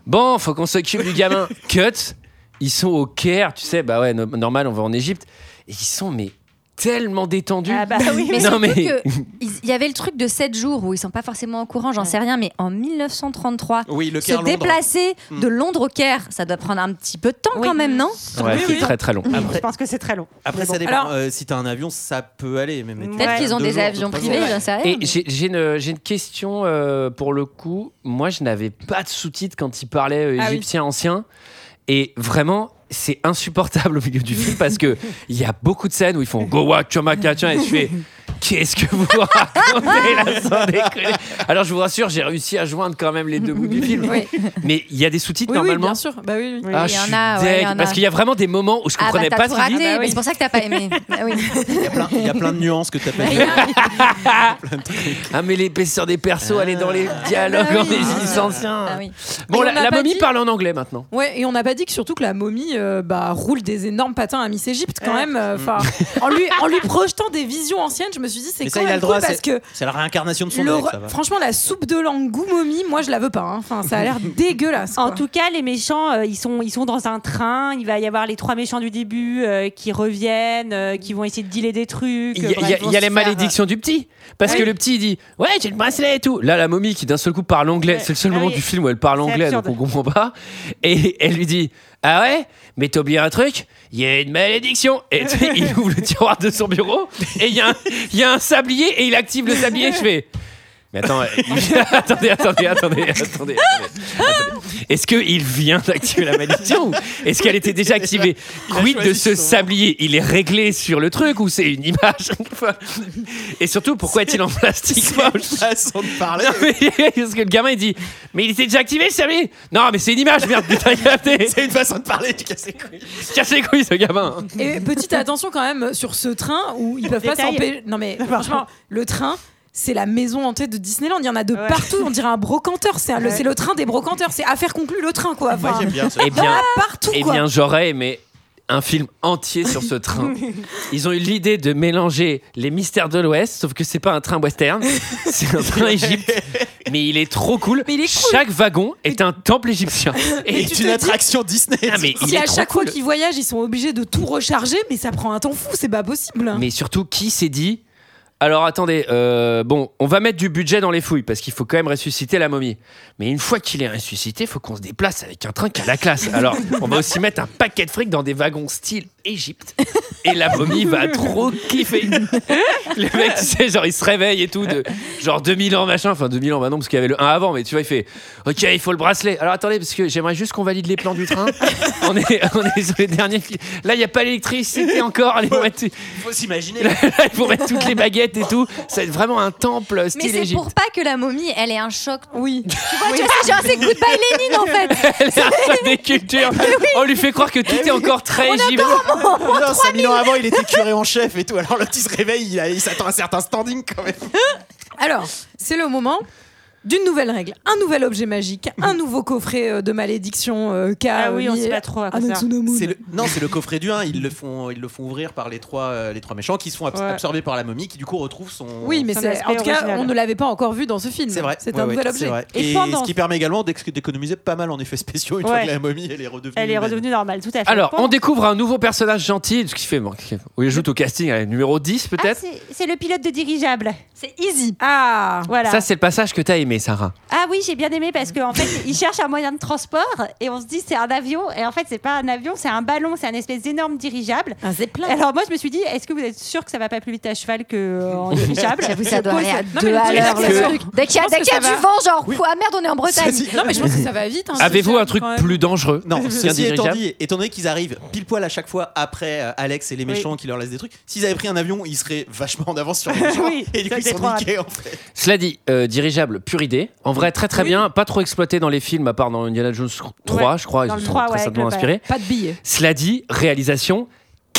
[SPEAKER 1] bon, faut qu'on s'occupe du gamin. Cut, ils sont au Caire, tu sais, bah ouais, no- normal, on va en Égypte. Et ils sont mais tellement détendus.
[SPEAKER 10] Ah bah oui.
[SPEAKER 6] Mais
[SPEAKER 1] Non,
[SPEAKER 6] surtout
[SPEAKER 1] mais-
[SPEAKER 6] que il y avait le truc de 7 jours où ils sont pas forcément au courant, j'en sais rien, mais en 1933,
[SPEAKER 8] Oui, le Hmm.
[SPEAKER 6] se
[SPEAKER 8] Caire, Londres.
[SPEAKER 6] déplacer de Londres au Caire, ça doit prendre un petit peu de temps
[SPEAKER 10] Oui.
[SPEAKER 6] quand même, non
[SPEAKER 1] Ouais,
[SPEAKER 9] Oui,
[SPEAKER 1] c'est
[SPEAKER 9] oui.
[SPEAKER 1] très très long.
[SPEAKER 10] Je pense que c'est très long.
[SPEAKER 8] Après,
[SPEAKER 10] Mais bon.
[SPEAKER 8] ça dépend.
[SPEAKER 9] Alors-
[SPEAKER 8] Euh, si t'as un avion, ça peut aller. Mais, mais tu
[SPEAKER 6] Peut-être
[SPEAKER 10] Ouais.
[SPEAKER 8] vois,
[SPEAKER 6] qu'ils ont
[SPEAKER 8] deux
[SPEAKER 6] des
[SPEAKER 8] jours,
[SPEAKER 6] avions
[SPEAKER 8] trois
[SPEAKER 6] privés,
[SPEAKER 8] jours.
[SPEAKER 6] j'en sais rien.
[SPEAKER 1] Et j'ai j'ai une, j'ai une question euh, pour le coup. Moi, je n'avais pas de sous-titres quand il parlait euh,
[SPEAKER 9] Ah oui.
[SPEAKER 1] égyptien ancien. Et vraiment, c'est insupportable au milieu du film parce que il y a beaucoup de scènes où ils font Go Watch Chomakacha et je fais. Qu'est-ce que vous racontez là, sans déconner Alors je vous rassure, j'ai réussi à joindre quand même les deux bouts du film.
[SPEAKER 9] Oui.
[SPEAKER 1] Mais il y a des sous-titres
[SPEAKER 9] Oui, oui,
[SPEAKER 1] normalement.
[SPEAKER 9] bien sûr. Bah oui, oui.
[SPEAKER 1] Ah,
[SPEAKER 6] il y
[SPEAKER 1] je
[SPEAKER 6] en
[SPEAKER 1] suis
[SPEAKER 6] a, ouais,
[SPEAKER 1] deg,
[SPEAKER 6] il y en a.
[SPEAKER 1] parce qu'il y a vraiment des moments où je
[SPEAKER 6] Ah bah
[SPEAKER 1] comprenais
[SPEAKER 6] t'as
[SPEAKER 1] pas
[SPEAKER 6] tout
[SPEAKER 1] ce qu'il
[SPEAKER 6] raté,
[SPEAKER 1] dit.
[SPEAKER 6] mais c'est pour ça que t'as pas aimé. Ah oui.
[SPEAKER 8] Il y a plein de nuances que t'as pas vues.
[SPEAKER 1] Ah mais l'épaisseur des persos, elle est dans les dialogues,
[SPEAKER 9] Ah
[SPEAKER 1] en
[SPEAKER 9] oui.
[SPEAKER 1] des anciens.
[SPEAKER 6] Ah oui.
[SPEAKER 1] Bon,
[SPEAKER 9] Et
[SPEAKER 1] la,
[SPEAKER 9] on n'a
[SPEAKER 1] la
[SPEAKER 9] pas
[SPEAKER 1] momie
[SPEAKER 9] dit-
[SPEAKER 1] parle en anglais maintenant.
[SPEAKER 9] Ouais, et on n'a pas dit que surtout que la momie euh, bah, roule des énormes patins à Miss Égypte quand même. euh, Enfin, en lui en lui projetant des visions anciennes, je me suis dit c'est
[SPEAKER 8] Mm. Mais
[SPEAKER 9] quand
[SPEAKER 8] ça, il a
[SPEAKER 9] même
[SPEAKER 8] le droit.
[SPEAKER 9] cool parce
[SPEAKER 8] C'est
[SPEAKER 9] que
[SPEAKER 8] c'est la réincarnation de son
[SPEAKER 9] le
[SPEAKER 8] œuvre,
[SPEAKER 9] re-
[SPEAKER 8] ça va.
[SPEAKER 9] franchement la soupe de l'angout momie, moi je la veux pas. hein. Enfin, ça a l'air dégueulasse.
[SPEAKER 10] En
[SPEAKER 9] quoi.
[SPEAKER 10] tout cas, les méchants, euh, ils, sont, ils sont dans un train. Il va y avoir les trois méchants du début euh, qui reviennent, euh, qui vont essayer de dealer des trucs.
[SPEAKER 1] Il y a,
[SPEAKER 10] euh,
[SPEAKER 1] il y a-
[SPEAKER 10] bref,
[SPEAKER 1] il y a
[SPEAKER 10] vont
[SPEAKER 1] les
[SPEAKER 10] se
[SPEAKER 1] malédictions du petit. Parce
[SPEAKER 10] Ah Oui.
[SPEAKER 1] que le petit, il dit Ouais, j'ai le bracelet et tout. Là, la momie qui d'un seul coup parle anglais.
[SPEAKER 10] Ouais.
[SPEAKER 1] C'est le seul
[SPEAKER 10] Ah
[SPEAKER 1] moment
[SPEAKER 10] oui.
[SPEAKER 1] du film où elle parle
[SPEAKER 10] C'est
[SPEAKER 1] anglais,
[SPEAKER 10] absurde.
[SPEAKER 1] donc on comprend pas. Et elle lui dit Ah ouais Mais t'as oublié un truc Il y a une malédiction. Et tu sais, il ouvre le tiroir de son bureau et il y, a un- il y a un sablier et il active le sablier. Je fais. Mais attends, il- Ah attendez, attendez, attendez, attendez, attendez. attendez. Est-ce qu'il vient d'activer la malédiction ou Est-ce qu'elle était déjà activée Quid de ce sablier Il est réglé sur le truc ou c'est une image Enfin, Et surtout, pourquoi est-il en plastique moche
[SPEAKER 8] façon de parler.
[SPEAKER 1] Non, mais- Parce que le gamin il dit Mais il était déjà activé le sablier Non, mais c'est une image, merde, putain, capté
[SPEAKER 8] C'est une façon de parler, tu casses les couilles.
[SPEAKER 1] Cassez les couilles ce gamin
[SPEAKER 9] Et petite attention quand même sur ce train où ils peuvent pas
[SPEAKER 10] Détail.
[SPEAKER 9] s'empêcher. Non mais franchement, le train. C'est la maison hantée de Disneyland. Il y en a de
[SPEAKER 10] Ouais.
[SPEAKER 9] partout. On dirait un brocanteur. C'est un- le-
[SPEAKER 10] Ouais.
[SPEAKER 9] c'est le train des brocanteurs. C'est affaire conclue le train quoi. Enfin,
[SPEAKER 8] Moi, j'aime bien ça.
[SPEAKER 1] Eh
[SPEAKER 9] Ah,
[SPEAKER 1] bien,
[SPEAKER 9] partout
[SPEAKER 1] eh
[SPEAKER 9] quoi.
[SPEAKER 1] bien j'aurais aimé un film entier sur ce train. Ils ont eu l'idée de mélanger les mystères de l'Ouest, sauf que c'est pas un train western, c'est un train égypte. Mais il est trop cool.
[SPEAKER 9] Mais il est cool.
[SPEAKER 1] Chaque wagon est un temple égyptien. Et
[SPEAKER 8] C'est une attraction Disney.
[SPEAKER 1] Ah, mais il
[SPEAKER 9] si
[SPEAKER 1] est
[SPEAKER 9] à
[SPEAKER 1] trop
[SPEAKER 9] chaque fois
[SPEAKER 1] cool.
[SPEAKER 9] qu'ils voyagent, ils sont obligés de tout recharger, mais ça prend un temps fou, c'est pas possible.
[SPEAKER 1] Mais surtout, qui s'est dit Alors attendez, euh, bon, on va mettre du budget dans les fouilles parce qu'il faut quand même ressusciter la momie. Mais une fois qu'il est ressuscité, faut qu'on se déplace avec un train qui a la classe. Alors, on va aussi mettre un paquet de fric dans des wagons style Égypte. Et la momie va trop kiffer. Le mec, tu sais, genre, il se réveille et tout, de, genre 2000 ans, machin. Enfin, 2000 ans, bah non, parce qu'il y avait le 1 avant, mais tu vois, il fait Ok, il faut le bracelet. Alors attendez, parce que j'aimerais juste qu'on valide les plans du train. On est, on est sur les derniers. qui- Là, il n'y a pas l'électricité encore. Les voitures-
[SPEAKER 8] Faut s'imaginer.
[SPEAKER 1] Là, ils vont mettre toutes les baguettes et tout. C'est vraiment un temple
[SPEAKER 6] Mais
[SPEAKER 1] style
[SPEAKER 6] c'est
[SPEAKER 1] Égypte.
[SPEAKER 6] pour pas que la momie, elle ait un choc.
[SPEAKER 9] Oui.
[SPEAKER 6] Tu vois, tu vois, c'est genre, c'est goodbye Lénine en fait.
[SPEAKER 1] Elle est un choc des cultures. On lui fait croire que tout est encore très égyptien.
[SPEAKER 8] Non, 5000 ans avant, il était curé en chef et tout. Alors l'autre, il se réveille, il, a- il s'attend à un certain standing quand même.
[SPEAKER 9] Alors, c'est le moment d'une nouvelle règle, un nouvel objet magique, un nouveau coffret euh, de malédiction euh, qu'a,
[SPEAKER 10] Ah oui, on
[SPEAKER 9] mis
[SPEAKER 10] sait pas trop à quoi
[SPEAKER 9] Anatsu
[SPEAKER 10] ça sert.
[SPEAKER 9] no Moon.
[SPEAKER 8] C'est le- non, c'est le coffret du 1. Ils le font, ils le font ouvrir par les trois, euh, les trois méchants qui se font abs-
[SPEAKER 10] Ouais.
[SPEAKER 8] absorber par la momie, qui du coup retrouve son.
[SPEAKER 9] Oui, mais
[SPEAKER 10] Son
[SPEAKER 9] c'est- en
[SPEAKER 10] aspect
[SPEAKER 9] tout cas,
[SPEAKER 10] original.
[SPEAKER 9] on ne l'avait pas encore vu dans ce film.
[SPEAKER 8] C'est vrai.
[SPEAKER 9] C'est
[SPEAKER 8] Ouais,
[SPEAKER 9] un
[SPEAKER 8] ouais,
[SPEAKER 9] nouvel
[SPEAKER 8] c'est
[SPEAKER 9] objet.
[SPEAKER 8] vrai.
[SPEAKER 10] Et
[SPEAKER 8] Et,
[SPEAKER 10] pendant-
[SPEAKER 8] ce qui permet également d'ex- d'économiser pas mal en effets spéciaux une fois
[SPEAKER 10] Ouais.
[SPEAKER 8] que la momie elle est redevenue.
[SPEAKER 10] Elle est
[SPEAKER 8] humaine.
[SPEAKER 10] redevenue normale, tout à fait.
[SPEAKER 1] Alors,
[SPEAKER 10] Bon.
[SPEAKER 1] on découvre un nouveau personnage gentil, ce qui fait on ajoute au casting euh, numéro 10
[SPEAKER 10] Ah,
[SPEAKER 1] peut-être.
[SPEAKER 10] c'est- c'est le pilote de dirigeable.
[SPEAKER 6] C'est easy.
[SPEAKER 9] Ah
[SPEAKER 10] Voilà.
[SPEAKER 1] Ça c'est le passage que t'as aimé, Sarah.
[SPEAKER 10] Ah oui, j'ai bien aimé parce qu'en fait, ils cherchent un moyen de transport et on se dit c'est un avion. Et en fait, c'est pas un avion, c'est un ballon, c'est un espèce d'énorme dirigeable.
[SPEAKER 9] un zeppelin.
[SPEAKER 10] Alors moi, je me suis dit, est-ce que vous êtes sûr que ça va pas plus vite à cheval que euh, en dirigeable
[SPEAKER 6] J'avoue, ça doit
[SPEAKER 10] Pose-
[SPEAKER 6] aller à
[SPEAKER 10] Non, mais
[SPEAKER 6] deux
[SPEAKER 10] le
[SPEAKER 6] à
[SPEAKER 10] truc,
[SPEAKER 6] l'heure.
[SPEAKER 10] c'est
[SPEAKER 1] que-
[SPEAKER 6] le truc. Dès qu'il y a,
[SPEAKER 9] Je pense
[SPEAKER 6] dès qu'il y a
[SPEAKER 9] que ça
[SPEAKER 6] du vent, genre, ah merde, on est en Bretagne.
[SPEAKER 8] Ceci-
[SPEAKER 9] Non, mais je pense que ça va vite. hein, ce
[SPEAKER 1] Avez-vous
[SPEAKER 9] film,
[SPEAKER 1] un truc
[SPEAKER 9] quand même.
[SPEAKER 1] plus dangereux
[SPEAKER 8] Non,
[SPEAKER 1] qu'un
[SPEAKER 8] ceci étant
[SPEAKER 1] dirigeable
[SPEAKER 8] dit, étant donné qu'ils arrivent pile poil à chaque fois après euh, Alex et les méchants qui leur laissent des trucs, s'ils avaient pris un avion, ils seraient vachement en avance sur les méchants.
[SPEAKER 10] Oui,
[SPEAKER 8] et du coup,
[SPEAKER 10] ça,
[SPEAKER 8] ils
[SPEAKER 10] c'est
[SPEAKER 8] sont
[SPEAKER 10] trop
[SPEAKER 8] niqués en fait.
[SPEAKER 1] Cela dit, euh, dirigeable, pure idée. En vrai, très très bien. Pas trop exploité dans les films, à part dans Indiana Jones 3, je crois.
[SPEAKER 10] Dans
[SPEAKER 1] ils
[SPEAKER 10] le
[SPEAKER 1] se sont
[SPEAKER 10] 3,
[SPEAKER 1] très
[SPEAKER 10] ouais,
[SPEAKER 1] certainement
[SPEAKER 10] avec le
[SPEAKER 1] inspirés.
[SPEAKER 9] Pas de billets.
[SPEAKER 1] Cela dit, réalisation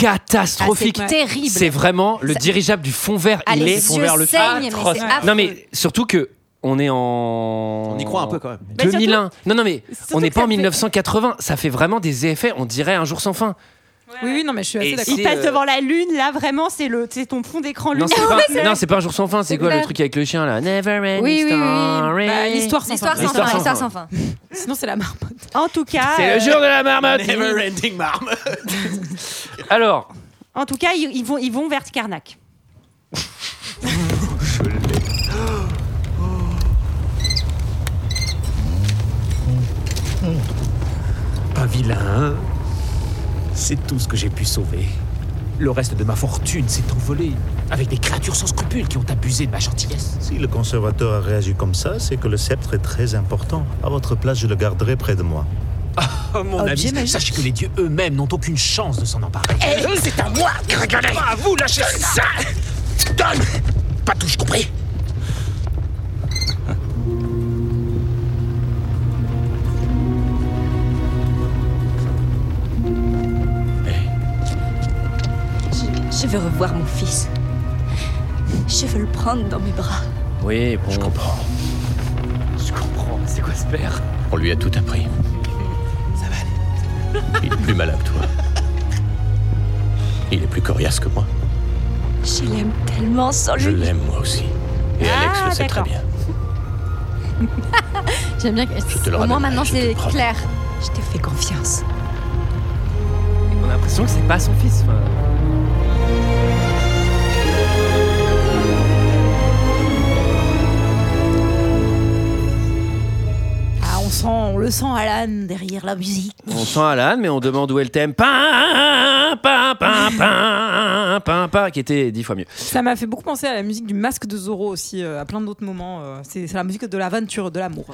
[SPEAKER 1] catastrophique.
[SPEAKER 6] Ah, c'est terrible.
[SPEAKER 1] C'est vraiment le dirigeable du fond vert.
[SPEAKER 6] Ah,
[SPEAKER 1] il
[SPEAKER 6] les
[SPEAKER 1] est
[SPEAKER 6] yeux saignent, mais
[SPEAKER 1] atroce.
[SPEAKER 6] c'est affreux.
[SPEAKER 1] Non mais surtout que on est en
[SPEAKER 8] On y croit un peu quand même.
[SPEAKER 10] Mais surtout-
[SPEAKER 1] 2001. non non mais
[SPEAKER 10] surtout
[SPEAKER 1] on n'est
[SPEAKER 10] que
[SPEAKER 1] pas
[SPEAKER 10] ça
[SPEAKER 1] en
[SPEAKER 10] fait-
[SPEAKER 1] 1980. Ça fait vraiment des effets. On dirait un jour sans fin.
[SPEAKER 9] Oui, oui, non, mais je suis
[SPEAKER 1] Et
[SPEAKER 9] assez d'accord.
[SPEAKER 1] c'est,
[SPEAKER 10] Il passe
[SPEAKER 1] euh,
[SPEAKER 10] devant la lune, là vraiment c'est le c'est ton fond d'écran
[SPEAKER 1] Non
[SPEAKER 10] lumineux.
[SPEAKER 1] c'est pas, non, c'est pas un jour sans fin. C'est
[SPEAKER 6] C'est
[SPEAKER 1] quoi le
[SPEAKER 6] clair.
[SPEAKER 1] truc avec le chien là Never ending
[SPEAKER 6] Oui, oui, oui.
[SPEAKER 1] story.
[SPEAKER 9] Bah, L'histoire sans
[SPEAKER 6] L'histoire
[SPEAKER 9] fin.
[SPEAKER 6] sans
[SPEAKER 1] L'histoire
[SPEAKER 6] fin,
[SPEAKER 1] sans
[SPEAKER 6] l'histoire
[SPEAKER 1] fin.
[SPEAKER 6] sans fin.
[SPEAKER 9] Sinon, c'est la marmotte.
[SPEAKER 10] En tout cas,
[SPEAKER 1] C'est le
[SPEAKER 10] euh,
[SPEAKER 1] jour de la
[SPEAKER 8] Ah,
[SPEAKER 1] marmotte.
[SPEAKER 8] Never ending marm.
[SPEAKER 1] Alors
[SPEAKER 10] en tout cas, ils, ils vont ils vont vers Karnak.
[SPEAKER 3] Pas vilain. hein c'est tout ce que j'ai pu sauver. Le reste de ma fortune s'est envolé avec des créatures sans scrupules qui ont abusé de ma gentillesse.
[SPEAKER 4] Si le conservateur a réagi comme ça, c'est que le sceptre est très important. À votre place, je le garderai près de moi.
[SPEAKER 3] Oh, mon
[SPEAKER 12] Objet
[SPEAKER 3] ami,
[SPEAKER 12] magique.
[SPEAKER 3] sachez que les dieux eux-mêmes n'ont aucune chance de s'en emparer.
[SPEAKER 2] Eh, c'est à moi de rigoler
[SPEAKER 3] Pas à vous, lâchez
[SPEAKER 2] Donne ça Donne Pas touche, compris
[SPEAKER 13] Je veux revoir mon fils. Je veux le prendre dans mes bras.
[SPEAKER 1] Oui, bon. Je comprends.
[SPEAKER 12] Je comprends, c'est quoi ce père
[SPEAKER 14] On lui a tout appris. Ça va aller. Il est plus malade que toi. Il est plus coriace que moi.
[SPEAKER 13] Je l'aime tellement sans
[SPEAKER 14] Je
[SPEAKER 13] lui.
[SPEAKER 14] l'aime moi aussi. Et Alex le sait très bien.
[SPEAKER 6] J'aime bien que.
[SPEAKER 14] te le
[SPEAKER 6] Au moins
[SPEAKER 14] ramènerai,
[SPEAKER 6] maintenant
[SPEAKER 14] je te
[SPEAKER 6] c'est
[SPEAKER 14] le promets.
[SPEAKER 6] clair. Je te fais confiance.
[SPEAKER 12] On a l'impression que c'est pas son fils. enfin.
[SPEAKER 9] Ah, on, sent, on le sent, Alan, derrière la musique.
[SPEAKER 1] On sent Alan, mais on demande où est le thème. Pin, pin, pin, pin, pin, pin, qui était dix fois mieux.
[SPEAKER 9] Ça m'a fait beaucoup penser à la musique du masque de Zorro aussi, euh, à plein d'autres moments. euh, c'est c'est la musique de l'aventure, de l'amour.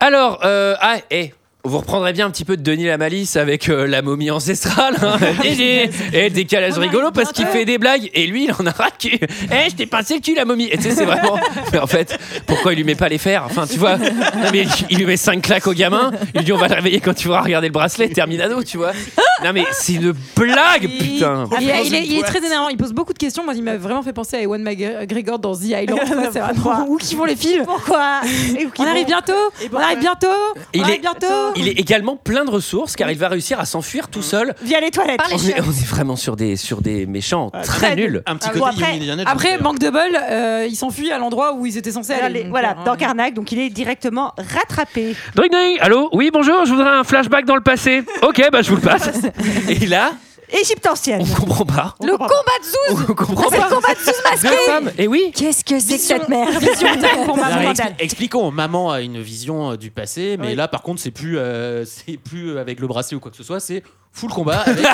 [SPEAKER 1] Alors, euh, ah, eh, vous reprendrez bien un petit peu de Denis la Malice avec euh, la momie ancestrale. hein. et, des, et des décalages rigolos parce qu'il fait des blagues et lui, il en a raqué. Eh, je t'ai pincé le cul, la momie. Et tu sais, c'est vraiment. Mais en fait, pourquoi il lui met pas les fers Enfin, tu vois, non, mais il- il lui met cinq claques au gamin. Il lui dit, on va le réveiller quand tu vas regarder le bracelet, terminado, tu vois. Non, mais c'est une blague, putain.
[SPEAKER 9] Il, il est- il est, il est très énervant, il pose beaucoup de questions. Moi, il m'a vraiment fait penser à Ewan McGregor dans The Island. Tu vois, c'est vraiment où qui vont les films Pourquoi On arrive bientôt On arrive bientôt On
[SPEAKER 1] Il
[SPEAKER 9] arrive
[SPEAKER 1] est,
[SPEAKER 9] bientôt
[SPEAKER 1] il est également plein de ressources car il va réussir à s'enfuir
[SPEAKER 9] Mm.
[SPEAKER 1] tout seul.
[SPEAKER 9] Via les toilettes. Par les
[SPEAKER 1] on, est,
[SPEAKER 9] chiottes.
[SPEAKER 1] on est vraiment sur des, sur des méchants très,
[SPEAKER 9] très
[SPEAKER 1] nuls.
[SPEAKER 8] Un petit
[SPEAKER 9] Ah, bon, après, après, manque de bol, euh, ils s'enfuient à l'endroit où ils étaient censés
[SPEAKER 10] Voilà,
[SPEAKER 9] aller. euh,
[SPEAKER 10] les- voilà, dans
[SPEAKER 9] Carnac, donc il est directement rattrapé.
[SPEAKER 1] Dring dring, allô Oui, bonjour, je voudrais un flashback dans le passé. Ok, bah je vous le passe. Et là,
[SPEAKER 10] Égypte ancienne.
[SPEAKER 1] on comprend pas.
[SPEAKER 6] Le combat de Zouz
[SPEAKER 1] On comprend
[SPEAKER 6] C'est
[SPEAKER 1] pas.
[SPEAKER 6] le combat de Zouz masqué
[SPEAKER 1] Deux femmes, et oui. Ah,
[SPEAKER 6] Qu'est-ce que c'est que cette merde
[SPEAKER 8] Alors, expli- Expliquons, maman a une vision euh, du passé, mais là par contre c'est plus, euh, c'est plus avec le bracelet ou quoi que ce soit, c'est full combat avec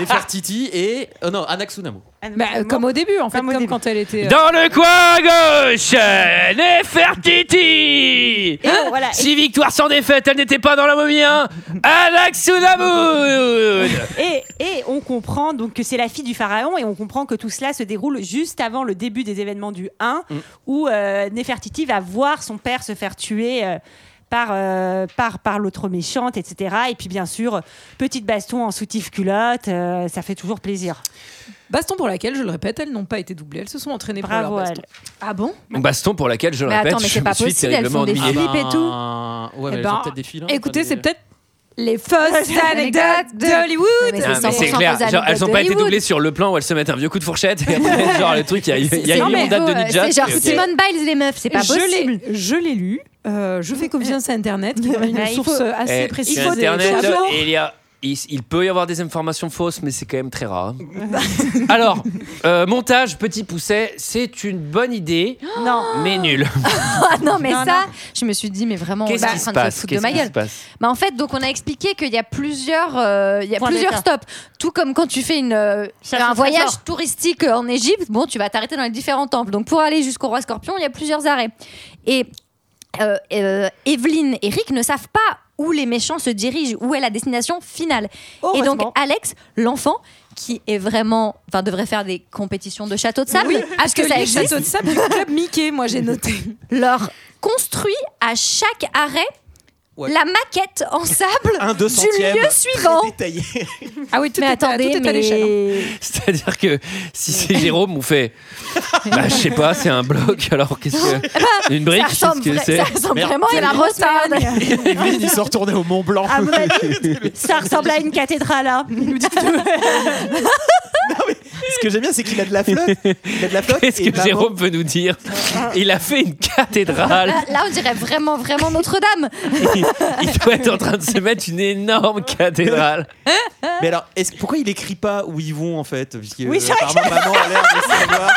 [SPEAKER 8] les Fertiti et oh non Anaxunamu.
[SPEAKER 9] Bah, euh, comme au début, en fait, comme quand elle était. euh,
[SPEAKER 1] Dans le coin à gauche, euh, Nefertiti
[SPEAKER 9] Et bon, voilà.
[SPEAKER 1] Six victoires sans défaite, elle n'était pas dans la momie hein. 1 Anaxunamun
[SPEAKER 10] Et, et on comprend donc que c'est la fille du pharaon et on comprend que tout cela se déroule juste avant le début des événements du 1
[SPEAKER 1] Mm.
[SPEAKER 10] où euh, Nefertiti va voir son père se faire tuer euh, par, euh, par, par l'autre méchante, etc. Et puis bien sûr, petite baston en soutif culotte, euh, ça fait toujours plaisir.
[SPEAKER 9] Baston pour laquelle, je le répète, elles n'ont pas été doublées, elles se sont entraînées
[SPEAKER 10] Bravo
[SPEAKER 9] pour leur baston. Ah bon
[SPEAKER 1] Baston pour laquelle, je le
[SPEAKER 9] Mais
[SPEAKER 1] répète,
[SPEAKER 9] attends, mais
[SPEAKER 1] je
[SPEAKER 9] c'est
[SPEAKER 1] me
[SPEAKER 9] pas
[SPEAKER 1] suis
[SPEAKER 9] possible, elles
[SPEAKER 1] terriblement
[SPEAKER 9] font des
[SPEAKER 1] ennuyé.
[SPEAKER 9] flips et tout.
[SPEAKER 8] Ah, ouais,
[SPEAKER 9] Eh
[SPEAKER 8] mais elles
[SPEAKER 9] ben,
[SPEAKER 8] ont peut-être des fils. hein,
[SPEAKER 9] Écoutez,
[SPEAKER 8] pas
[SPEAKER 9] c'est
[SPEAKER 1] euh,
[SPEAKER 8] des-
[SPEAKER 9] peut-être les fausses anecdotes d'Hollywood.
[SPEAKER 1] Ah, mais c'est clair, genre, elles n'ont pas été doublées sur le plan où elles se mettent un vieux coup de fourchette et après, genre le truc, il y a, il y a
[SPEAKER 6] C'est-
[SPEAKER 1] une
[SPEAKER 6] mais
[SPEAKER 1] date de
[SPEAKER 6] faut, euh,
[SPEAKER 1] ninja.
[SPEAKER 6] C'est genre
[SPEAKER 1] Ok.
[SPEAKER 6] Simone Biles, les meufs, c'est pas
[SPEAKER 9] Je l'ai-
[SPEAKER 6] possible.
[SPEAKER 9] Je l'ai lu. euh, je fais confiance à Internet, qui est une
[SPEAKER 6] Ouais, il
[SPEAKER 9] source
[SPEAKER 6] faut-
[SPEAKER 9] assez
[SPEAKER 1] Eh,
[SPEAKER 9] précise.
[SPEAKER 1] Sur Internet,
[SPEAKER 9] Bonjour.
[SPEAKER 1] euh, il, y a- il- il peut y avoir des informations fausses, mais c'est quand même très rare. Alors, euh, montage, petit pousset, c'est une bonne idée,
[SPEAKER 9] Oh
[SPEAKER 10] Non.
[SPEAKER 1] mais nulle.
[SPEAKER 6] Ah non, mais
[SPEAKER 10] Non,
[SPEAKER 6] ça, je me suis dit, mais vraiment, on est
[SPEAKER 1] Qu'est-ce
[SPEAKER 6] en
[SPEAKER 1] qui se
[SPEAKER 6] train de se
[SPEAKER 1] passe
[SPEAKER 6] foutre de
[SPEAKER 1] Qu'est-ce
[SPEAKER 6] ma
[SPEAKER 1] qui
[SPEAKER 6] gueule.
[SPEAKER 1] se passe
[SPEAKER 6] Bah en fait, donc on a expliqué qu'il y a plusieurs, euh, il y a
[SPEAKER 10] Points
[SPEAKER 6] plusieurs
[SPEAKER 10] d'étape.
[SPEAKER 6] stops. Tout comme quand tu fais une, euh,
[SPEAKER 10] Chasse au
[SPEAKER 6] un voyage
[SPEAKER 10] trésor.
[SPEAKER 6] touristique euh, en Égypte, bon, tu vas t'arrêter dans les différents temples. Donc pour aller jusqu'au roi Scorpion, il y a plusieurs arrêts. Et euh, euh, Evelyne et Rick ne savent pas où les méchants se dirigent, où est la destination finale. Et donc
[SPEAKER 10] Heureusement.
[SPEAKER 6] Alex, l'enfant, qui est vraiment, enfin devrait faire des compétitions de château de sable,
[SPEAKER 9] Oui,
[SPEAKER 6] parce que ça
[SPEAKER 9] les
[SPEAKER 6] existe
[SPEAKER 9] châteaux de sable du club Mickey, moi j'ai noté.
[SPEAKER 6] leur construit à chaque arrêt
[SPEAKER 9] Ouais.
[SPEAKER 6] la maquette en sable
[SPEAKER 9] Un deux
[SPEAKER 6] du
[SPEAKER 9] centièmes,
[SPEAKER 6] lieu suivant.
[SPEAKER 9] Ah oui, tout
[SPEAKER 6] mais
[SPEAKER 9] est à-
[SPEAKER 6] attendez,
[SPEAKER 9] tout est à
[SPEAKER 6] mais-
[SPEAKER 9] l'échelle,
[SPEAKER 1] C'est-à-dire que si c'est Jérôme, on fait. Bah, je sais pas, c'est un bloc, alors qu'est-ce que. Une brique
[SPEAKER 6] Eh ben, ça ressemble,
[SPEAKER 1] qu'est-ce que
[SPEAKER 6] vra- ça ressemble
[SPEAKER 1] Merde.
[SPEAKER 6] vraiment à la grosse merde.
[SPEAKER 8] Evelyne, il se retournait au Mont Blanc.
[SPEAKER 10] À mon avis, ça ressemble à une cathédrale. hein.
[SPEAKER 8] Ce que j'aime bien, c'est qu'il a de la flotte. Il a de la flotte.
[SPEAKER 1] Qu'est-ce
[SPEAKER 8] et
[SPEAKER 1] que
[SPEAKER 8] maman-
[SPEAKER 1] Jérôme veut nous dire Il a fait une cathédrale.
[SPEAKER 6] Là, là, on dirait vraiment, vraiment Notre-Dame.
[SPEAKER 1] Il doit être en train de se mettre une énorme cathédrale.
[SPEAKER 8] Mais alors, est-ce- pourquoi il écrit pas où ils vont en fait Parce que,
[SPEAKER 1] Oui,
[SPEAKER 8] euh,
[SPEAKER 1] c'est vrai
[SPEAKER 8] apparemment, maman a l'air de savoir.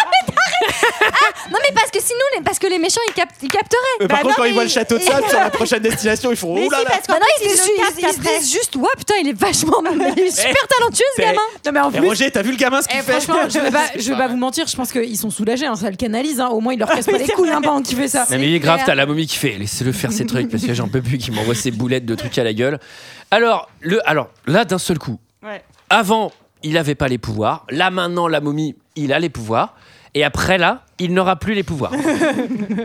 [SPEAKER 6] Non, mais parce que sinon, les- parce que les méchants, ils, cap- ils capteraient.
[SPEAKER 8] Mais par contre, quand ils voient le château de sable sur la prochaine destination, ils feront
[SPEAKER 6] Mais
[SPEAKER 8] Ouh là
[SPEAKER 6] si,
[SPEAKER 8] là
[SPEAKER 6] parce qu'en
[SPEAKER 8] Bah
[SPEAKER 6] plus,
[SPEAKER 8] non,
[SPEAKER 6] ils, se
[SPEAKER 8] le
[SPEAKER 6] disent-
[SPEAKER 8] captent
[SPEAKER 6] ils se
[SPEAKER 8] après.
[SPEAKER 6] disent juste, ouais, putain, il est vachement, il est super talentueux,
[SPEAKER 8] Eh,
[SPEAKER 6] ce gamin.
[SPEAKER 9] Non, mais en
[SPEAKER 8] Eh,
[SPEAKER 9] plus-
[SPEAKER 8] Roger, t'as vu le gamin ce qu'il
[SPEAKER 9] Eh,
[SPEAKER 8] fait
[SPEAKER 9] franchement, je vais pas, je vais pas vous mentir, je pense qu'ils sont soulagés, hein, ça le canalise. hein. Au moins, il leur casse pas les couilles, un pan qui fait ça.
[SPEAKER 1] Non, mais il est grave, t'as la momie qui fait laissez-le faire ses trucs parce que j'en peux plus qu'il m'envoie ses boulettes de trucs à la gueule. Alors, le, alors là, d'un seul coup,
[SPEAKER 10] Ouais.
[SPEAKER 1] avant, il avait pas les pouvoirs. Là, maintenant, la momie, il a les pouvoirs. Et après, là, il n'aura plus les pouvoirs.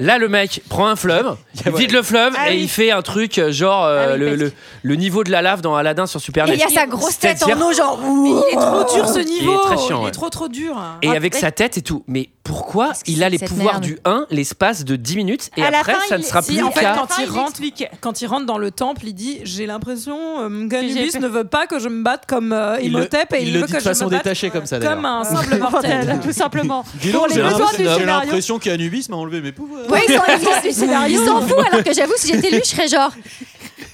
[SPEAKER 1] là, le mec prend un fleuve, il vide le fleuve
[SPEAKER 6] Ah
[SPEAKER 1] et
[SPEAKER 6] oui. Ah
[SPEAKER 1] il fait un truc euh, genre euh, le, le- le niveau de la lave dans Aladdin sur Super
[SPEAKER 6] Et
[SPEAKER 1] NES.
[SPEAKER 6] il y a sa grosse tête en
[SPEAKER 1] C'est-à-dire-
[SPEAKER 6] eau, genre.
[SPEAKER 9] Mais il est trop dur ce
[SPEAKER 1] Oh, Il est
[SPEAKER 9] niveau.
[SPEAKER 1] très chiant,
[SPEAKER 9] il est
[SPEAKER 1] ouais.
[SPEAKER 9] trop trop dur. hein.
[SPEAKER 1] Et avec sa tête et tout. Mais pourquoi il a les
[SPEAKER 9] cette
[SPEAKER 1] pouvoirs
[SPEAKER 9] merde
[SPEAKER 1] du 1 l'espace de 10 minutes et
[SPEAKER 9] À la
[SPEAKER 1] après
[SPEAKER 9] fin,
[SPEAKER 1] ça ne
[SPEAKER 9] il-
[SPEAKER 1] sera
[SPEAKER 9] si,
[SPEAKER 1] plus
[SPEAKER 9] en fait,
[SPEAKER 1] qu'à-
[SPEAKER 9] quand Ah, il, rentre, quand il rentre dans le temple, il dit J'ai l'impression euh,
[SPEAKER 10] j'ai
[SPEAKER 9] Mganubis
[SPEAKER 10] fait-
[SPEAKER 9] ne veut pas que je me batte comme euh,
[SPEAKER 8] Il le-
[SPEAKER 9] Imhotep et
[SPEAKER 8] il
[SPEAKER 9] il,
[SPEAKER 8] le
[SPEAKER 9] veut
[SPEAKER 8] dit
[SPEAKER 9] que
[SPEAKER 8] de
[SPEAKER 9] je
[SPEAKER 8] façon
[SPEAKER 9] me batte
[SPEAKER 8] détachée comme ça, d'ailleurs.
[SPEAKER 9] Comme un simple mortel.
[SPEAKER 10] tout simplement.
[SPEAKER 8] Dis
[SPEAKER 10] Pour
[SPEAKER 8] donc,
[SPEAKER 10] les
[SPEAKER 8] j'ai
[SPEAKER 10] besoins du
[SPEAKER 8] l'impression- j'ai
[SPEAKER 10] scénario.
[SPEAKER 8] l'impression qu'Anubis m'a enlevé mes pouvoirs.
[SPEAKER 6] Ouais, ils s'en- ils s'en-
[SPEAKER 9] Du scénario.
[SPEAKER 6] ils s'en foutent, alors que j'avoue, si j'étais lui, je serais genre.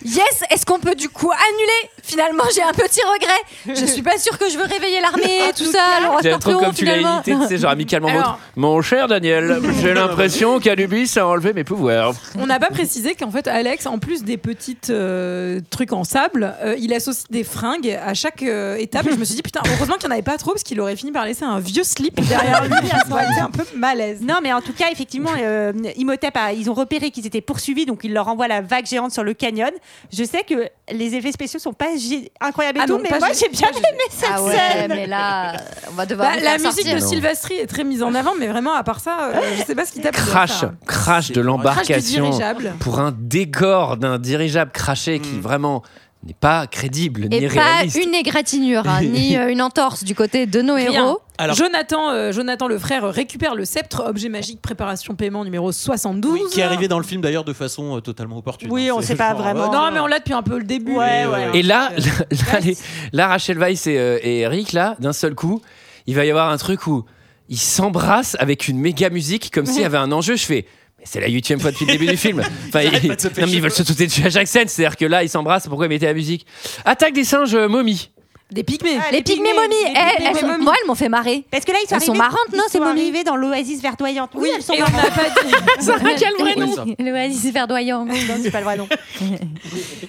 [SPEAKER 6] Yes, est-ce qu'on peut du coup annuler Finalement, j'ai un petit regret. Je suis pas sûre que je veux réveiller l'armée, tout ça. Laurent
[SPEAKER 1] J'ai trop
[SPEAKER 6] Scorpion,
[SPEAKER 1] comme tu l'as
[SPEAKER 6] finalement.
[SPEAKER 1] imité, tu sais, genre amicalement
[SPEAKER 9] Alors-
[SPEAKER 1] votre. Mon cher Daniel, j'ai l'impression qu'Anubis a enlevé mes pouvoirs.
[SPEAKER 9] On n'a pas précisé qu'en fait, Alex, en plus des petites euh, trucs en sable, euh, il associe des fringues à chaque euh, étape. Et je me suis dit, putain, heureusement qu'il n'y en avait pas trop parce qu'il aurait fini par laisser un vieux slip derrière lui. Ça aurait été un peu malaise.
[SPEAKER 10] Non, mais en tout cas, effectivement, euh, Imhotep, a- ils ont repéré qu'ils étaient poursuivis, donc ils leur envoient la vague géante sur le canyon. Je sais que les effets spéciaux sont pas gé- incroyables et
[SPEAKER 9] Ah
[SPEAKER 10] tout,
[SPEAKER 9] non,
[SPEAKER 10] mais
[SPEAKER 9] pas
[SPEAKER 10] moi
[SPEAKER 9] gé-
[SPEAKER 10] j'ai bien aimé cette
[SPEAKER 6] Ah ouais,
[SPEAKER 10] scène.
[SPEAKER 6] mais là, on va devoir.
[SPEAKER 9] Bah,
[SPEAKER 6] vous
[SPEAKER 9] la
[SPEAKER 6] faire
[SPEAKER 9] musique de
[SPEAKER 6] sortir.
[SPEAKER 9] Sylvestri est très mise en avant, mais vraiment, à part ça, euh, je sais pas ce qui tape.
[SPEAKER 1] Crash, crash de l'embarcation
[SPEAKER 9] dirigeable.
[SPEAKER 1] pour un décor d'un dirigeable craché qui vraiment n'est pas crédible ni
[SPEAKER 6] Et pas
[SPEAKER 1] réaliste.
[SPEAKER 6] une égratignure, hein, ni euh, une entorse du côté de nos héros.
[SPEAKER 9] Alors... Jonathan, euh, Jonathan le frère récupère le sceptre, objet magique, préparation paiement numéro 72.
[SPEAKER 8] Qui est arrivé dans le film d'ailleurs de façon euh, totalement opportune.
[SPEAKER 9] Oui,
[SPEAKER 8] hein,
[SPEAKER 9] on
[SPEAKER 8] c'est-
[SPEAKER 9] sait pas
[SPEAKER 8] genre,
[SPEAKER 9] vraiment.
[SPEAKER 8] oh,
[SPEAKER 9] Non, mais on l'a depuis un peu le début.
[SPEAKER 8] Ouais, ouais.
[SPEAKER 1] Et là, là, là, les- là, Rachel Weiss et, euh, et Eric, là, d'un seul coup, il va y avoir un truc où ils s'embrassent avec une méga musique comme s'il y avait un enjeu. Je fais. mais C'est la huitième fois depuis le début du film. Enfin, ils,
[SPEAKER 8] pas de se
[SPEAKER 1] non, mais ils veulent se sauter dessus à chaque scène. C'est-à-dire que là, ils s'embrassent. Pourquoi ils mettaient la musique Attaque des singes euh, momies.
[SPEAKER 9] Des pygmées. Eh,
[SPEAKER 10] Ah,
[SPEAKER 6] Les pygmées momies,
[SPEAKER 10] les
[SPEAKER 6] elles-
[SPEAKER 10] pygmées
[SPEAKER 6] elles sont-
[SPEAKER 10] momies.
[SPEAKER 6] moi, elles m'ont fait marrer.
[SPEAKER 10] Parce que là, ils sont
[SPEAKER 6] Elles sont
[SPEAKER 10] arrivés-
[SPEAKER 6] marrantes, non,
[SPEAKER 10] ils
[SPEAKER 6] ces
[SPEAKER 10] sont
[SPEAKER 6] momies
[SPEAKER 10] arrivés dans l'oasis verdoyante. Oui, elles sont
[SPEAKER 9] Et on n'a
[SPEAKER 10] marrantes.
[SPEAKER 9] pas dit.
[SPEAKER 6] Ça, quel
[SPEAKER 1] vrai nom
[SPEAKER 6] L'oasis verdoyant.
[SPEAKER 10] Non, c'est pas le vrai nom.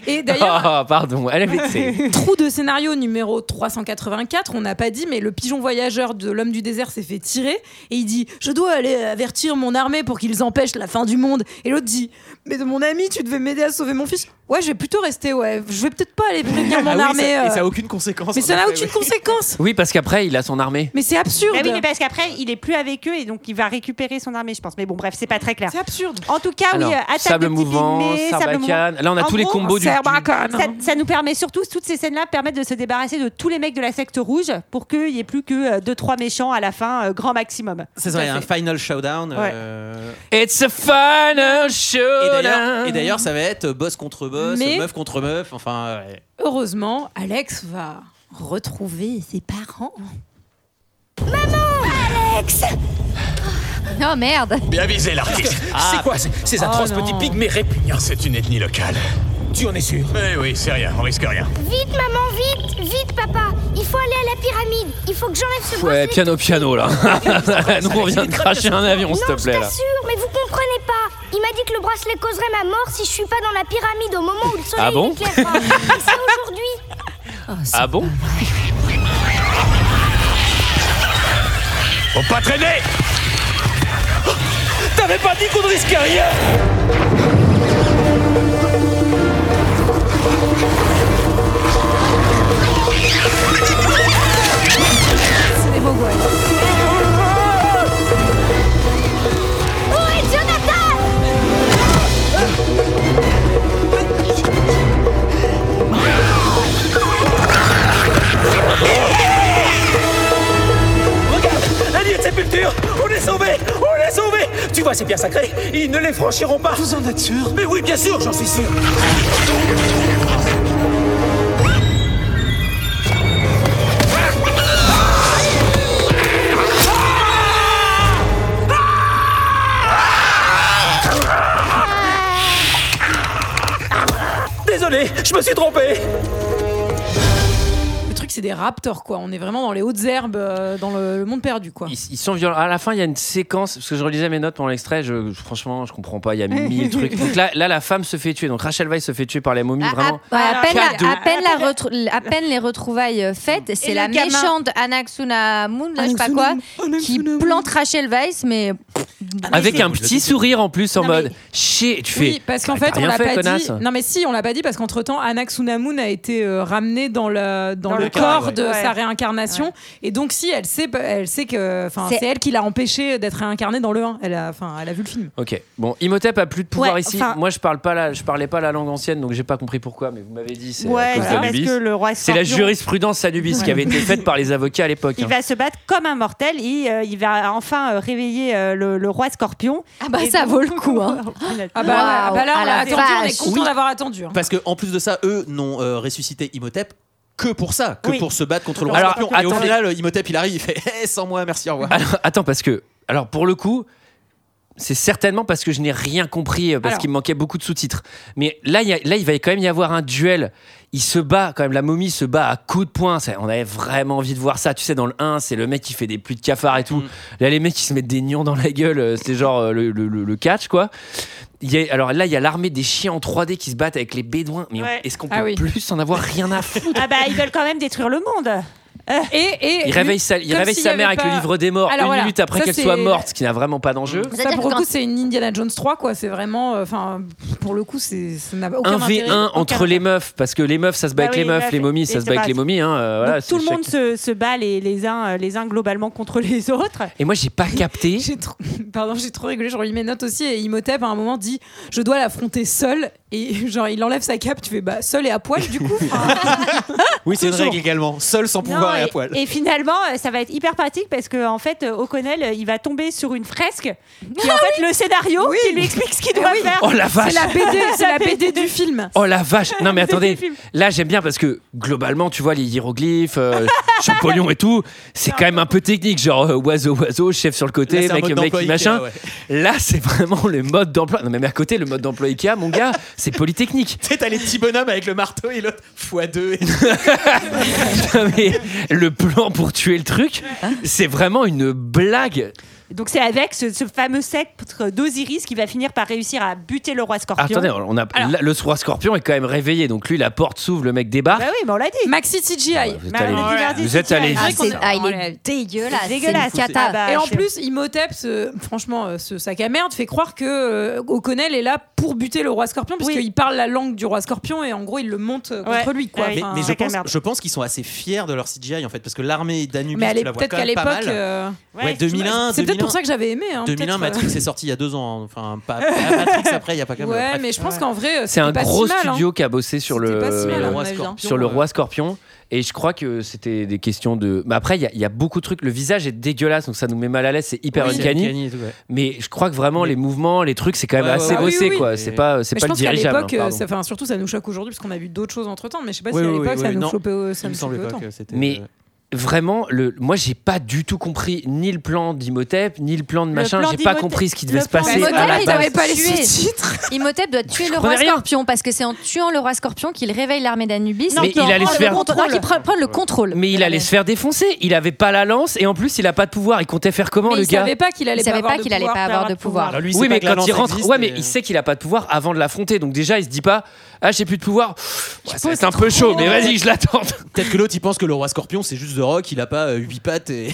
[SPEAKER 9] Et d'ailleurs,
[SPEAKER 1] Oh, pardon, elle est vexée.
[SPEAKER 9] trou de scénario numéro 384, on n'a pas dit, mais le pigeon voyageur de l'homme du désert s'est fait tirer et il dit Je dois aller avertir mon armée pour qu'ils empêchent la fin du monde. Et l'autre dit Mais de mon ami, tu devais m'aider à sauver mon fils. Ouais, je vais plutôt rester, ouais. Je vais peut-être pas aller prévenir mon
[SPEAKER 8] Ah oui,
[SPEAKER 9] armée.
[SPEAKER 8] ça- et
[SPEAKER 9] euh.
[SPEAKER 8] ça a aucune conséquence.
[SPEAKER 9] Mais
[SPEAKER 8] en
[SPEAKER 9] ça n'a
[SPEAKER 8] effet,
[SPEAKER 9] aucune
[SPEAKER 8] oui.
[SPEAKER 9] conséquence.
[SPEAKER 1] Oui, parce qu'après, il a son armée.
[SPEAKER 9] Mais c'est absurde.
[SPEAKER 10] Mais Bah oui, mais parce qu'après, il est plus avec eux et donc il va récupérer son armée, je pense. Mais bon, bref, c'est pas très clair.
[SPEAKER 9] C'est absurde.
[SPEAKER 10] En tout cas,
[SPEAKER 1] Alors,
[SPEAKER 10] oui, euh, attaque
[SPEAKER 1] sable
[SPEAKER 10] des petits
[SPEAKER 1] mouvant,
[SPEAKER 10] pygmées, sable
[SPEAKER 1] sarbacane.
[SPEAKER 10] mouvant.
[SPEAKER 1] Là, on a
[SPEAKER 10] En
[SPEAKER 1] tous les
[SPEAKER 10] gros,
[SPEAKER 1] combos du-
[SPEAKER 9] Sarbacane.
[SPEAKER 10] Ça, ça nous permet surtout, toutes ces scènes-là permettent de se débarrasser de tous les mecs de la secte rouge pour qu'il n'y ait plus que 2-3 méchants à la fin, euh, grand maximum.
[SPEAKER 8] C'est ça, il y a un final showdown.
[SPEAKER 10] Ouais.
[SPEAKER 8] euh,
[SPEAKER 1] It's a final
[SPEAKER 8] Et
[SPEAKER 1] showdown.
[SPEAKER 8] d'ailleurs- et d'ailleurs, ça va être boss contre boss,
[SPEAKER 9] Oh Mais-
[SPEAKER 8] meuf contre meuf, enfin. ouais.
[SPEAKER 9] Heureusement, Alex va retrouver ses parents.
[SPEAKER 11] Alex
[SPEAKER 6] Oh merde.
[SPEAKER 14] Bien visé, l'artiste. c'est quoi ces, ces atroces petits pygmées répugnants C'est une ethnie locale. Tu en es sûr Eh oui, c'est rien, on risque rien.
[SPEAKER 11] Vite, maman, vite Vite, papa Il faut aller à la pyramide Il faut que j'enlève ce
[SPEAKER 1] Ouais,
[SPEAKER 11] bracelet
[SPEAKER 1] piano, piano, là. Nous, on vient de cracher un avion, s'il
[SPEAKER 11] Non,
[SPEAKER 1] te
[SPEAKER 11] je
[SPEAKER 1] plaît, là.
[SPEAKER 11] t'assure, mais vous comprenez pas. Il m'a dit que le bracelet causerait ma mort si je suis pas dans la pyramide au moment où le soleil
[SPEAKER 1] Ah bon
[SPEAKER 11] m'éclairera. Et c'est aujourd'hui.
[SPEAKER 1] Ah bon
[SPEAKER 14] Faut pas traîner T'avais pas dit qu'on ne risquait rien
[SPEAKER 11] Où est Jonathan
[SPEAKER 14] Un lieu de sépulture On est sauvés On est sauvés Tu vois, c'est bien sacré Ils ne les franchiront pas Vous en êtes sûr Mais oui, bien sûr, j'en suis sûr
[SPEAKER 9] Le truc, c'est c'est des raptors, quoi. On est vraiment dans les hautes herbes, euh, dans le, le monde perdu, quoi.
[SPEAKER 1] Ils sont violents. À la fin, il y a une séquence, parce que je relisais mes notes pendant l'extrait, je, je- franchement, je comprends pas, il y a mille trucs. Donc là, là, la femme se fait tuer, donc Rachel Weisz se fait tuer par les
[SPEAKER 11] Ah,
[SPEAKER 1] momies, vraiment.
[SPEAKER 15] Ouais, à, peine
[SPEAKER 1] cadeau.
[SPEAKER 15] la- à peine la retrou- à peine les retrouvailles euh, faites, c'est
[SPEAKER 10] le
[SPEAKER 15] la
[SPEAKER 10] gamin.
[SPEAKER 15] méchante Anaxuna Moon,
[SPEAKER 10] Ah,
[SPEAKER 15] là, je sais pas quoi,
[SPEAKER 10] Oh,
[SPEAKER 15] qui plante Rachel Weiss, mais
[SPEAKER 11] ah,
[SPEAKER 1] Avec un petit sourire en plus, en mode, chier, tu fais.
[SPEAKER 9] Oui, parce qu'en
[SPEAKER 1] t'as
[SPEAKER 9] fait, on
[SPEAKER 1] rien
[SPEAKER 9] l'a pas
[SPEAKER 1] connasse.
[SPEAKER 9] dit. Non, mais si, on l'a pas dit parce qu'entre temps, Anak Sunamun a été euh, ramenée dans le dans, le, corps de
[SPEAKER 10] ouais.
[SPEAKER 9] sa réincarnation, et donc si elle sait, elle sait que, enfin,
[SPEAKER 10] C'est-
[SPEAKER 9] c'est elle qui l'a empêché d'être réincarnée dans le 1 Elle a, enfin, elle a vu le film.
[SPEAKER 1] Ok. Bon, Imhotep a plus de pouvoir
[SPEAKER 10] Ouais,
[SPEAKER 1] ici.
[SPEAKER 10] enfin-
[SPEAKER 1] Moi, je parle pas la, je parlais pas la langue ancienne, donc j'ai pas compris pourquoi. Mais vous m'avez dit, c'est à
[SPEAKER 10] Ouais,
[SPEAKER 1] cause
[SPEAKER 10] c'est
[SPEAKER 1] de
[SPEAKER 10] parce
[SPEAKER 1] Anubis.
[SPEAKER 10] que le roi
[SPEAKER 1] C'est la
[SPEAKER 10] scorpion-
[SPEAKER 1] jurisprudence Anubis qui avait été faite par les avocats à l'époque.
[SPEAKER 10] Il
[SPEAKER 1] hein.
[SPEAKER 10] va se battre comme un mortel. et, euh, il va enfin euh, réveiller euh, le, le roi scorpion.
[SPEAKER 15] Ah bah, ça vaut le coup.
[SPEAKER 10] hein.
[SPEAKER 9] Ah bah, ouais, ah bah là, on
[SPEAKER 10] à
[SPEAKER 9] l'a
[SPEAKER 10] la
[SPEAKER 9] attendu, on est
[SPEAKER 10] vache.
[SPEAKER 9] content
[SPEAKER 10] Oui.
[SPEAKER 9] d'avoir attendu. hein.
[SPEAKER 1] Bah,
[SPEAKER 8] Parce que en plus de ça, eux n'ont euh, ressuscité Imhotep que pour ça, que
[SPEAKER 9] Oui.
[SPEAKER 8] pour se battre contre le roi
[SPEAKER 1] Alors,
[SPEAKER 8] scorpion. Et au
[SPEAKER 1] attendez.
[SPEAKER 8] final, Imhotep il arrive, il fait Eh, sans moi, merci, au revoir.
[SPEAKER 1] Alors, attends, parce que, alors pour le coup, c'est certainement parce que je n'ai rien compris, euh, parce
[SPEAKER 8] Alors.
[SPEAKER 1] qu'il me manquait beaucoup de sous-titres. Mais là, il y a- là, il va quand même y avoir un duel. Il se bat quand même, la momie se bat à coups de poing. Ça, On avait vraiment envie de voir ça. Tu sais, dans le 1, c'est le mec qui fait des pluies de cafards et
[SPEAKER 9] Mm.
[SPEAKER 1] tout. Là, les mecs qui se mettent des nions dans la gueule, euh, c'est genre euh, le, le- le- le catch, quoi. Il y a- alors là, il y a l'armée des chiens en 3D qui se battent avec les bédouins. Mais on-
[SPEAKER 10] Ouais.
[SPEAKER 1] est-ce qu'on peut
[SPEAKER 10] Ah oui.
[SPEAKER 1] plus en avoir rien à foutre
[SPEAKER 10] Ah bah ils veulent quand même détruire le
[SPEAKER 1] Ah
[SPEAKER 10] monde.
[SPEAKER 9] Et,
[SPEAKER 1] Il réveille sa, il
[SPEAKER 9] Comme
[SPEAKER 1] réveille
[SPEAKER 9] s'il
[SPEAKER 1] sa
[SPEAKER 9] y
[SPEAKER 1] mère
[SPEAKER 9] avait
[SPEAKER 1] avec le
[SPEAKER 9] pas-
[SPEAKER 1] livre des morts
[SPEAKER 9] Alors
[SPEAKER 1] une
[SPEAKER 9] voilà,
[SPEAKER 1] minute après
[SPEAKER 9] ça,
[SPEAKER 1] qu'elle
[SPEAKER 9] c'est-
[SPEAKER 1] soit morte, ce qui n'a vraiment pas d'enjeu.
[SPEAKER 9] Ça, pour le coup, c'est une Indiana Jones 3, quoi. C'est vraiment. euh, Enfin, pour le coup, c'est, ça n'a aucun
[SPEAKER 1] un
[SPEAKER 9] intérêt.
[SPEAKER 1] V1 entre les meufs, parce que les meufs, ça se bat
[SPEAKER 10] Bah
[SPEAKER 1] avec
[SPEAKER 10] oui,
[SPEAKER 1] les meufs,
[SPEAKER 10] meufs,
[SPEAKER 1] les momies,
[SPEAKER 10] et
[SPEAKER 1] ça se
[SPEAKER 10] c'est
[SPEAKER 1] bat avec
[SPEAKER 10] pas-
[SPEAKER 1] les momies. hein, euh, voilà,
[SPEAKER 10] Donc tout le
[SPEAKER 1] c'est
[SPEAKER 10] monde
[SPEAKER 1] chacun.
[SPEAKER 10] se, se bat les, les uns, euh, les uns globalement contre les autres.
[SPEAKER 1] Et moi, j'ai pas capté.
[SPEAKER 9] Pardon, j'ai trop rigolé, je relis mes notes aussi. Et Imhotep, à un moment, dit Je dois l'affronter seul. Et genre, il enlève sa cape, tu fais Bah, seul et à poil, du coup.
[SPEAKER 8] Oui, c'est une
[SPEAKER 9] Toujours.
[SPEAKER 8] règle également. Seul, sans pouvoir
[SPEAKER 10] Non,
[SPEAKER 8] et à
[SPEAKER 10] et-
[SPEAKER 8] poil.
[SPEAKER 10] Et, finalement, euh, ça va être hyper pratique parce que en fait, euh, O'Connell, euh, il va tomber sur une fresque qui
[SPEAKER 9] Ah
[SPEAKER 10] est en fait le scénario qui lui explique ce qu'il doit faire.
[SPEAKER 1] Oh, la vache. C'est la BD,
[SPEAKER 9] c'est la BD du film.
[SPEAKER 1] Oh la vache Non mais attendez, là j'aime bien parce que globalement tu vois les hiéroglyphes, euh, Champollion et tout, c'est quand même un peu technique, genre euh, oiseau oiseau, chef sur le
[SPEAKER 8] Là,
[SPEAKER 1] côté,
[SPEAKER 8] c'est un
[SPEAKER 1] mec
[SPEAKER 8] mode
[SPEAKER 1] mec
[SPEAKER 8] d'emploi
[SPEAKER 1] machin.
[SPEAKER 8] Ikea, ouais.
[SPEAKER 1] Là c'est vraiment le mode d'emploi. Non mais à côté le mode d'emploi Ikea, mon gars, c'est polytechnique.
[SPEAKER 8] Tu sais, t'as les petits bonhommes avec le marteau et l'autre x2. Et...
[SPEAKER 1] Non, mais le plan pour tuer le truc, c'est vraiment une blague.
[SPEAKER 10] Donc c'est avec ce, ce fameux sceptre d'Osiris qui va finir par réussir à buter le roi
[SPEAKER 8] Ah,
[SPEAKER 10] scorpion.
[SPEAKER 1] Attendez, on a là, le roi scorpion est quand même réveillé, donc lui la porte s'ouvre, le mec débarque.
[SPEAKER 10] Bah oui, mais on l'a dit.
[SPEAKER 9] Maxi CGI.
[SPEAKER 8] Ah,
[SPEAKER 1] êtes allé- Maxi vous êtes CGI. allé vite.
[SPEAKER 9] hein.
[SPEAKER 15] Ah, il est dégueulasse. c'est une
[SPEAKER 9] Dégueulasse.
[SPEAKER 15] cata.
[SPEAKER 10] Ah bah,
[SPEAKER 9] et en plus, Imhotep, ce- franchement, euh, ce sac à merde fait croire que euh, O'Connell est là pour buter le roi scorpion, puisqu'il parle la langue du roi scorpion et en gros, il le monte euh, contre lui. Quoi.
[SPEAKER 8] Mais,
[SPEAKER 10] Ah,
[SPEAKER 9] Enfin,
[SPEAKER 8] mais je pense, je pense qu'ils sont assez fiers de leur CGI en fait, parce que l'armée d'Anubis,
[SPEAKER 9] Mais elle
[SPEAKER 8] tu
[SPEAKER 9] est
[SPEAKER 8] la vois
[SPEAKER 9] peut-être
[SPEAKER 8] quand
[SPEAKER 9] qu'à
[SPEAKER 8] même pas
[SPEAKER 9] l'époque.
[SPEAKER 8] mal.
[SPEAKER 9] euh,
[SPEAKER 8] Ouais, 2001,
[SPEAKER 9] C'est peut-être
[SPEAKER 8] 2001.
[SPEAKER 9] pour ça que j'avais aimé. hein,
[SPEAKER 8] 2001,
[SPEAKER 9] peut-être, euh,
[SPEAKER 8] Matrix est sorti il y a deux ans. hein. Enfin, pas, Matrix après, il n'y a pas quand même.
[SPEAKER 9] Ouais,
[SPEAKER 8] bref.
[SPEAKER 9] mais je pense qu'en vrai, euh,
[SPEAKER 1] C'est
[SPEAKER 9] c'était
[SPEAKER 1] un
[SPEAKER 9] pas
[SPEAKER 1] gros
[SPEAKER 9] si mal, hein.
[SPEAKER 1] studio qui a bossé sur le,
[SPEAKER 9] pas si mal, à
[SPEAKER 1] le
[SPEAKER 9] mon
[SPEAKER 1] roi
[SPEAKER 9] avis, hein.
[SPEAKER 1] scorpion, sur le roi scorpion. Et je crois que c'était des questions de. Mais après, il y, a- il y a beaucoup de trucs. Le visage est dégueulasse, donc ça nous met mal à l'aise. C'est hyper
[SPEAKER 8] Oui.
[SPEAKER 1] uncanny.
[SPEAKER 8] Uncanny et tout, ouais.
[SPEAKER 1] Mais je crois que vraiment, les mouvements, les trucs, c'est quand même
[SPEAKER 8] Ouais, ouais,
[SPEAKER 1] assez
[SPEAKER 8] ouais.
[SPEAKER 1] bossé,
[SPEAKER 8] Ah oui, oui,
[SPEAKER 1] quoi.
[SPEAKER 8] oui.
[SPEAKER 1] C'est pas, c'est
[SPEAKER 9] Mais
[SPEAKER 1] pas
[SPEAKER 9] je
[SPEAKER 1] le
[SPEAKER 9] pense qu'à
[SPEAKER 1] dirigeable.
[SPEAKER 9] l'époque,
[SPEAKER 1] hein,
[SPEAKER 9] euh,
[SPEAKER 1] pardon.
[SPEAKER 9] ça- enfin, surtout ça nous choque aujourd'hui parce qu'on a vu d'autres choses entre temps, mais je sais pas
[SPEAKER 8] Oui,
[SPEAKER 9] si à
[SPEAKER 8] oui,
[SPEAKER 9] l'époque
[SPEAKER 8] oui,
[SPEAKER 9] ça
[SPEAKER 8] oui,
[SPEAKER 9] nous
[SPEAKER 8] non.
[SPEAKER 9] chopait au- ça
[SPEAKER 8] Il me
[SPEAKER 9] nous
[SPEAKER 8] semble
[SPEAKER 9] chopait
[SPEAKER 8] pas
[SPEAKER 9] autant.
[SPEAKER 8] que c'était-
[SPEAKER 1] Mais vraiment, le, moi, j'ai pas du tout compris ni le plan d'Imhotep, ni le plan de
[SPEAKER 15] Le
[SPEAKER 1] machin.
[SPEAKER 15] plan
[SPEAKER 1] J'ai pas
[SPEAKER 15] d'Imhotep-
[SPEAKER 1] compris ce qui
[SPEAKER 15] le
[SPEAKER 1] devait se
[SPEAKER 15] plan
[SPEAKER 1] passer. à
[SPEAKER 15] d'Imhotep,
[SPEAKER 1] la
[SPEAKER 15] il
[SPEAKER 1] base.
[SPEAKER 15] doit tuer- Imhotep doit tuer le
[SPEAKER 1] comprenais
[SPEAKER 15] roi
[SPEAKER 1] rien.
[SPEAKER 15] scorpion parce que c'est en tuant le roi scorpion qu'il réveille l'armée d'Anubis.
[SPEAKER 1] Mais il allait se faire.
[SPEAKER 15] Qui prend, prend le contrôle.
[SPEAKER 1] Mais
[SPEAKER 6] Euh,
[SPEAKER 1] il allait se faire défoncer. Il avait pas la lance et en plus, il a pas de pouvoir. Il comptait faire comment,
[SPEAKER 15] Mais
[SPEAKER 1] le
[SPEAKER 15] il
[SPEAKER 1] gars
[SPEAKER 15] savait pas qu'il allait Il savait pas avoir pas de qu'il allait pouvoir. pas avoir de pouvoir.
[SPEAKER 1] Alors lui, oui, mais quand il rentre, ouais, mais
[SPEAKER 8] euh,
[SPEAKER 1] il sait qu'il a pas de pouvoir avant de l'affronter. Donc déjà, il se dit pas, ah, j'ai plus de pouvoir. Ouais, ça va être un peu chaud, mais vas-y, je l'attends.
[SPEAKER 8] Peut-être que l'autre il pense que le roi scorpion c'est juste The Rock, il a pas 8 pattes et.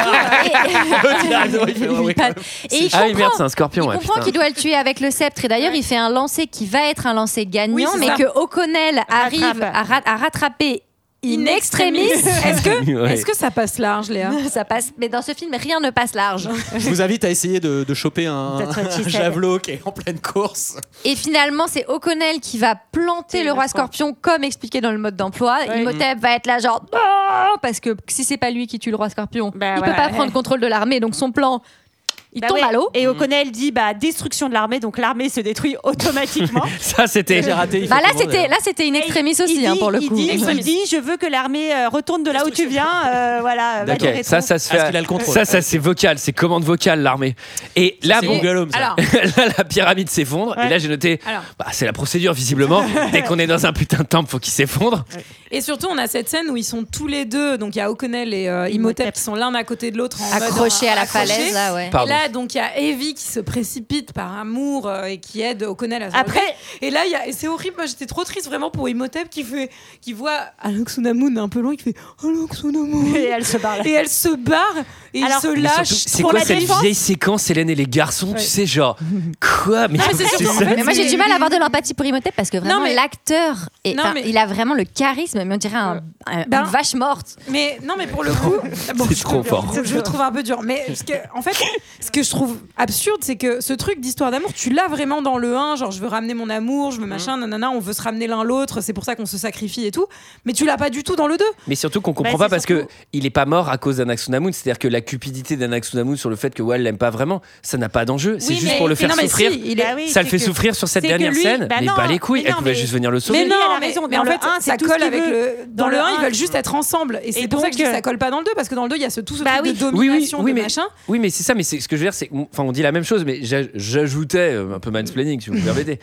[SPEAKER 8] L'autre, il arrive, il fait, ouais, ouais, quand même.
[SPEAKER 15] Et il
[SPEAKER 1] Ah oui, merde,
[SPEAKER 15] comprend.
[SPEAKER 1] c'est un scorpion. ouais,
[SPEAKER 15] Il comprend
[SPEAKER 1] putain.
[SPEAKER 15] qu'il doit le tuer avec le sceptre et d'ailleurs il fait un lancer qui va être un lancer gagnant
[SPEAKER 9] Oui, c'est
[SPEAKER 15] mais
[SPEAKER 9] ça.
[SPEAKER 15] que O'Connell arrive à, ra- à rattraper in extremis.
[SPEAKER 9] Est-ce que,
[SPEAKER 8] Ouais.
[SPEAKER 9] est-ce que ça passe large, Léa
[SPEAKER 15] ça passe mais dans ce film rien ne passe large.
[SPEAKER 8] Je vous invite à essayer de, de choper un,
[SPEAKER 15] Peut-être
[SPEAKER 8] un
[SPEAKER 15] un petit
[SPEAKER 8] javelot qui est en pleine course.
[SPEAKER 15] Et finalement, c'est O'Connell qui va planter le roi scorpion, comme expliqué dans le mode d'emploi. Imhotep va être là, genre, Non parce que si c'est pas lui qui tue le roi scorpion, il
[SPEAKER 10] ouais.
[SPEAKER 15] peut pas prendre contrôle de l'armée, donc son plan, il
[SPEAKER 10] Bah
[SPEAKER 15] tombe
[SPEAKER 10] ouais.
[SPEAKER 15] à l'eau.
[SPEAKER 10] Et
[SPEAKER 1] Mm-hmm.
[SPEAKER 10] O'Connell dit bah destruction de l'armée, donc l'armée se détruit automatiquement.
[SPEAKER 1] Ça, c'était.
[SPEAKER 8] J'ai raté.
[SPEAKER 15] Bah là, c'était là, c'était une extrémiste aussi, hein, pour le
[SPEAKER 10] il
[SPEAKER 15] coup.
[SPEAKER 10] dit, il dit, je veux que l'armée euh, retourne de là où tu viens. euh, voilà. va
[SPEAKER 1] Ok,
[SPEAKER 10] gérer
[SPEAKER 1] ça,
[SPEAKER 10] ton-
[SPEAKER 1] ça se fait.
[SPEAKER 8] Parce qu'il a le contrôle.
[SPEAKER 1] Ça, ça, c'est vocal, c'est commande vocale, l'armée. Et là,
[SPEAKER 8] c'est
[SPEAKER 1] bon,
[SPEAKER 8] Google Home, ça. Alors.
[SPEAKER 1] là, la pyramide s'effondre. Et
[SPEAKER 10] Ouais.
[SPEAKER 1] là, j'ai noté,
[SPEAKER 10] Alors.
[SPEAKER 1] bah, c'est la procédure, visiblement. Dès qu'on est dans un putain de temple, faut qu'il s'effondre.
[SPEAKER 9] Et surtout, on a cette scène où ils sont tous les deux, donc il y a O'Connell et euh, Imhotep qui sont l'un à côté de l'autre,
[SPEAKER 1] Bah,
[SPEAKER 9] en mode,
[SPEAKER 15] Accrochés à la
[SPEAKER 9] accrochés.
[SPEAKER 15] falaise, là, ouais.
[SPEAKER 9] Et
[SPEAKER 15] Pardon.
[SPEAKER 9] là, donc il y a Evie qui se précipite par amour euh, et qui aide O'Connell à se
[SPEAKER 10] Après-
[SPEAKER 9] relever. Et là, il y a- et c'est horrible. Moi, j'étais trop triste vraiment pour Imhotep qui fait, qui voit Alex Unamun un peu long, qui fait Alex Unamun.
[SPEAKER 10] Et elle se barre, là.
[SPEAKER 9] Et elle se barre et
[SPEAKER 10] Alors-
[SPEAKER 9] il se
[SPEAKER 10] Mais
[SPEAKER 9] lâche
[SPEAKER 1] Surtout, C'est
[SPEAKER 9] pour
[SPEAKER 1] quoi
[SPEAKER 9] la
[SPEAKER 1] cette
[SPEAKER 9] défense.
[SPEAKER 1] vieille séquence, Hélène et les garçons Tu sais, genre, quoi
[SPEAKER 15] Non, mais
[SPEAKER 1] c'est
[SPEAKER 15] c'est surtout-
[SPEAKER 1] ça
[SPEAKER 15] mais moi j'ai du mal à avoir de l'empathie pour Imhotep parce que vraiment
[SPEAKER 9] mais-
[SPEAKER 15] l'acteur est-
[SPEAKER 9] Non,
[SPEAKER 15] enfin,
[SPEAKER 9] mais-
[SPEAKER 15] il a vraiment le charisme mais on dirait un, un-
[SPEAKER 9] Ben-
[SPEAKER 15] une vache morte
[SPEAKER 9] Mais non, mais pour le coup, bon,
[SPEAKER 1] C'est
[SPEAKER 9] je-
[SPEAKER 1] trop fort.
[SPEAKER 9] Je, je le trouve un peu dur. Mais ce que, en fait, ce que je trouve absurde, c'est que ce truc d'histoire d'amour, tu l'as vraiment dans le 1, genre je veux ramener mon amour,
[SPEAKER 10] Mhm.
[SPEAKER 9] je veux machin, nanana, on veut se ramener l'un l'autre, c'est pour ça qu'on se sacrifie et tout. Mais tu l'as pas du tout dans le 2.
[SPEAKER 1] Mais surtout qu'on comprend
[SPEAKER 9] Bah,
[SPEAKER 1] pas
[SPEAKER 9] c'est
[SPEAKER 1] parce que il est pas mort à cause d'Anaxunamun. C'est-à-dire que la cupidité d'Anaxunamun sur le fait que Wall l'aime pas vraiment, ça n'a pas d'enjeu. C'est
[SPEAKER 9] Oui,
[SPEAKER 1] juste
[SPEAKER 9] mais-
[SPEAKER 1] pour le
[SPEAKER 9] mais
[SPEAKER 1] faire
[SPEAKER 9] non, mais
[SPEAKER 1] souffrir.
[SPEAKER 9] si,
[SPEAKER 10] Bah
[SPEAKER 9] il est- Ah oui,
[SPEAKER 1] ça le
[SPEAKER 9] c'est
[SPEAKER 1] fait
[SPEAKER 9] que-
[SPEAKER 1] souffrir sur cette
[SPEAKER 9] c'est que
[SPEAKER 1] dernière
[SPEAKER 9] lui-
[SPEAKER 1] scène.
[SPEAKER 9] bah
[SPEAKER 1] mais
[SPEAKER 9] non,
[SPEAKER 1] pas les couilles.
[SPEAKER 9] mais
[SPEAKER 1] Elle
[SPEAKER 9] non,
[SPEAKER 1] pouvait
[SPEAKER 9] mais-
[SPEAKER 1] juste venir le sauver.
[SPEAKER 9] Mais non,
[SPEAKER 10] elle a
[SPEAKER 9] mais-
[SPEAKER 10] raison.
[SPEAKER 9] mais
[SPEAKER 10] Dans
[SPEAKER 9] en
[SPEAKER 10] le
[SPEAKER 9] fait,
[SPEAKER 10] un, c'est
[SPEAKER 9] ça
[SPEAKER 10] tout ce
[SPEAKER 9] colle
[SPEAKER 10] qu'il
[SPEAKER 9] avec
[SPEAKER 10] veut.
[SPEAKER 9] le. Dans,
[SPEAKER 10] Dans
[SPEAKER 9] le
[SPEAKER 10] le
[SPEAKER 9] 1, ils
[SPEAKER 10] un,
[SPEAKER 9] veulent juste être ensemble. Et c'est
[SPEAKER 10] Et
[SPEAKER 9] pour ça
[SPEAKER 10] donc,
[SPEAKER 9] que je dis
[SPEAKER 10] euh, Bah
[SPEAKER 9] ça colle pas dans le 2, parce que dans le 2, il y a ce, tout ce truc de
[SPEAKER 1] Oui, oui,
[SPEAKER 9] domination,
[SPEAKER 1] oui,
[SPEAKER 9] de
[SPEAKER 1] mais,
[SPEAKER 9] machin.
[SPEAKER 1] oui, mais c'est ça. Mais c'est ce que je veux dire, c'est enfin on dit la même chose, mais j'a- j'ajoutais euh, un peu mansplaining si vous me permettez.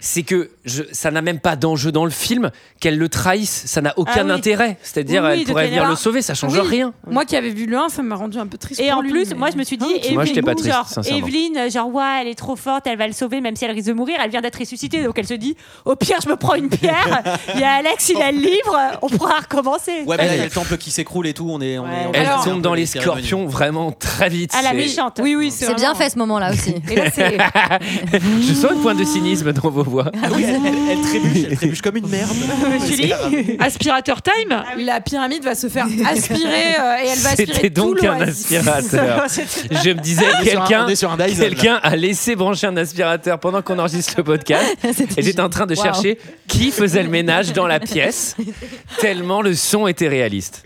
[SPEAKER 1] C'est que je, ça n'a même pas d'enjeu dans le film qu'elle le trahisse. Ça n'a aucun
[SPEAKER 9] Ah oui.
[SPEAKER 1] intérêt. C'est-à-dire
[SPEAKER 9] Oui, oui,
[SPEAKER 1] elle
[SPEAKER 9] de
[SPEAKER 1] pourrait
[SPEAKER 9] toute
[SPEAKER 1] venir le
[SPEAKER 9] manière.
[SPEAKER 1] sauver, ça change
[SPEAKER 9] Oui.
[SPEAKER 1] rien.
[SPEAKER 9] Moi qui avais vu le 1, ça m'a rendu un peu triste.
[SPEAKER 10] Et
[SPEAKER 9] pour
[SPEAKER 10] en
[SPEAKER 9] lui, Hein,
[SPEAKER 10] plus,
[SPEAKER 9] mais-
[SPEAKER 10] moi, je me suis dit,
[SPEAKER 1] tu vois,
[SPEAKER 10] Evelyne,
[SPEAKER 1] j'étais pas triste,
[SPEAKER 10] genre,
[SPEAKER 1] sincèrement.
[SPEAKER 10] Evelyne, genre, ouais, elle est trop forte, elle va le sauver, même si elle risque de mourir, elle vient d'être ressuscitée, donc elle se dit, au pire, je me prends une pierre, il y a Alex, il a le livre, on pourra recommencer.
[SPEAKER 8] Ouais, mais là, il y a
[SPEAKER 1] Elle-
[SPEAKER 8] le temple qui s'écroule et tout. On est, on est- on est-
[SPEAKER 1] Elle
[SPEAKER 8] on est un
[SPEAKER 1] tombe
[SPEAKER 8] peu
[SPEAKER 1] dans les
[SPEAKER 8] cérémonies.
[SPEAKER 1] scorpions vraiment très vite.
[SPEAKER 10] À la
[SPEAKER 1] c'est-
[SPEAKER 10] méchante.
[SPEAKER 9] Oui, oui,
[SPEAKER 15] c'est bien fait ce moment là aussi
[SPEAKER 9] hein.
[SPEAKER 1] Je sens une pointe de cynisme dans vos voix.
[SPEAKER 8] Elle trébuche, elle trébuche comme une merde.
[SPEAKER 9] Julie,
[SPEAKER 10] aspirateur time
[SPEAKER 9] La pyramide va se faire aspirer euh, et elle va
[SPEAKER 1] C'était
[SPEAKER 9] aspirer tout
[SPEAKER 1] donc un
[SPEAKER 9] l'oasis.
[SPEAKER 1] aspirateur. Je me disais,
[SPEAKER 8] On est sur un-
[SPEAKER 1] quelqu'un
[SPEAKER 8] on est sur un Dyson,
[SPEAKER 1] quelqu'un a laissé brancher un aspirateur pendant qu'on enregistre le podcast. Et j'étais en train de
[SPEAKER 15] Wow.
[SPEAKER 1] chercher qui faisait le ménage dans la pièce, tellement le son était réaliste.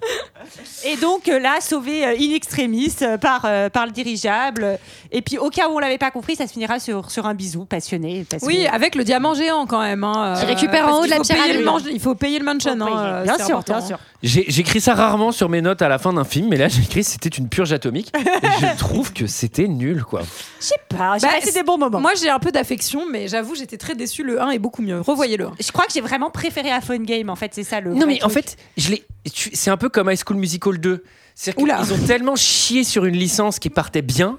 [SPEAKER 10] Et donc euh, là, sauvé euh, in extremis euh, par, euh, par le dirigeable. Et puis, au cas où on l'avait pas compris, ça se finira sur, sur un bisou passionné. parce
[SPEAKER 9] Oui,
[SPEAKER 10] que-
[SPEAKER 9] avec le diamant géant quand même. Hein,
[SPEAKER 10] Qui
[SPEAKER 9] euh,
[SPEAKER 10] récupère en
[SPEAKER 9] parce
[SPEAKER 10] haut de
[SPEAKER 9] qu'il
[SPEAKER 10] la
[SPEAKER 9] faut payer
[SPEAKER 10] pyramide.
[SPEAKER 9] le man- Il faut payer le mansion. hein, euh,
[SPEAKER 10] bien
[SPEAKER 9] c'est
[SPEAKER 10] sûr,
[SPEAKER 9] important,
[SPEAKER 10] bien
[SPEAKER 9] hein.
[SPEAKER 10] sûr.
[SPEAKER 1] J'ai- J'écris ça rarement sur mes notes à la fin d'un film, mais là j'ai écrit c'était une purge atomique. Et je trouve que c'était nul, quoi.
[SPEAKER 10] Je sais pas, j'ai
[SPEAKER 9] Bah,
[SPEAKER 10] passé
[SPEAKER 9] c'est-
[SPEAKER 10] des bons moments.
[SPEAKER 9] Moi, j'ai un peu d'affection, mais j'avoue, j'étais très déçue. Le 1 est beaucoup mieux. Revoyez le 1.
[SPEAKER 10] je crois que j'ai vraiment préféré à Phone Game, en fait, c'est ça le.
[SPEAKER 1] Non,
[SPEAKER 10] vrai
[SPEAKER 1] mais en
[SPEAKER 10] truc.
[SPEAKER 1] fait, je l'ai- tu- c'est un peu comme High School Musical 2. C'est-à-dire
[SPEAKER 10] Oula.
[SPEAKER 1] qu'ils ont tellement chié sur une licence qui partait bien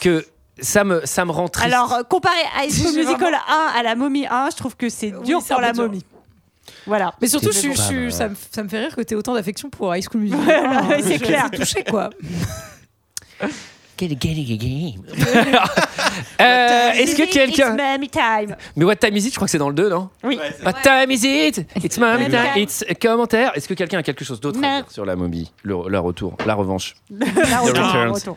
[SPEAKER 1] que ça me, ça me rend triste.
[SPEAKER 10] Alors, euh, comparé à High School
[SPEAKER 9] J'ai
[SPEAKER 10] Musical
[SPEAKER 9] vraiment-
[SPEAKER 10] 1 à la momie 1, je trouve que c'est dur
[SPEAKER 9] c'est
[SPEAKER 10] pour
[SPEAKER 9] un peu
[SPEAKER 10] la
[SPEAKER 9] dur.
[SPEAKER 10] momie. Voilà.
[SPEAKER 9] Mais surtout, je,
[SPEAKER 1] C'est
[SPEAKER 9] suis- je
[SPEAKER 1] pas
[SPEAKER 9] suis-
[SPEAKER 1] mal.
[SPEAKER 9] ça, me, ça me fait rire que t'aies autant d'affection pour High School Musical.
[SPEAKER 10] Voilà,
[SPEAKER 9] Hein,
[SPEAKER 10] c'est
[SPEAKER 9] je-
[SPEAKER 10] clair.
[SPEAKER 9] je suis touchée, quoi.
[SPEAKER 1] Get it, get it, get it. Euh, Est-ce que quelqu'un.
[SPEAKER 10] It's mommy time.
[SPEAKER 1] Mais What Time Is It Je crois que c'est dans le 2, non
[SPEAKER 10] Oui.
[SPEAKER 1] What Time Is It It's my time. It's a commentaire. Est-ce que quelqu'un a quelque chose d'autre à
[SPEAKER 10] Non.
[SPEAKER 1] dire sur la momie Le- La retour, la revanche.
[SPEAKER 10] Là, on
[SPEAKER 1] The
[SPEAKER 10] retourne, on
[SPEAKER 1] Returns.
[SPEAKER 10] retourne.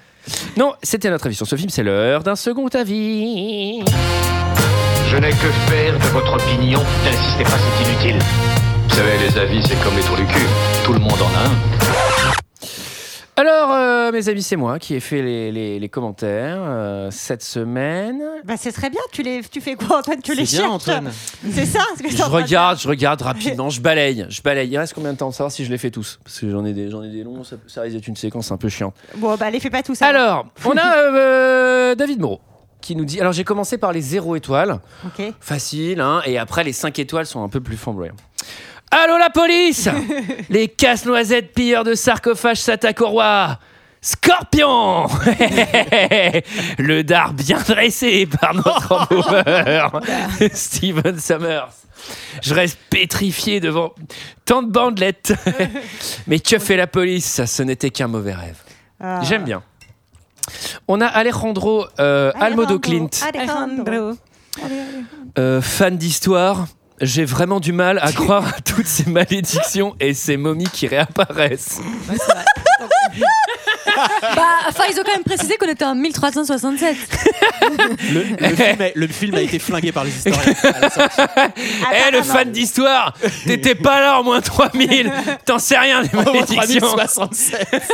[SPEAKER 1] Non, c'était notre avis sur ce film. C'est l'heure d'un second avis.
[SPEAKER 2] Je n'ai que faire de votre opinion. N'insistez pas, c'est inutile.
[SPEAKER 5] Vous savez, les avis, c'est comme les trous du cul. Tout le monde en a un.
[SPEAKER 1] Alors, euh, mes amis, c'est moi qui ai fait les, les- les commentaires euh, cette semaine.
[SPEAKER 10] Bah, ce serait bien. Tu, les, tu fais quoi, Antoine Tu les
[SPEAKER 1] bien,
[SPEAKER 10] cherches
[SPEAKER 1] Antoine.
[SPEAKER 10] C'est ça ce que t'es
[SPEAKER 1] Je
[SPEAKER 10] en train de
[SPEAKER 1] regarde, je regarde rapidement, je balaye, je balaye. Il reste combien de temps pour savoir si je les fais tous Parce que j'en ai des, j'en ai des longs, ça, ça risque d'être une séquence un peu chiante.
[SPEAKER 10] faire. Bon, bah, les fais pas tous. ça.
[SPEAKER 1] Alors, on a euh, euh, David Moreau qui nous dit. Alors, j'ai commencé par les 0 étoiles,
[SPEAKER 10] Ok.
[SPEAKER 1] facile, hein, et après les 5 étoiles sont un peu plus flamboyants. Allô la police Les casse-noisettes pilleurs de sarcophages s'attaquent au roi Scorpion Le dard bien dressé par notre embaumeur Steven Summers Je reste pétrifié devant tant de bandelettes Mais que fait la police Ça, Ce n'était qu'un mauvais rêve.
[SPEAKER 10] Ah.
[SPEAKER 1] J'aime bien. On a Alejandro euh, Almodo Clint.
[SPEAKER 10] Alejandro.
[SPEAKER 1] Euh, fan d'histoire, j'ai vraiment du mal à croire à toutes ces malédictions et ces momies qui réapparaissent.
[SPEAKER 15] bah enfin ils ont quand même précisé qu'on était en 1367
[SPEAKER 8] Le, le film a, le film a été flingué par les historiens. à la sortie.
[SPEAKER 1] Eh
[SPEAKER 8] Ah,
[SPEAKER 1] le fan d'histoire, t'étais pas là en moins 3000 T'en sais rien des
[SPEAKER 8] En moins
[SPEAKER 1] malédictions
[SPEAKER 8] 3067.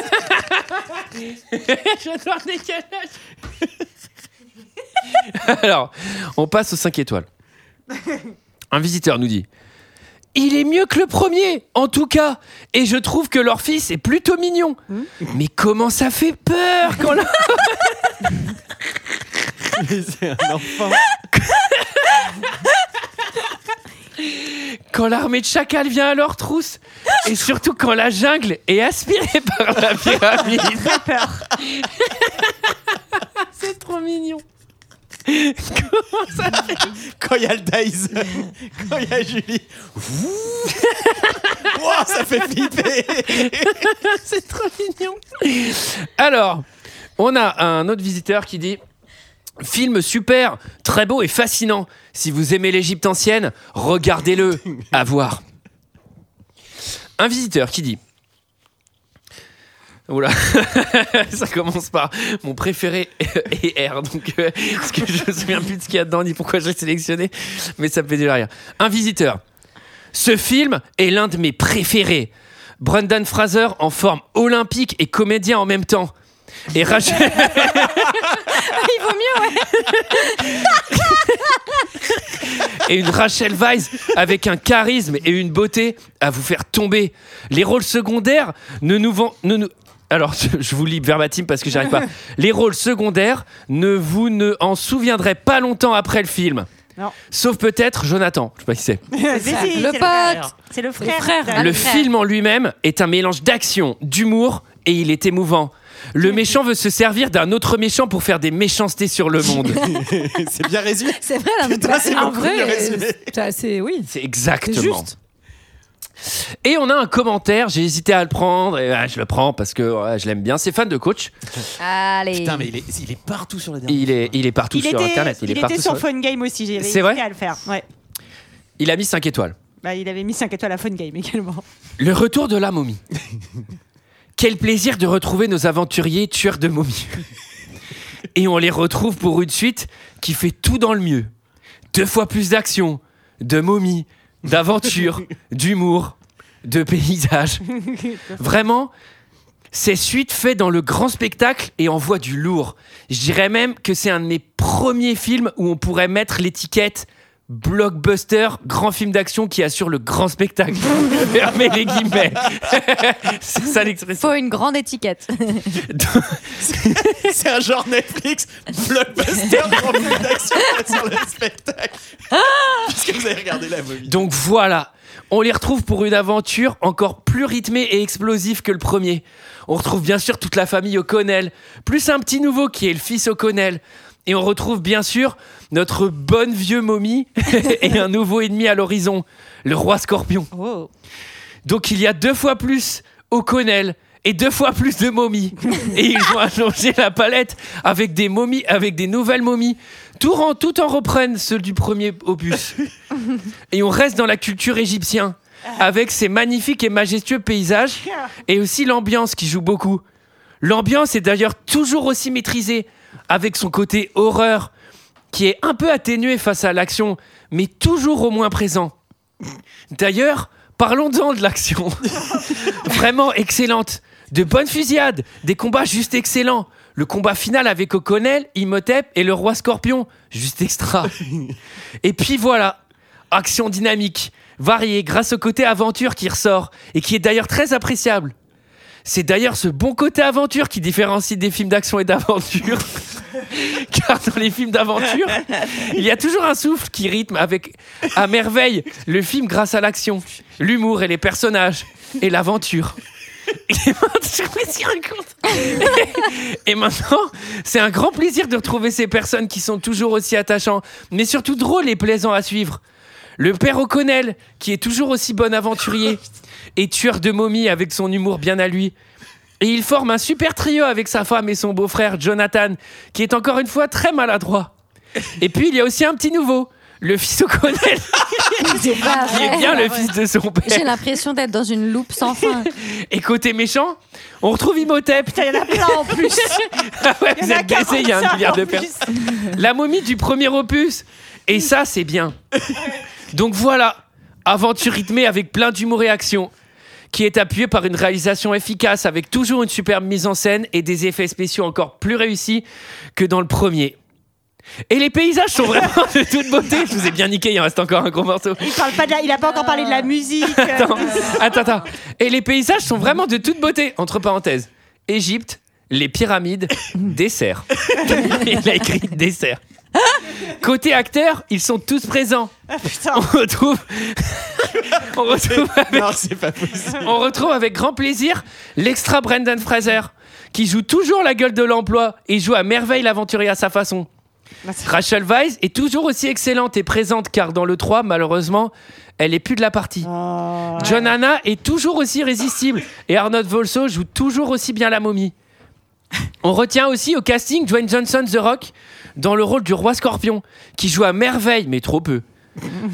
[SPEAKER 1] J'adore le décalage Alors, on passe aux 5 étoiles. Un visiteur nous dit Il est mieux que le premier, en tout cas. Et je trouve que leur fils est plutôt mignon.
[SPEAKER 8] Hum.
[SPEAKER 1] Mais comment ça fait peur quand la-
[SPEAKER 8] C'est un enfant.
[SPEAKER 1] Quand l'armée de chacals vient à leur trousse, et surtout quand la jungle est aspirée par la pyramide. Très peur.
[SPEAKER 12] C'est trop mignon.
[SPEAKER 8] Comment ça fait Quand il y a le Dice, quand il y a Julie. Ouah, ça fait flipper
[SPEAKER 12] C'est trop mignon.
[SPEAKER 1] Alors, on a un autre visiteur qui dit Film super, très beau et fascinant. Si vous aimez l'Égypte ancienne, regardez-le. À voir. Un visiteur qui dit Oula, ça commence par mon préféré et R, donc euh, parce que je me souviens plus de ce qu'il y a dedans ni pourquoi j'ai sélectionné, mais ça me fait déjà rire. Un visiteur. Ce film est l'un de mes préférés. Brendan Fraser en forme olympique et comédien en même temps. Et Rachel.
[SPEAKER 12] Il vaut mieux, ouais.
[SPEAKER 1] et une Rachel Weisz avec un charisme et une beauté à vous faire tomber. Les rôles secondaires ne nous vont, ne nous- alors je, je vous lis verbatim parce que j'arrive pas. Les rôles secondaires ne vous ne en souviendrez pas longtemps après le film.
[SPEAKER 10] Non.
[SPEAKER 1] Sauf peut-être Jonathan, je sais pas qui c'est.
[SPEAKER 10] Mais si, c'est
[SPEAKER 15] le pote.
[SPEAKER 10] C'est le
[SPEAKER 15] Le
[SPEAKER 10] frère.
[SPEAKER 15] frère.
[SPEAKER 1] Le film en lui-même est un mélange d'action, d'humour et il est émouvant. Le méchant veut se servir d'un autre méchant pour faire des méchancetés sur le monde.
[SPEAKER 8] c'est bien résumé.
[SPEAKER 9] C'est vrai, là,
[SPEAKER 8] Putain,
[SPEAKER 9] bah,
[SPEAKER 8] c'est
[SPEAKER 9] en
[SPEAKER 8] beaucoup mieux
[SPEAKER 9] vrai,
[SPEAKER 8] résumé.
[SPEAKER 9] euh, c'est assez, oui.
[SPEAKER 1] C'est exactement.
[SPEAKER 9] C'est juste.
[SPEAKER 1] Et on a un commentaire, j'ai hésité à le prendre, et ah, je le prends parce que ouais, je l'aime bien. C'est fan de coach.
[SPEAKER 15] Allez.
[SPEAKER 8] Putain, mais il est, il est partout sur le dernier.
[SPEAKER 1] Il est, il est partout
[SPEAKER 10] Il
[SPEAKER 1] sur
[SPEAKER 10] était,
[SPEAKER 1] internet. Il,
[SPEAKER 10] il
[SPEAKER 1] est
[SPEAKER 10] était
[SPEAKER 1] partout
[SPEAKER 10] sur
[SPEAKER 1] sur-
[SPEAKER 10] Phone Game aussi, j'ai
[SPEAKER 1] C'est
[SPEAKER 10] réussi
[SPEAKER 1] vrai
[SPEAKER 10] à le faire. Ouais.
[SPEAKER 1] Il a mis 5 étoiles.
[SPEAKER 10] Bah, il avait mis 5 étoiles à Phone Game également.
[SPEAKER 1] Le retour de la momie. Quel plaisir de retrouver nos aventuriers tueurs de momies. Et on les retrouve pour une suite qui fait tout dans le mieux. Deux fois plus d'action, de momies, d'aventure, d'humour, de paysages. Vraiment, ces suites faites dans le grand spectacle et envoient du lourd. Je dirais même que c'est un de mes premiers films où on pourrait mettre l'étiquette blockbuster, grand film d'action qui assure le grand spectacle. Fermez les guillemets. c'est ça l'expression.
[SPEAKER 15] Faut une grande étiquette.
[SPEAKER 8] C'est un genre Netflix, blockbuster, grand film d'action sur le spectacle. Puisque vous avez regardé la momie.
[SPEAKER 1] Donc voilà, on les retrouve pour une aventure encore plus rythmée et explosive que le premier. On retrouve bien sûr toute la famille O'Connell, plus un petit nouveau qui est le fils O'Connell. Et on retrouve bien sûr notre bonne vieux momie et un nouveau ennemi à l'horizon, le roi scorpion. Donc il y a deux fois plus O'Connell et deux fois plus de momies. Et ils vont allonger la palette avec des momies, avec des nouvelles momies. Tout en, tout en reprennent ceux du premier opus. Et on reste dans la culture égyptienne, avec ses magnifiques et majestueux paysages, et aussi l'ambiance qui joue beaucoup. L'ambiance est d'ailleurs toujours aussi maîtrisée, avec son côté horreur, qui est un peu atténué face à l'action, mais toujours au moins présent. D'ailleurs, parlons-en de l'action. Vraiment excellente. De bonnes fusillades, des combats juste excellents. Le combat final avec O'Connell, Imhotep et le roi Scorpion, juste extra. Et puis voilà, action dynamique, variée grâce au côté aventure qui ressort et qui est d'ailleurs très appréciable. C'est d'ailleurs ce bon côté aventure qui différencie des films d'action et d'aventure. Car dans les films d'aventure, il y a toujours un souffle qui rythme avec à merveille le film grâce à l'action, l'humour et les personnages et l'aventure. Et maintenant- Et maintenant, c'est un grand plaisir de retrouver ces personnes qui sont toujours aussi attachants, mais surtout drôles et plaisants à suivre. Le père O'Connell, qui est toujours aussi bon aventurier, et tueur de momies avec son humour bien à lui. Et il forme un super trio avec sa femme et son beau-frère Jonathan, qui est encore une fois très maladroit. Et puis il y a aussi un petit nouveau, le fils O'Connell,
[SPEAKER 15] C'est pas
[SPEAKER 1] qui est
[SPEAKER 15] vrai.
[SPEAKER 1] bien le fils de son père.
[SPEAKER 15] J'ai l'impression d'être dans une loupe sans fin.
[SPEAKER 1] Et côté méchant, on retrouve Imhotep. Putain,
[SPEAKER 10] il y en a plein en plus.
[SPEAKER 1] ah ouais,
[SPEAKER 10] Il y
[SPEAKER 1] vous
[SPEAKER 10] en a
[SPEAKER 1] êtes baissés, il y a un
[SPEAKER 10] 45
[SPEAKER 1] milliard de
[SPEAKER 10] en plus.
[SPEAKER 1] personnes. La momie du premier opus. Et ça, c'est bien. Donc voilà, aventure rythmée avec plein d'humour et action, qui est appuyée par une réalisation efficace avec toujours une superbe mise en scène et des effets spéciaux encore plus réussis que dans le premier. Et les paysages sont vraiment de toute beauté. Je vous ai bien niqué, il en reste encore un gros morceau.
[SPEAKER 10] Il parle pas de la- il a pas encore parlé de la musique. euh,
[SPEAKER 1] Attends, attends, attends. Et les paysages sont vraiment de toute beauté, entre parenthèses. Égypte, les pyramides, dessert. Il a écrit dessert. Côté acteurs, ils sont tous présents. on retrouve, on retrouve avec, on retrouve avec grand plaisir l'extra Brendan Fraser qui joue toujours la gueule de l'emploi et joue à merveille l'aventurier à sa façon. Rachel Weisz est toujours aussi excellente et présente car dans le 3, malheureusement, elle est plus de la partie. John Hanna est toujours aussi résistible et Arnold Volso joue toujours aussi bien la momie. On retient aussi au casting Dwayne Johnson The Rock dans le rôle du roi scorpion qui joue à merveille mais trop peu.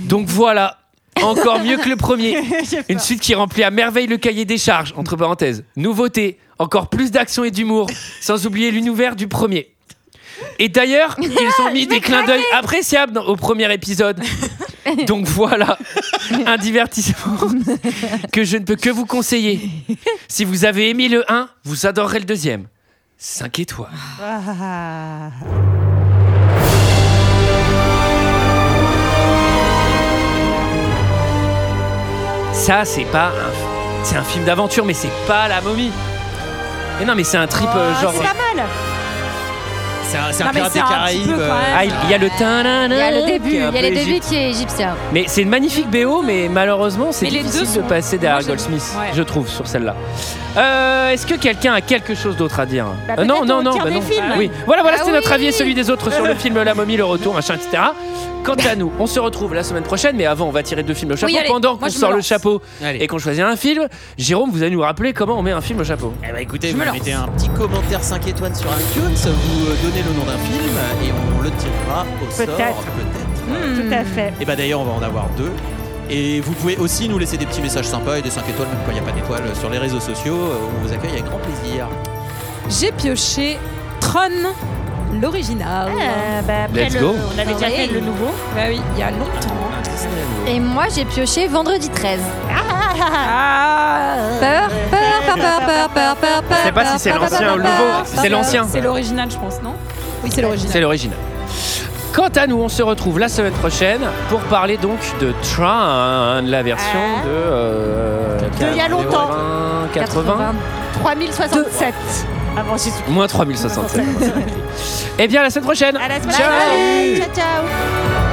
[SPEAKER 1] Donc voilà, encore mieux que le premier. Une suite qui remplit à merveille le cahier des charges, entre parenthèses. Nouveauté, encore plus d'action et d'humour, sans oublier l'univers du premier. Et d'ailleurs, ils ont mis des clins d'œil appréciables dans- au premier épisode. Donc voilà, un divertissement que je ne peux que vous conseiller. Si vous avez aimé le 1, vous adorerez le deuxième. 5 étoiles.
[SPEAKER 10] Ah.
[SPEAKER 1] Ça, c'est pas un... C'est un film d'aventure, mais c'est pas la momie. Mais non, mais c'est un trip euh,
[SPEAKER 10] Ah,
[SPEAKER 1] genre...
[SPEAKER 10] c'est pas mal.
[SPEAKER 8] C'est un,
[SPEAKER 10] Non, mais pirate c'est des un petit Caraïbes, peu quand euh, même.
[SPEAKER 1] Ah, il il y a le
[SPEAKER 15] Il y a le début, il y a
[SPEAKER 1] les
[SPEAKER 15] le début qui est égyptien.
[SPEAKER 1] Mais c'est une magnifique BO, mais malheureusement, c'est
[SPEAKER 15] Mais les
[SPEAKER 1] difficile
[SPEAKER 15] deux
[SPEAKER 1] de
[SPEAKER 15] sont-
[SPEAKER 1] passer derrière Goldsmith,
[SPEAKER 15] ouais.
[SPEAKER 1] je trouve, sur celle-là. Euh, Est-ce que quelqu'un a quelque chose d'autre à dire
[SPEAKER 12] Bah,
[SPEAKER 1] Euh, Non,
[SPEAKER 12] peut-être
[SPEAKER 1] non,
[SPEAKER 12] on
[SPEAKER 1] non.
[SPEAKER 12] tire des
[SPEAKER 1] non.
[SPEAKER 12] films.
[SPEAKER 1] Oui. Voilà, voilà,
[SPEAKER 12] Bah
[SPEAKER 1] c'était notre
[SPEAKER 12] oui.
[SPEAKER 1] avis et celui des autres sur le film La Momie, Le Retour, machin, etc. Quant à nous, on se retrouve la semaine prochaine, mais avant, on va tirer deux films au chapeau.
[SPEAKER 12] Oui, allez,
[SPEAKER 1] Pendant
[SPEAKER 12] moi,
[SPEAKER 1] qu'on
[SPEAKER 12] je me
[SPEAKER 1] sort le
[SPEAKER 12] lance.
[SPEAKER 1] chapeau et qu'on choisit un film, Jérôme, vous allez nous rappeler comment on met un film au chapeau.
[SPEAKER 8] Eh ben écoutez, vous mettez un petit commentaire 5 étoiles sur iTunes, vous euh, donnez le nom d'un film et on le tirera au sort.
[SPEAKER 10] Peut-être. Hmm. Tout à fait.
[SPEAKER 8] Et bah d'ailleurs, on va en avoir deux. Et vous pouvez aussi nous laisser des petits messages sympas et des 5 étoiles, même quand il n'y a pas d'étoiles, sur les réseaux sociaux. Euh, On vous accueille avec grand plaisir.
[SPEAKER 9] J'ai pioché Tron, l'original.
[SPEAKER 10] Ah.
[SPEAKER 8] après Let's le- go. on
[SPEAKER 10] avait déjà fait Euh, bah, le nouveau.
[SPEAKER 9] Bah oui, il y a longtemps. hein.
[SPEAKER 15] Et moi, j'ai pioché vendredi 13.
[SPEAKER 9] Peur,
[SPEAKER 15] peur, peur, peur, peur, peur, peur, peur.
[SPEAKER 1] sais pas si c'est l'ancien ou le nouveau. C'est l'ancien.
[SPEAKER 9] C'est l'original, je pense, non Oui, c'est l'original.
[SPEAKER 1] C'est l'original. Quant à nous, on se retrouve la semaine prochaine pour parler donc de Train, la version de. euh,
[SPEAKER 10] De il y a longtemps.
[SPEAKER 1] 80, 80,
[SPEAKER 10] 3067. Avant Jésus.
[SPEAKER 1] moins 3067. Eh bien, à la semaine prochaine.
[SPEAKER 10] À la semaine
[SPEAKER 1] Ciao.
[SPEAKER 10] prochaine. Ciao, ciao.